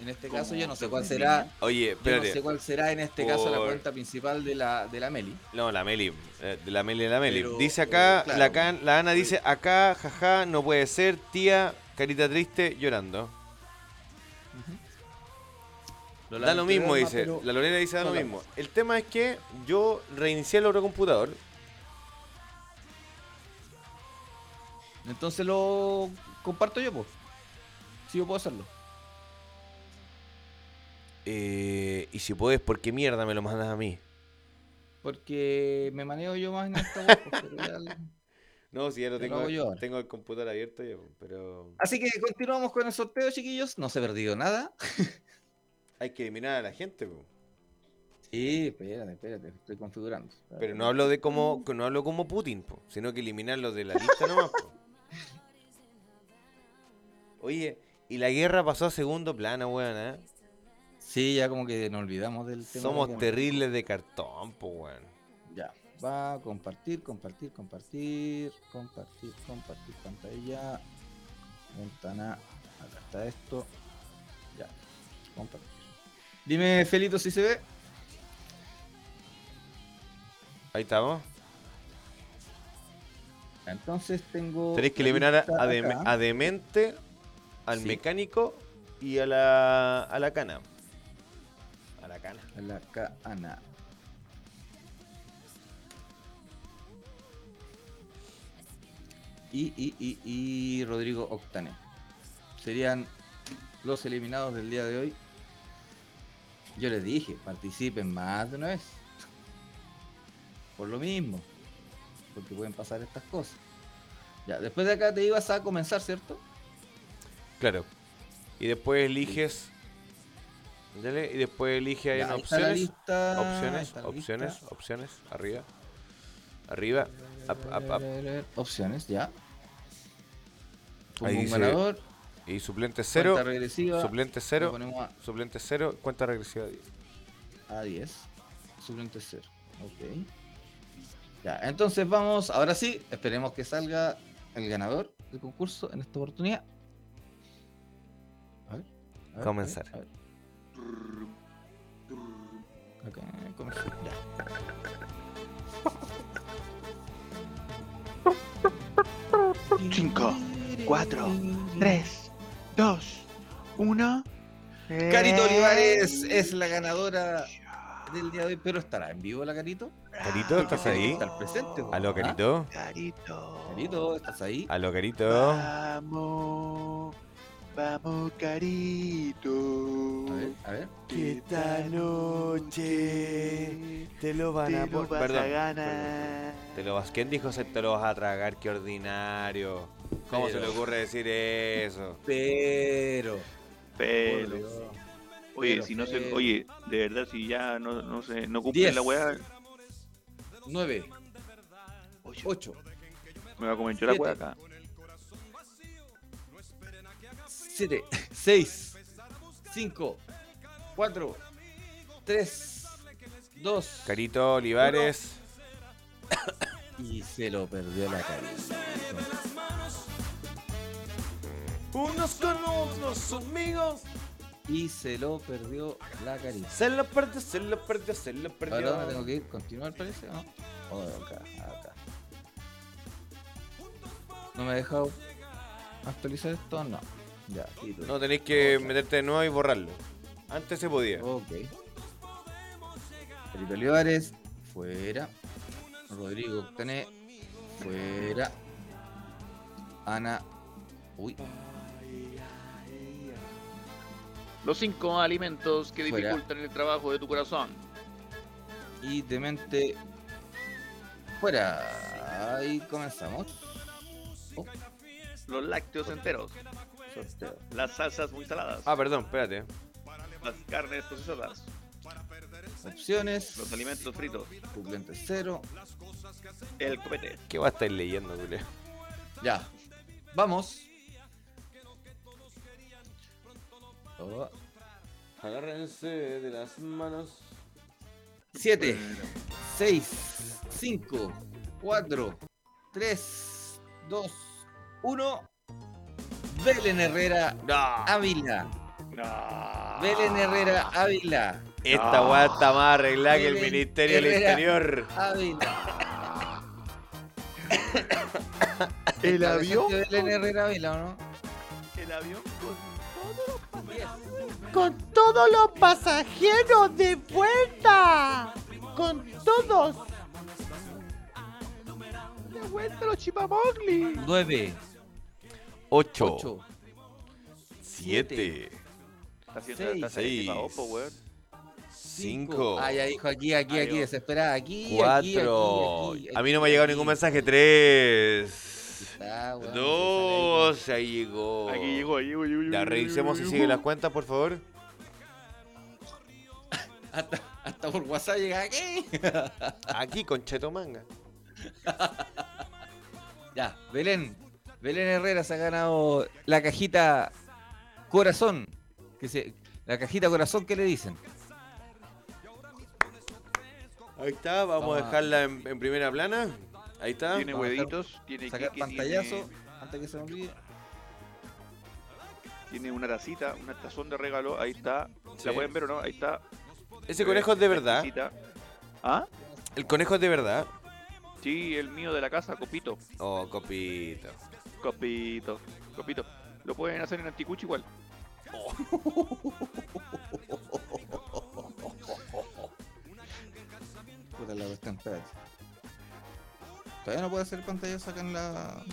Speaker 15: En este caso yo no sé cuál será.
Speaker 1: Oye,
Speaker 15: yo no
Speaker 1: espérate.
Speaker 15: sé cuál será en este caso la
Speaker 1: Por-
Speaker 15: cuenta principal de la, de la Meli.
Speaker 1: No, la Meli. eh, de la Meli, de la Meli.
Speaker 15: Pero,
Speaker 1: dice acá,
Speaker 15: eh, claro.
Speaker 1: la, Can- la Ana dice acá, jaja, no puede ser, tía, carita triste, llorando. da lo mismo, dice. La Lorena dice da lo mismo. El tema es que yo reinicié el otro computador.
Speaker 15: Entonces lo comparto yo, pues. Si yo puedo hacerlo.
Speaker 1: eh, y si puedes, ¿por qué mierda me lo mandas a mí?
Speaker 15: Porque me manejo yo más en esta web, pues, pero ya lo-
Speaker 1: No, si ya lo
Speaker 15: Ya lo
Speaker 1: tengo,
Speaker 15: hago yo ahora.
Speaker 1: tengo el computador abierto, ya, pero
Speaker 15: Así que continuamos con el sorteo, chiquillos. No se ha perdido nada.
Speaker 1: hay que eliminar a la gente. po.
Speaker 15: Sí, espérate, espérate. Estoy configurando.
Speaker 1: Pero no hablo de como, no hablo como Putin, po, sino que eliminarlos de la lista nomás. po. Oye, y la guerra pasó a segundo plano, weón, ¿eh?
Speaker 15: Sí, ya como que nos olvidamos del tema.
Speaker 1: Somos
Speaker 15: de la-
Speaker 1: terribles de cartón, po, weón.
Speaker 15: Ya. Va a compartir, compartir, compartir, compartir, compartir pantalla. Ventana. Acá está esto. Ya. Compartir. Dime, Felito, si se ve.
Speaker 1: Ahí estamos.
Speaker 15: Entonces tengo.
Speaker 1: Tenéis que
Speaker 15: Oh, la
Speaker 1: eliminar a,
Speaker 15: lista
Speaker 1: a Dem-
Speaker 15: acá.
Speaker 1: a Demente, al mecánico y a la, a la cana. A la cana.
Speaker 15: A la cana. Y, y, y, y Rodrigo Octane. Serían los eliminados del día de hoy. Yo les dije, participen más de una vez. Por lo mismo. Porque pueden pasar estas cosas. Ya, después de acá te ibas a comenzar, ¿cierto?
Speaker 1: Claro. Y después eliges. Dale, y después elige ahí
Speaker 15: Ya,
Speaker 1: en
Speaker 15: ahí está la
Speaker 1: opciones.
Speaker 15: lista, ahí
Speaker 1: opciones,
Speaker 15: está la
Speaker 1: opciones,
Speaker 15: Ah, lista.
Speaker 1: opciones. Arriba. Arriba. Up, up, up.
Speaker 15: Opciones, ya.
Speaker 1: Ahí
Speaker 15: Pongo un
Speaker 1: dice-
Speaker 15: ganador.
Speaker 1: Y suplente 0.
Speaker 15: Cuenta regresiva,
Speaker 1: Suplente
Speaker 15: lo
Speaker 1: 0.
Speaker 15: ponemos a-
Speaker 1: Suplente 0. Cuenta regresiva 10.
Speaker 15: A 10. Suplente 0. Ok. Ya, entonces vamos. Ahora sí, esperemos que salga el ganador del concurso en esta oportunidad. A ver. a ver,
Speaker 1: Comenzar.
Speaker 15: a ver, a ver. Ok, comenzar. Ya.
Speaker 3: Cinco, cuatro, tres, dos, uno. Eh.
Speaker 15: Carito Olivares es la ganadora del día de hoy, pero estará en vivo la Carito.
Speaker 1: Carito, ¿estás
Speaker 15: Tiene que
Speaker 1: ahí?
Speaker 15: Estar presente. po.
Speaker 1: Aló,
Speaker 15: ¿Ah?
Speaker 1: Carito.
Speaker 3: Carito.
Speaker 15: Carito, ¿estás ahí?
Speaker 1: Aló, Carito.
Speaker 3: Vamos, vamos, carito.
Speaker 15: A ver, a ver.
Speaker 1: Que esta noche te lo van a
Speaker 3: lo
Speaker 1: po-
Speaker 3: vas
Speaker 1: perdón,
Speaker 3: a
Speaker 1: ganar. Te lo vas. ¿Quién dijo se te lo vas a tragar? Qué ordinario. ¿Cómo se
Speaker 15: Pero-
Speaker 1: le ocurre decir eso?
Speaker 15: Pero.
Speaker 3: Pero.
Speaker 2: Oye,
Speaker 15: Pero,
Speaker 2: si no se,
Speaker 15: pero.
Speaker 2: oye, de verdad, si ya no, no se, no cumplen
Speaker 15: Diez.
Speaker 2: la weá,
Speaker 15: 9. 8.
Speaker 2: me va a comer yo la
Speaker 15: Siete.
Speaker 2: weá acá.
Speaker 15: 7, 6, 5, 4, 3, 2.
Speaker 1: Carito Olivares.
Speaker 15: Y se lo perdió la cara.
Speaker 1: Unos con unos amigos.
Speaker 15: Y se lo perdió la carita.
Speaker 1: Se lo perdió, se lo perdió, se lo perdió.
Speaker 15: Ahora tengo que ir, continuar parece, ¿no? Oh, acá, acá. No me ha dejado actualizar esto, no. Ya, quito.
Speaker 1: No, tenéis que meterte de nuevo y borrarlo. Antes se podía.
Speaker 15: Ok. Felipe Olivares, fuera. Rodrigo Octané, fuera. Ana. Uy,
Speaker 3: Los cinco alimentos que
Speaker 15: Fuera.
Speaker 3: dificultan el trabajo de tu corazón.
Speaker 15: y Demente, fuera. Ahí comenzamos.
Speaker 3: Los lácteos enteros. Las salsas muy saladas.
Speaker 1: Ah, perdón, espérate.
Speaker 3: Las carnes procesadas.
Speaker 15: Opciones.
Speaker 3: Los alimentos fritos.
Speaker 15: Suplente cero.
Speaker 3: El copete.
Speaker 1: ¿Qué va a estar leyendo, Julio?
Speaker 15: Ya. Vamos. Oh,
Speaker 1: Agárrense de las manos.
Speaker 15: 7, 6, 5, 4, 3, 2, 1. Belén Herrera Ávila. Belén Herrera Ávila.
Speaker 1: Esta weá está más arreglada que el
Speaker 15: Belén
Speaker 1: Ministerio del
Speaker 15: Herrera
Speaker 1: Interior.
Speaker 15: Ávila.
Speaker 1: ¿El
Speaker 15: Representante Belén Herrera Ávila, ¿o no?
Speaker 3: El avión con
Speaker 2: Con todos los pasajeros de vuelta. Con todos. De vuelta los chipamogli.
Speaker 15: 9,
Speaker 1: 8, 7,
Speaker 3: Está haciendo la taza de
Speaker 1: Seis.
Speaker 3: Tipaopo, weón.
Speaker 1: 5.
Speaker 15: Ay, ay, hijo, aquí, aquí, aquí, desesperada. Aquí, aquí,
Speaker 1: Cuatro.
Speaker 15: aquí, aquí,
Speaker 1: A mí no me ha llegado ningún mensaje. Tres.
Speaker 15: Ah, weón,
Speaker 1: Dos. Ahí
Speaker 2: Oh.
Speaker 1: llegó.
Speaker 3: Aquí llegó, ahí llegó, llegó,
Speaker 1: Ya
Speaker 3: llegó,
Speaker 1: revisemos si
Speaker 3: llegó,
Speaker 1: sigue
Speaker 3: llegó.
Speaker 1: las cuentas, por favor.
Speaker 15: Hasta, hasta por WhatsApp llega aquí.
Speaker 1: Aquí con Cheto Manga.
Speaker 15: Ya, Belén. Belén Herrera se ha ganado la cajita corazón. Que se, la cajita corazón que le dicen.
Speaker 1: Ahí está, vamos,
Speaker 15: Vamos
Speaker 1: a
Speaker 15: a-
Speaker 1: dejarla en, en primera plana. Ahí está.
Speaker 3: Tiene huevitos, tiene
Speaker 15: Sacar
Speaker 3: queque,
Speaker 15: pantallazo
Speaker 3: tiene-
Speaker 15: antes que se me olvide.
Speaker 3: Tiene una tacita, una tazón de regalo, ahí está.
Speaker 1: Sí.
Speaker 3: ¿La pueden ver o no? Ahí está.
Speaker 1: Ese
Speaker 3: Eh,
Speaker 1: conejo es de
Speaker 3: esta
Speaker 1: verdad.
Speaker 3: tacita. ¿Ah?
Speaker 1: El conejo es de verdad.
Speaker 3: Sí, el mío de la casa, Copito.
Speaker 1: Oh, copito.
Speaker 3: Copito. Copito. Lo pueden hacer en anticucho igual.
Speaker 15: Puta la cuestión, espérate. Todavía no puedo hacer pantallazo acá en la.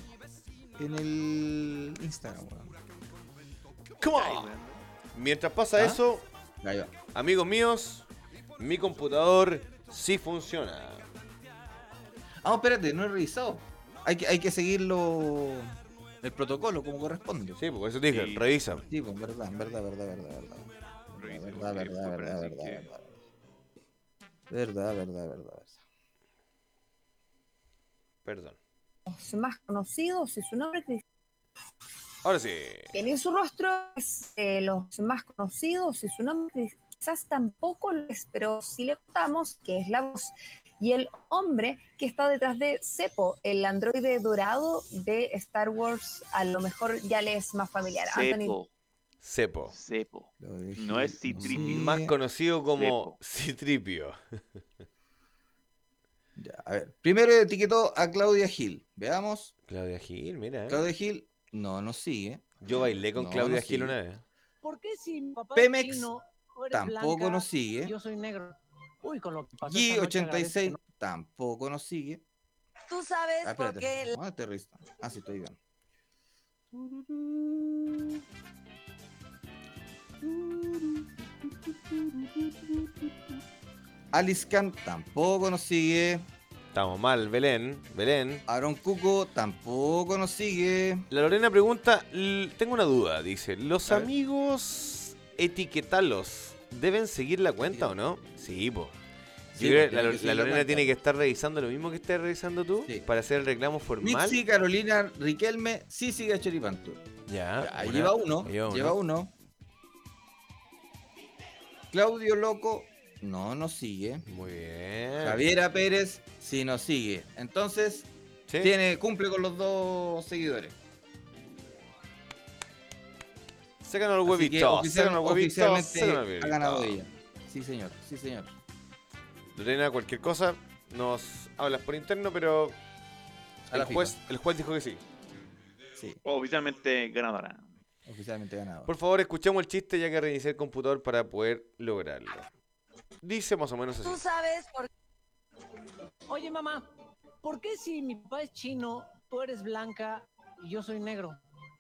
Speaker 15: En el Instagram, weón.
Speaker 1: Come on. ¿Ah? Mientras pasa eso, amigos míos, mi computador sí funciona.
Speaker 15: Ah, espérate, no he revisado. Hay que, hay que seguirlo. El protocolo, como corresponde.
Speaker 1: Sí, por eso te dije, revisa.
Speaker 15: Sí, pues, verdad, verdad, verdad, verdad, verdad. Verdad, verdad, verdad, verdad, verdad. Verdad, verdad, verdad.
Speaker 1: Perdón.
Speaker 10: Los más conocidos y su nombre es Cristiano.
Speaker 1: Ahora sí.
Speaker 10: En su rostro es de los más conocidos y su nombre quizás tampoco lo es, pero sí le contamos que es la voz. Y el hombre que está detrás de Cepo, el androide dorado de Star Wars, a lo mejor ya le es más familiar. Anthony,
Speaker 3: Cepo.
Speaker 1: Cepo.
Speaker 3: Cepo. No es citripio.
Speaker 1: Más conocido como Citripio.
Speaker 15: Ya, a ver. Primero etiquetó a Claudia Gil. Veamos.
Speaker 1: Claudia Gil, mira.
Speaker 15: Claudia Gil no nos sigue.
Speaker 1: ¿Eh? Yo bailé con
Speaker 15: No,
Speaker 1: Claudia
Speaker 15: no
Speaker 1: Gil
Speaker 15: sigue.
Speaker 1: una vez.
Speaker 19: ¿Por qué si mi papá
Speaker 15: Pemex
Speaker 19: es chino, tú eres
Speaker 15: tampoco
Speaker 19: blanca,
Speaker 15: nos sigue.
Speaker 19: Yo soy negro. Uy, con lo que pasó esta noche agradezco que
Speaker 15: G86
Speaker 19: no-
Speaker 15: tampoco nos sigue.
Speaker 6: Tú sabes
Speaker 15: Ah,
Speaker 6: por qué
Speaker 15: espérate. Ah, te reís. Ah, sí, estoy bien. Alice Khan tampoco nos sigue.
Speaker 1: Estamos mal, Belén. Belén.
Speaker 15: Aaron Cuco tampoco nos sigue.
Speaker 1: La Lorena pregunta, "L- tengo una duda, dice, ¿los amigos etiquetalos deben seguir la cuenta o no? Sí, po. Yo
Speaker 15: Sí, po,
Speaker 1: creo que
Speaker 15: tienen
Speaker 1: la,
Speaker 15: que
Speaker 1: la
Speaker 15: seguir la
Speaker 1: Lorena
Speaker 15: cuenta.
Speaker 1: tiene que estar revisando lo mismo que estás revisando tú para hacer el reclamo formal.
Speaker 15: Mixi, Carolina, Riquelme, sí sigue a Cheripanto.
Speaker 1: Ya.
Speaker 15: Ahí
Speaker 1: Ah, una-
Speaker 15: lleva uno,
Speaker 1: ahí
Speaker 15: lleva uno. Claudio Loco no nos sigue.
Speaker 1: Muy bien.
Speaker 15: Javiera Pérez sí nos sigue. Entonces,
Speaker 1: Sí.
Speaker 15: tiene, cumple con los dos seguidores.
Speaker 1: Se ganó el
Speaker 15: Así que
Speaker 1: huevito. Se
Speaker 15: oficial-
Speaker 1: ganó el huevito.
Speaker 15: oficialmente
Speaker 1: se ganó el
Speaker 15: ha ganado
Speaker 1: huevito.
Speaker 15: ella. Sí, señor, sí, señor.
Speaker 1: Lorena, cualquier cosa, nos hablas por interno, pero
Speaker 15: A la
Speaker 1: el juez, el juez dijo que sí.
Speaker 15: Sí.
Speaker 3: Oficialmente ganadora.
Speaker 15: Oficialmente ganado.
Speaker 1: Por favor, escuchemos el chiste ya que reinicié el computador para poder lograrlo. Dice más o menos así.
Speaker 6: tú sabes por
Speaker 19: Oye, mamá, ¿por qué si mi papá es chino, tú eres blanca y yo soy negro?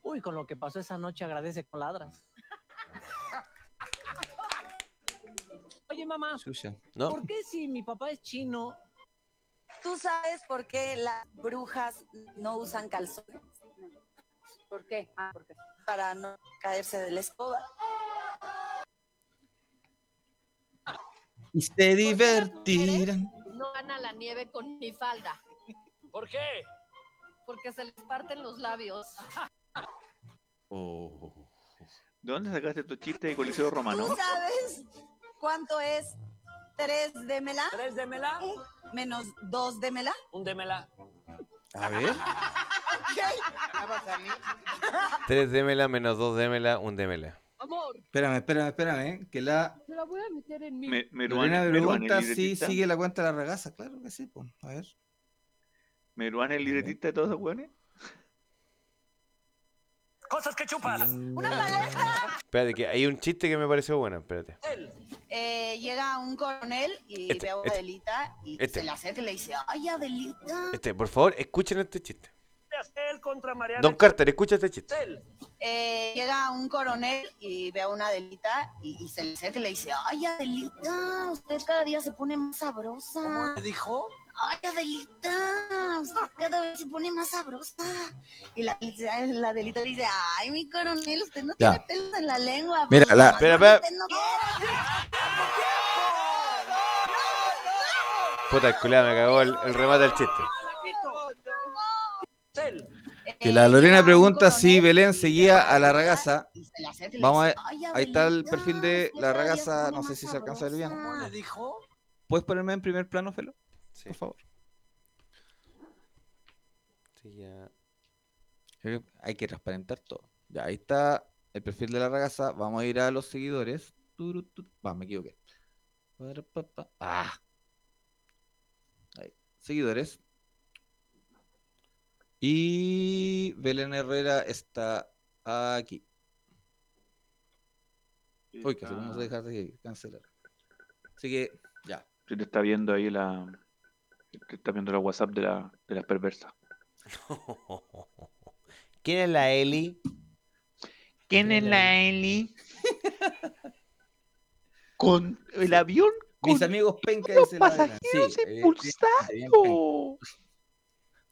Speaker 19: Uy, con lo que pasó esa noche agradece con ladras. Oye, mamá,
Speaker 15: Chucha.
Speaker 1: No.
Speaker 19: ¿por qué si mi papá es chino,
Speaker 6: tú sabes por qué las brujas no usan calzones
Speaker 10: ¿por qué? Ah, ¿por qué?
Speaker 6: para no caerse de la escoba.
Speaker 15: Y se divertirán.
Speaker 20: no van a la nieve con mi falda. ¿Por qué? Porque se les parten los labios.
Speaker 3: ¿De dónde sacaste tu chiste de Coliseo Romano?
Speaker 6: ¿Tú sabes cuánto es ¿Tres de mela? ¿Tres de mela? Menos dos de mela. Un de mela.
Speaker 1: A ver.
Speaker 6: Ok. a mí?
Speaker 1: 3 démela menos 2 démela, 1 démela.
Speaker 21: Amor,
Speaker 15: Espérame, espérame, espérame, ¿eh? que la
Speaker 21: se la voy a meter en mí.
Speaker 15: Lorena pregunta
Speaker 3: el
Speaker 15: si
Speaker 3: libretista.
Speaker 15: sigue la cuenta de la regaza, claro que sí, pues. A ver.
Speaker 3: ¿Meruán es el libretista de todos esos hueones?
Speaker 6: Cosas que chupas. Una paleta.
Speaker 1: Espérate, que hay un chiste que me pareció bueno, espérate.
Speaker 6: Eh, llega un coronel y
Speaker 1: Este,
Speaker 6: ve a
Speaker 1: este.
Speaker 6: Adelita y
Speaker 1: Este.
Speaker 6: se le acerca y le dice, ay, Adelita.
Speaker 1: Este, por favor, escuchen este chiste.
Speaker 6: Él contra Mariana.
Speaker 1: Don Carter, escucha este chiste.
Speaker 6: Eh, llega un coronel y ve a una Adelita y, y se le acerca y le dice, ay Adelita, usted cada día se pone más sabrosa.
Speaker 21: ¿Cómo le dijo?
Speaker 6: Ay Adelita, usted cada vez se pone más sabrosa. Y la, y la- la Adelita dice, ay mi coronel, usted no
Speaker 22: Ya.
Speaker 6: tiene pelos en la lengua.
Speaker 22: Mira,
Speaker 6: pero
Speaker 22: la-
Speaker 6: no,
Speaker 22: Espera,
Speaker 6: no,
Speaker 22: espera.
Speaker 6: usted no quiere".
Speaker 1: Puta el culiao, me cagó el, el remate del chiste.
Speaker 15: Que
Speaker 6: Eh,
Speaker 15: la Lorena pregunta si
Speaker 6: este
Speaker 15: Belén seguía a la regaza.
Speaker 6: Pues,
Speaker 15: Vamos a ver. Ahí está el
Speaker 6: Ah,
Speaker 15: perfil de la regaza. No sé si se alcanza a ver bien.
Speaker 21: ¿Cómo le dijo?
Speaker 15: ¿Puedes ponerme en primer plano, Felo? Por favor. Creo que Hay que transparentar todo. Ya, ahí está el perfil de la regaza. Vamos a ir a los seguidores. Turu, tu- Ah, me equivoqué. Para, pa, pa. Ah. Ahí, Seguidores. Y Belén Herrera está aquí. Uy, que vamos a dejar de cancelar. Así que, ya.
Speaker 3: Se te está viendo ahí la. se Te está viendo la WhatsApp de la, de las perversas.
Speaker 1: ¿Quién es la Eli?
Speaker 3: ¿Quién es la Eli? Con el avión.
Speaker 15: Mis amigos penca dice la Belén. Sí, eh, evidente-
Speaker 3: impulsando.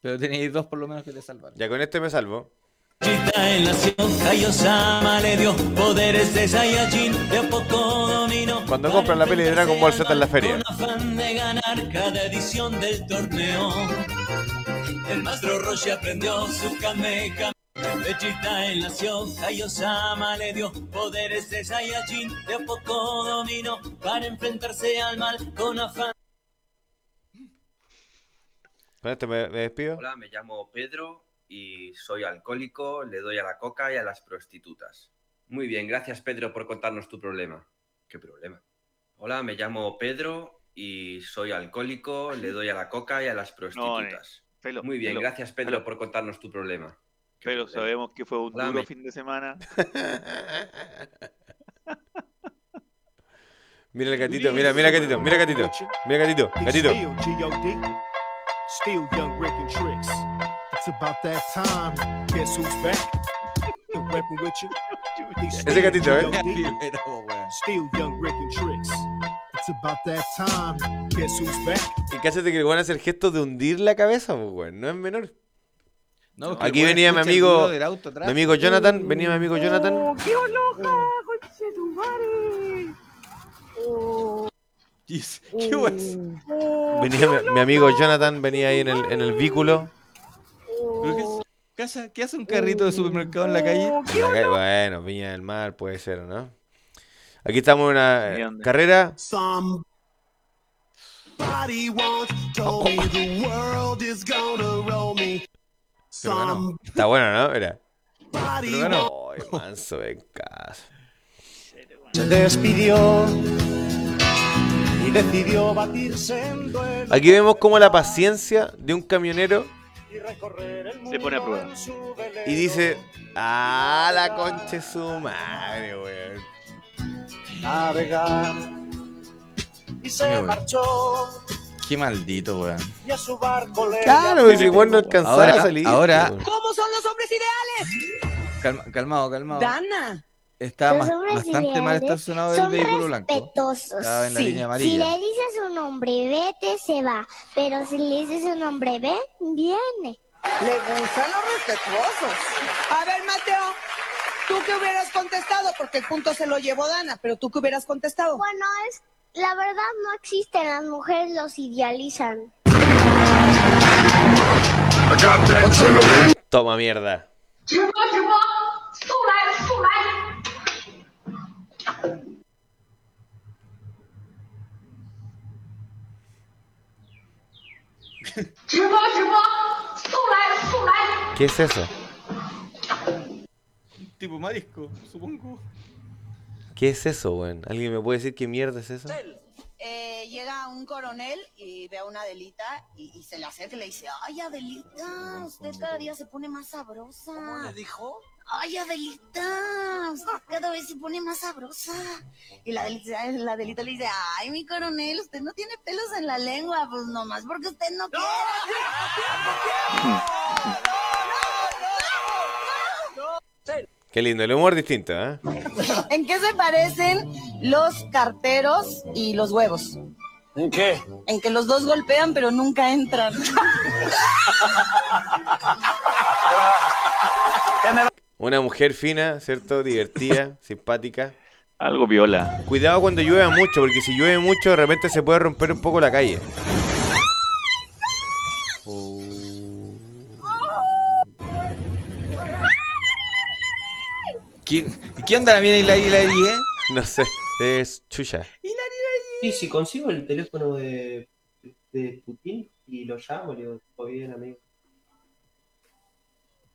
Speaker 15: Pero tenéis dos por lo menos que te salvaron.
Speaker 1: Ya con este me salvo.
Speaker 23: En la acción, Kaiosama le dio poderes de Saiyajin, de a poco dominó.
Speaker 1: Cuando compran la peli de Dragon Ball Z en la feria.
Speaker 23: Con afán de ganar cada edición del torneo. El maestro Roshi aprendió su Kamehameha. Vegeta en la acción, Kaiosama le dio poderes de Saiyajin, de a poco dominó. Para enfrentarse al mal con afán.
Speaker 1: Con este me, me despido.
Speaker 2: Hola, me llamo Pedro y soy alcohólico, le doy a la coca y a las prostitutas. Muy bien, gracias Pedro por contarnos tu problema. ¿Qué problema? Hola, me llamo Pedro y soy alcohólico, le doy a la coca y a las prostitutas.
Speaker 3: Felo,
Speaker 2: Muy bien,
Speaker 3: Felo,
Speaker 2: gracias Pedro por contarnos tu problema.
Speaker 3: Pero sabemos que fue un
Speaker 2: Hola,
Speaker 3: duro
Speaker 2: me-
Speaker 3: fin de semana.
Speaker 1: Mira el gatito, mira, mira el gatito, mira el gatito. Mira el gatito, gatito.
Speaker 10: Still young Rick and tricks. It's about that time. Guess who's back? The weapon with you. He's
Speaker 1: Ese gatito,
Speaker 10: still
Speaker 1: ¿eh?
Speaker 10: young Rick. Still young Rick and tricks. It's about that time. Guess who's back?
Speaker 1: Y cállate que le van a hacer gestos de hundir la cabeza, pues, weón. No es menor.
Speaker 15: No, porque
Speaker 1: Aquí
Speaker 15: el weón
Speaker 1: venía mi
Speaker 15: escucha el
Speaker 1: amigo,
Speaker 15: ruido del auto atrás.
Speaker 1: mi amigo Jonathan, venía mi amigo Jonathan.
Speaker 24: ¡Qué loca! ¡Conche tu madre! Oh,
Speaker 15: ¿Qué
Speaker 24: es?
Speaker 1: Venía mi, mi amigo Jonathan, venía ahí en el, en el vehículo.
Speaker 15: ¿Pero qué, es- qué hace, qué hace un carrito de supermercado en la calle?
Speaker 1: La calle- Bueno, Viña del Mar puede ser, ¿o ¿no? Aquí estamos en una eh, carrera.
Speaker 10: Somebody once
Speaker 1: Oh,
Speaker 10: told me the world is gonna roll me.
Speaker 1: Pero ganó. Está bueno, ¿no? Mira.
Speaker 10: Pero
Speaker 1: ganó. Ay, manso de casa.
Speaker 22: Se despidió y decidió batirse en duelo
Speaker 1: Aquí vemos como la paciencia de un camionero
Speaker 3: Se pone a prueba.
Speaker 1: y dice, ah, la concha es su madre, weón.
Speaker 22: navegar y se
Speaker 15: bueno.
Speaker 22: marchó
Speaker 15: Qué maldito, weón.
Speaker 22: y a su barco le
Speaker 1: Claro, y si igual no alcanzaba
Speaker 15: Ahora-
Speaker 1: a salir. pues,
Speaker 15: ahora-
Speaker 6: ¿Cómo son los hombres ideales?
Speaker 15: Calma- calmado, calmado.
Speaker 6: Dana.
Speaker 15: Está
Speaker 25: Los
Speaker 15: ma-
Speaker 25: hombres
Speaker 15: bastante mal
Speaker 25: ideales
Speaker 15: estacionado el
Speaker 25: son
Speaker 15: vehículo blanco.
Speaker 25: respetuosos.
Speaker 15: Estaba en la
Speaker 25: Sí.
Speaker 15: línea
Speaker 25: Si
Speaker 15: amarilla.
Speaker 25: le dices a un hombre vete, se va. Pero si le dices a un hombre ve, viene.
Speaker 6: Le gustan los respetuosos. A ver, Mateo, ¿tú qué hubieras contestado? Porque el punto se lo llevó Dana, pero ¿tú qué hubieras contestado?
Speaker 25: Bueno, es la verdad no existen, las mujeres los idealizan.
Speaker 1: Toma mierda. ¿Qué es eso?
Speaker 2: Tipo marisco, supongo.
Speaker 1: ¿Qué es eso, weón? ¿Alguien me puede decir qué mierda es eso?
Speaker 6: Eh, llega un coronel y ve a una Adelita y, y se le acerca y le dice, ay Adelita, usted cada día se pone más sabrosa. ¿Cómo le dijo? Ay Adelita, usted cada vez se pone más sabrosa. Y la Adelita, la Adelita le dice, ay mi coronel, usted no tiene pelos en la lengua, pues nomás porque usted no quiere.
Speaker 1: Qué lindo, el humor distinto, ¿eh?
Speaker 6: ¿En qué se parecen los carteros y los huevos?
Speaker 1: ¿En qué?
Speaker 6: En que los dos golpean pero nunca entran.
Speaker 1: Una mujer fina, ¿cierto? Divertida, simpática.
Speaker 5: Algo viola.
Speaker 1: Cuidado cuando llueva mucho, porque si llueve mucho de repente se puede romper un poco la calle.
Speaker 2: ¿Quién, ¿Qué onda la mía Hilari Hilari, eh?
Speaker 1: No sé, es chucha.
Speaker 26: Sí, si consigo el teléfono de, de Putin y lo llamo, le digo, todo bien, amigo.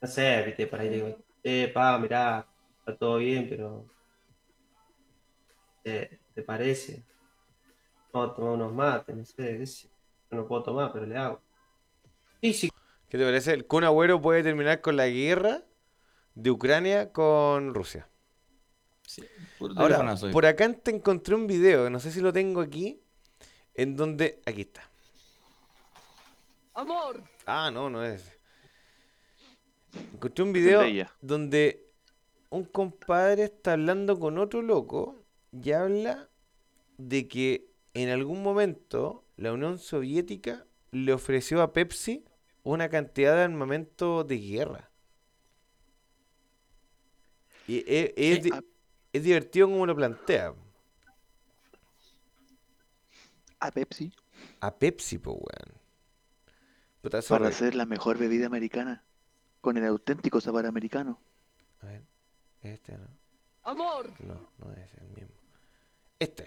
Speaker 26: No sé, viste, para ahí le digo, eh, pa, mirá, está todo bien, pero. eh, ¿Te parece? Vamos a tomar unos mates, no sé, qué sé yo. Yo no puedo tomar, pero le hago.
Speaker 1: ¿Qué te parece? El Kun Agüero puede terminar con la guerra de Ucrania con Rusia. Ahora, por acá te encontré un video, no sé si lo tengo aquí, en donde... Aquí está.
Speaker 27: Amor.
Speaker 1: Ah, no, no es. Encontré un video
Speaker 5: de ella.
Speaker 1: donde un compadre está hablando con otro loco y habla de que en algún momento la Unión Soviética le ofreció a Pepsi una cantidad de armamento de guerra. Y es, es di- es divertido como lo plantea.
Speaker 5: A Pepsi.
Speaker 1: A Pepsi, po, weón. Puta,
Speaker 3: Para
Speaker 1: sorry.
Speaker 3: hacer la mejor bebida americana. Con el auténtico sabor americano.
Speaker 1: A ver, este no.
Speaker 27: Amor.
Speaker 1: No, no es el mismo. Este.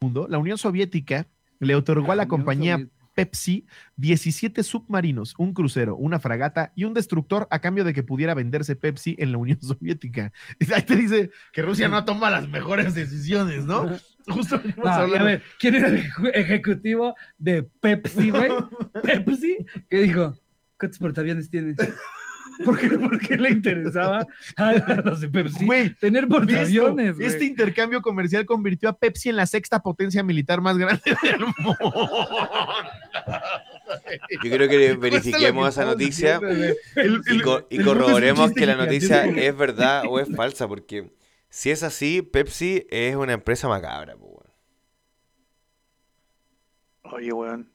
Speaker 28: mundo, la Unión Soviética le otorgó a la compañía Pepsi 17 submarinos, un crucero, una fragata y un destructor a cambio de que pudiera venderse Pepsi en la Unión Soviética. Ahí te dice que Rusia no toma las mejores decisiones, ¿no? Justo venimos
Speaker 10: Ah, y a
Speaker 28: hablando-
Speaker 10: ver, ¿quién era el eje- ejecutivo de Pepsi, güey? ¿Pepsi? ¿Qué dijo? ¿Cuántos portaaviones tienes? ¿Por qué, por qué le interesaba a los de Pepsi tener
Speaker 28: Esto,
Speaker 10: portaaviones, güey?
Speaker 28: este intercambio comercial convirtió a Pepsi en la sexta potencia militar más grande del mundo.
Speaker 1: Yo
Speaker 28: Cuesta lo
Speaker 1: creo que
Speaker 28: que
Speaker 1: verifiquemos esa
Speaker 28: estamos
Speaker 1: noticia
Speaker 28: diciendo, güey. El-
Speaker 1: y,
Speaker 28: el-
Speaker 1: co- y
Speaker 28: el mundo es un
Speaker 1: corroboremos
Speaker 28: chiste
Speaker 1: que la noticia
Speaker 28: gigantesco.
Speaker 1: es verdad o es falsa, porque si es así, Pepsi es una empresa macabra. po, weón.
Speaker 3: Oye, weón.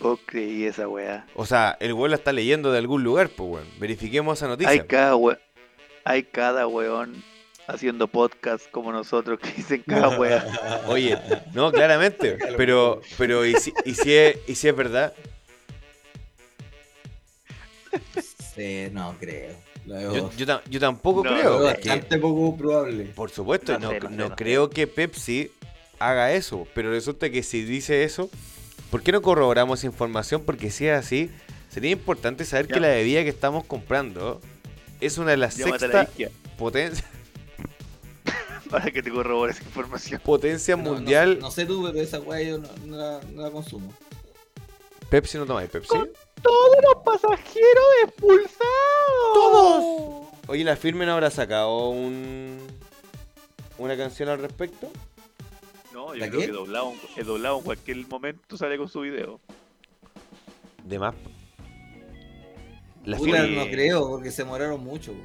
Speaker 3: Vos creí esa weá.
Speaker 1: O sea, el weón la está leyendo de algún lugar, pues, weón. Verifiquemos esa noticia.
Speaker 3: Hay cada, we- hay cada weón haciendo podcast como nosotros que dicen cada weá.
Speaker 1: Oye, no, claramente. Pero, pero ¿y si, y si es, y si es verdad?
Speaker 2: Sí, no creo.
Speaker 1: Yo, yo tam- yo tampoco
Speaker 2: Oh. No,
Speaker 1: creo.
Speaker 2: no,
Speaker 1: es que-
Speaker 2: bastante poco probable.
Speaker 1: Por supuesto,
Speaker 2: No
Speaker 1: no,
Speaker 2: sé, no sé,
Speaker 1: no
Speaker 2: no sé.
Speaker 1: creo que Pepsi haga eso, pero resulta que si dice eso, ¿por qué no corroboramos esa información? Porque si es así, sería importante saber que la bebida que estamos comprando es una de las
Speaker 3: Llámate a la
Speaker 1: sexta
Speaker 3: isquia.
Speaker 1: potencia,
Speaker 3: Para que te corrobore esa información.
Speaker 1: potencia
Speaker 2: No, no-
Speaker 1: mundial.
Speaker 2: No, sé tú, pero esa weá yo no, no la, no la consumo.
Speaker 1: Pepsi no tomáis Pepsi.
Speaker 9: Todos los pasajeros expulsados. Todos.
Speaker 1: Oye, la firme no habrá sacado un una canción al respecto.
Speaker 5: No, yo
Speaker 1: ¿La
Speaker 5: creo
Speaker 1: qué?
Speaker 5: que doblado, en- eh, doblado en cualquier momento sale con su video.
Speaker 1: De más. La
Speaker 2: Puta,
Speaker 1: firme.
Speaker 2: no creo, porque se demoraron mucho. po.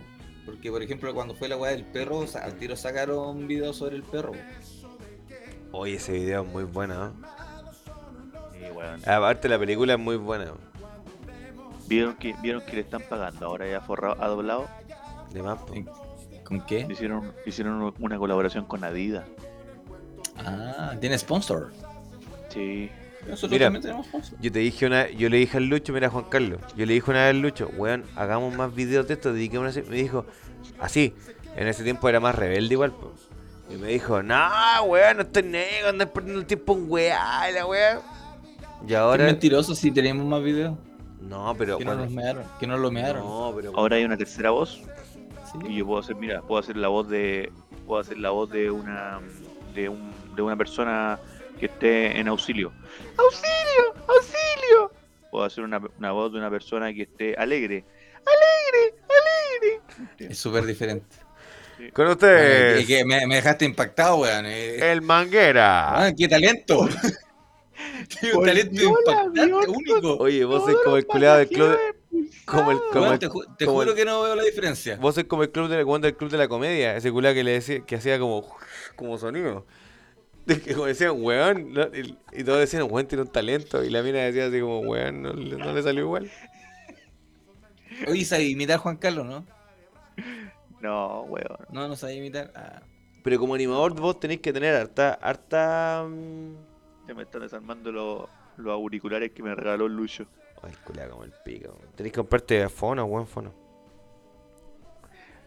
Speaker 2: Porque, por ejemplo, cuando fue la weá del perro, o sea, al tiro sacaron un video sobre el perro.
Speaker 1: Oye, ese video es muy bueno. ¿no?
Speaker 3: Sí, weón.
Speaker 1: Aparte, la película es muy buena.
Speaker 3: ¿Vieron que, vieron que le están pagando ahora ya forrado, ha doblado?
Speaker 1: De más. po.
Speaker 2: ¿Con qué?
Speaker 3: Hicieron, hicieron una colaboración con Adidas.
Speaker 2: Ah, tiene sponsor.
Speaker 3: Sí.
Speaker 2: Nosotros
Speaker 1: Mira,
Speaker 2: también tenemos sponsor.
Speaker 1: yo te dije una, yo le dije al Lucho, mira Juan Carlos, yo le dije una vez al Lucho, weón, hagamos más videos de esto, dediquémonos a hacer-". me dijo, así, en ese tiempo era más rebelde igual, po. y me dijo, no, weón, no estoy negro, andas perdiendo el tiempo en weá, la weá. Y ahora,
Speaker 2: Es mentiroso si tenemos más videos.
Speaker 1: No, pero
Speaker 15: Que no
Speaker 1: bueno.
Speaker 15: los mearon, que no lo mearon.
Speaker 1: No, pero
Speaker 3: Ahora hay una tercera voz. Y yo puedo hacer, mira, puedo hacer la voz de. Puedo hacer la voz de una. de, un, de una persona que esté en auxilio.
Speaker 29: ¡Auxilio! ¡Auxilio!
Speaker 3: Puedo hacer una, una voz de una persona que esté alegre.
Speaker 29: ¡Alegre! ¡Alegre!
Speaker 15: Es súper diferente.
Speaker 1: Con ustedes.
Speaker 15: que, que me, me dejaste impactado, weón. eh.
Speaker 1: El manguera.
Speaker 15: Ah, ¡Qué talento! ¡Qué un talento impactante, único!
Speaker 1: Oye, vos es como el culiado del club. Como el, como
Speaker 15: Weón,
Speaker 1: el-
Speaker 15: te, ju- te
Speaker 1: como
Speaker 15: juro
Speaker 1: el-
Speaker 15: que no veo la diferencia.
Speaker 1: Vos es como el club del, cuando el club de la comedia, ese culiao que le decía, que hacía como, como sonido. De que como decían, weón, no, y, y todos decían, weón, tiene un talento. Y la mina decía así como, weón, no, le- no le salió igual.
Speaker 15: Oye, sabes imitar a Juan Carlos, ¿no?
Speaker 3: No, weón.
Speaker 15: No, no sabía imitar. Ah,
Speaker 1: Pero como animador vos tenés que tener harta, harta. mm,
Speaker 3: Se me están desarmando los, los auriculares que me regaló Lucho.
Speaker 1: Ay, culiao como el pico. Tenés que comprarte fono, weón, fono.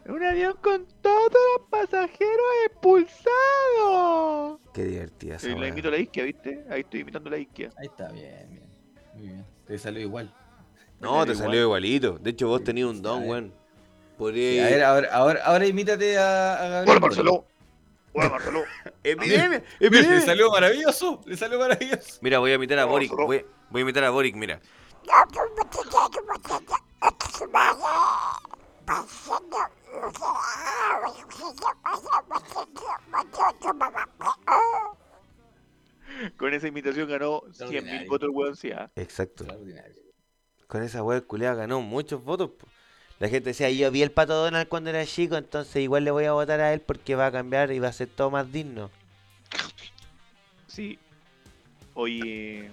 Speaker 29: Un avión con todos los pasajeros expulsados.
Speaker 1: Qué divertida esa
Speaker 3: Eh, la
Speaker 1: weá.
Speaker 3: imito a la isquia, ¿viste? Ahí estoy imitando a la isquia.
Speaker 15: Ahí está, bien, bien. Muy bien. Te salió igual.
Speaker 1: No, te salió igualito. De hecho, vos tenías un don, weón.
Speaker 15: Sí, a ver, ahora, ahora, ahora imítate a, a Gabriel. pues.
Speaker 1: Marcelo!
Speaker 3: ¡Hola, Marcelo!
Speaker 1: ¡Epidemia!
Speaker 15: Le
Speaker 1: ¡Epidemia!
Speaker 15: salió maravilloso, le salió maravilloso.
Speaker 1: Mira, voy a imitar a Boric. Voy, voy a imitar a Boric, mira.
Speaker 3: Con esa imitación ganó 100.000
Speaker 1: Extraordinario.
Speaker 3: votos el weón, sí, ah.
Speaker 1: Exacto. Con esa wea culiada ganó muchos votos. po. La gente decía, yo vi el pato Donald cuando era chico, entonces igual le voy a votar a él porque va a cambiar y va a ser todo más digno.
Speaker 3: Sí. Oye.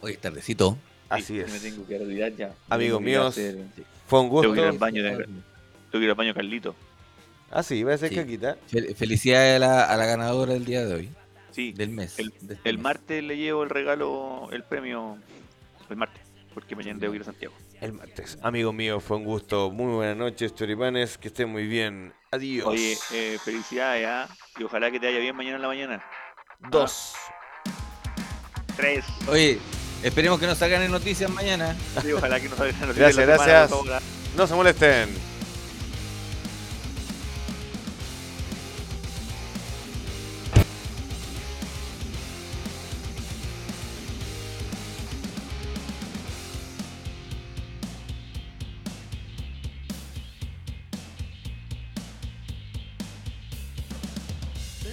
Speaker 15: Hoy es tardecito.
Speaker 1: Así
Speaker 3: es. Me tengo que retirar ya.
Speaker 1: Amigos
Speaker 3: Tengo que ir a
Speaker 1: míos,
Speaker 3: hacer-
Speaker 1: fue un gusto.
Speaker 3: Tengo que ir al baño, de... tengo que ir al baño, Carlito.
Speaker 1: Ah, sí, va a ser
Speaker 15: Sí.
Speaker 1: caquita.
Speaker 15: Fel- felicidades a la, a la ganadora del día de hoy.
Speaker 3: Sí.
Speaker 15: Del mes.
Speaker 3: El,
Speaker 15: de este
Speaker 3: el
Speaker 15: mes.
Speaker 3: martes le llevo el regalo, el premio. El martes. Porque mañana tengo que ir a Santiago.
Speaker 1: El martes. Amigos míos, fue un gusto. Muy buenas noches, choripanes. Que estén muy bien. Adiós.
Speaker 3: Oye, eh, felicidades, ¿ah? Y ojalá que te vaya bien mañana en la mañana.
Speaker 1: Dos.
Speaker 3: Tres.
Speaker 15: Oye, esperemos que nos salgan en noticias mañana.
Speaker 3: Sí, ojalá que nos salgan en noticias
Speaker 1: Gracias,
Speaker 3: la semana,
Speaker 1: gracias.
Speaker 3: por favor, ¿ah?
Speaker 1: No se molesten.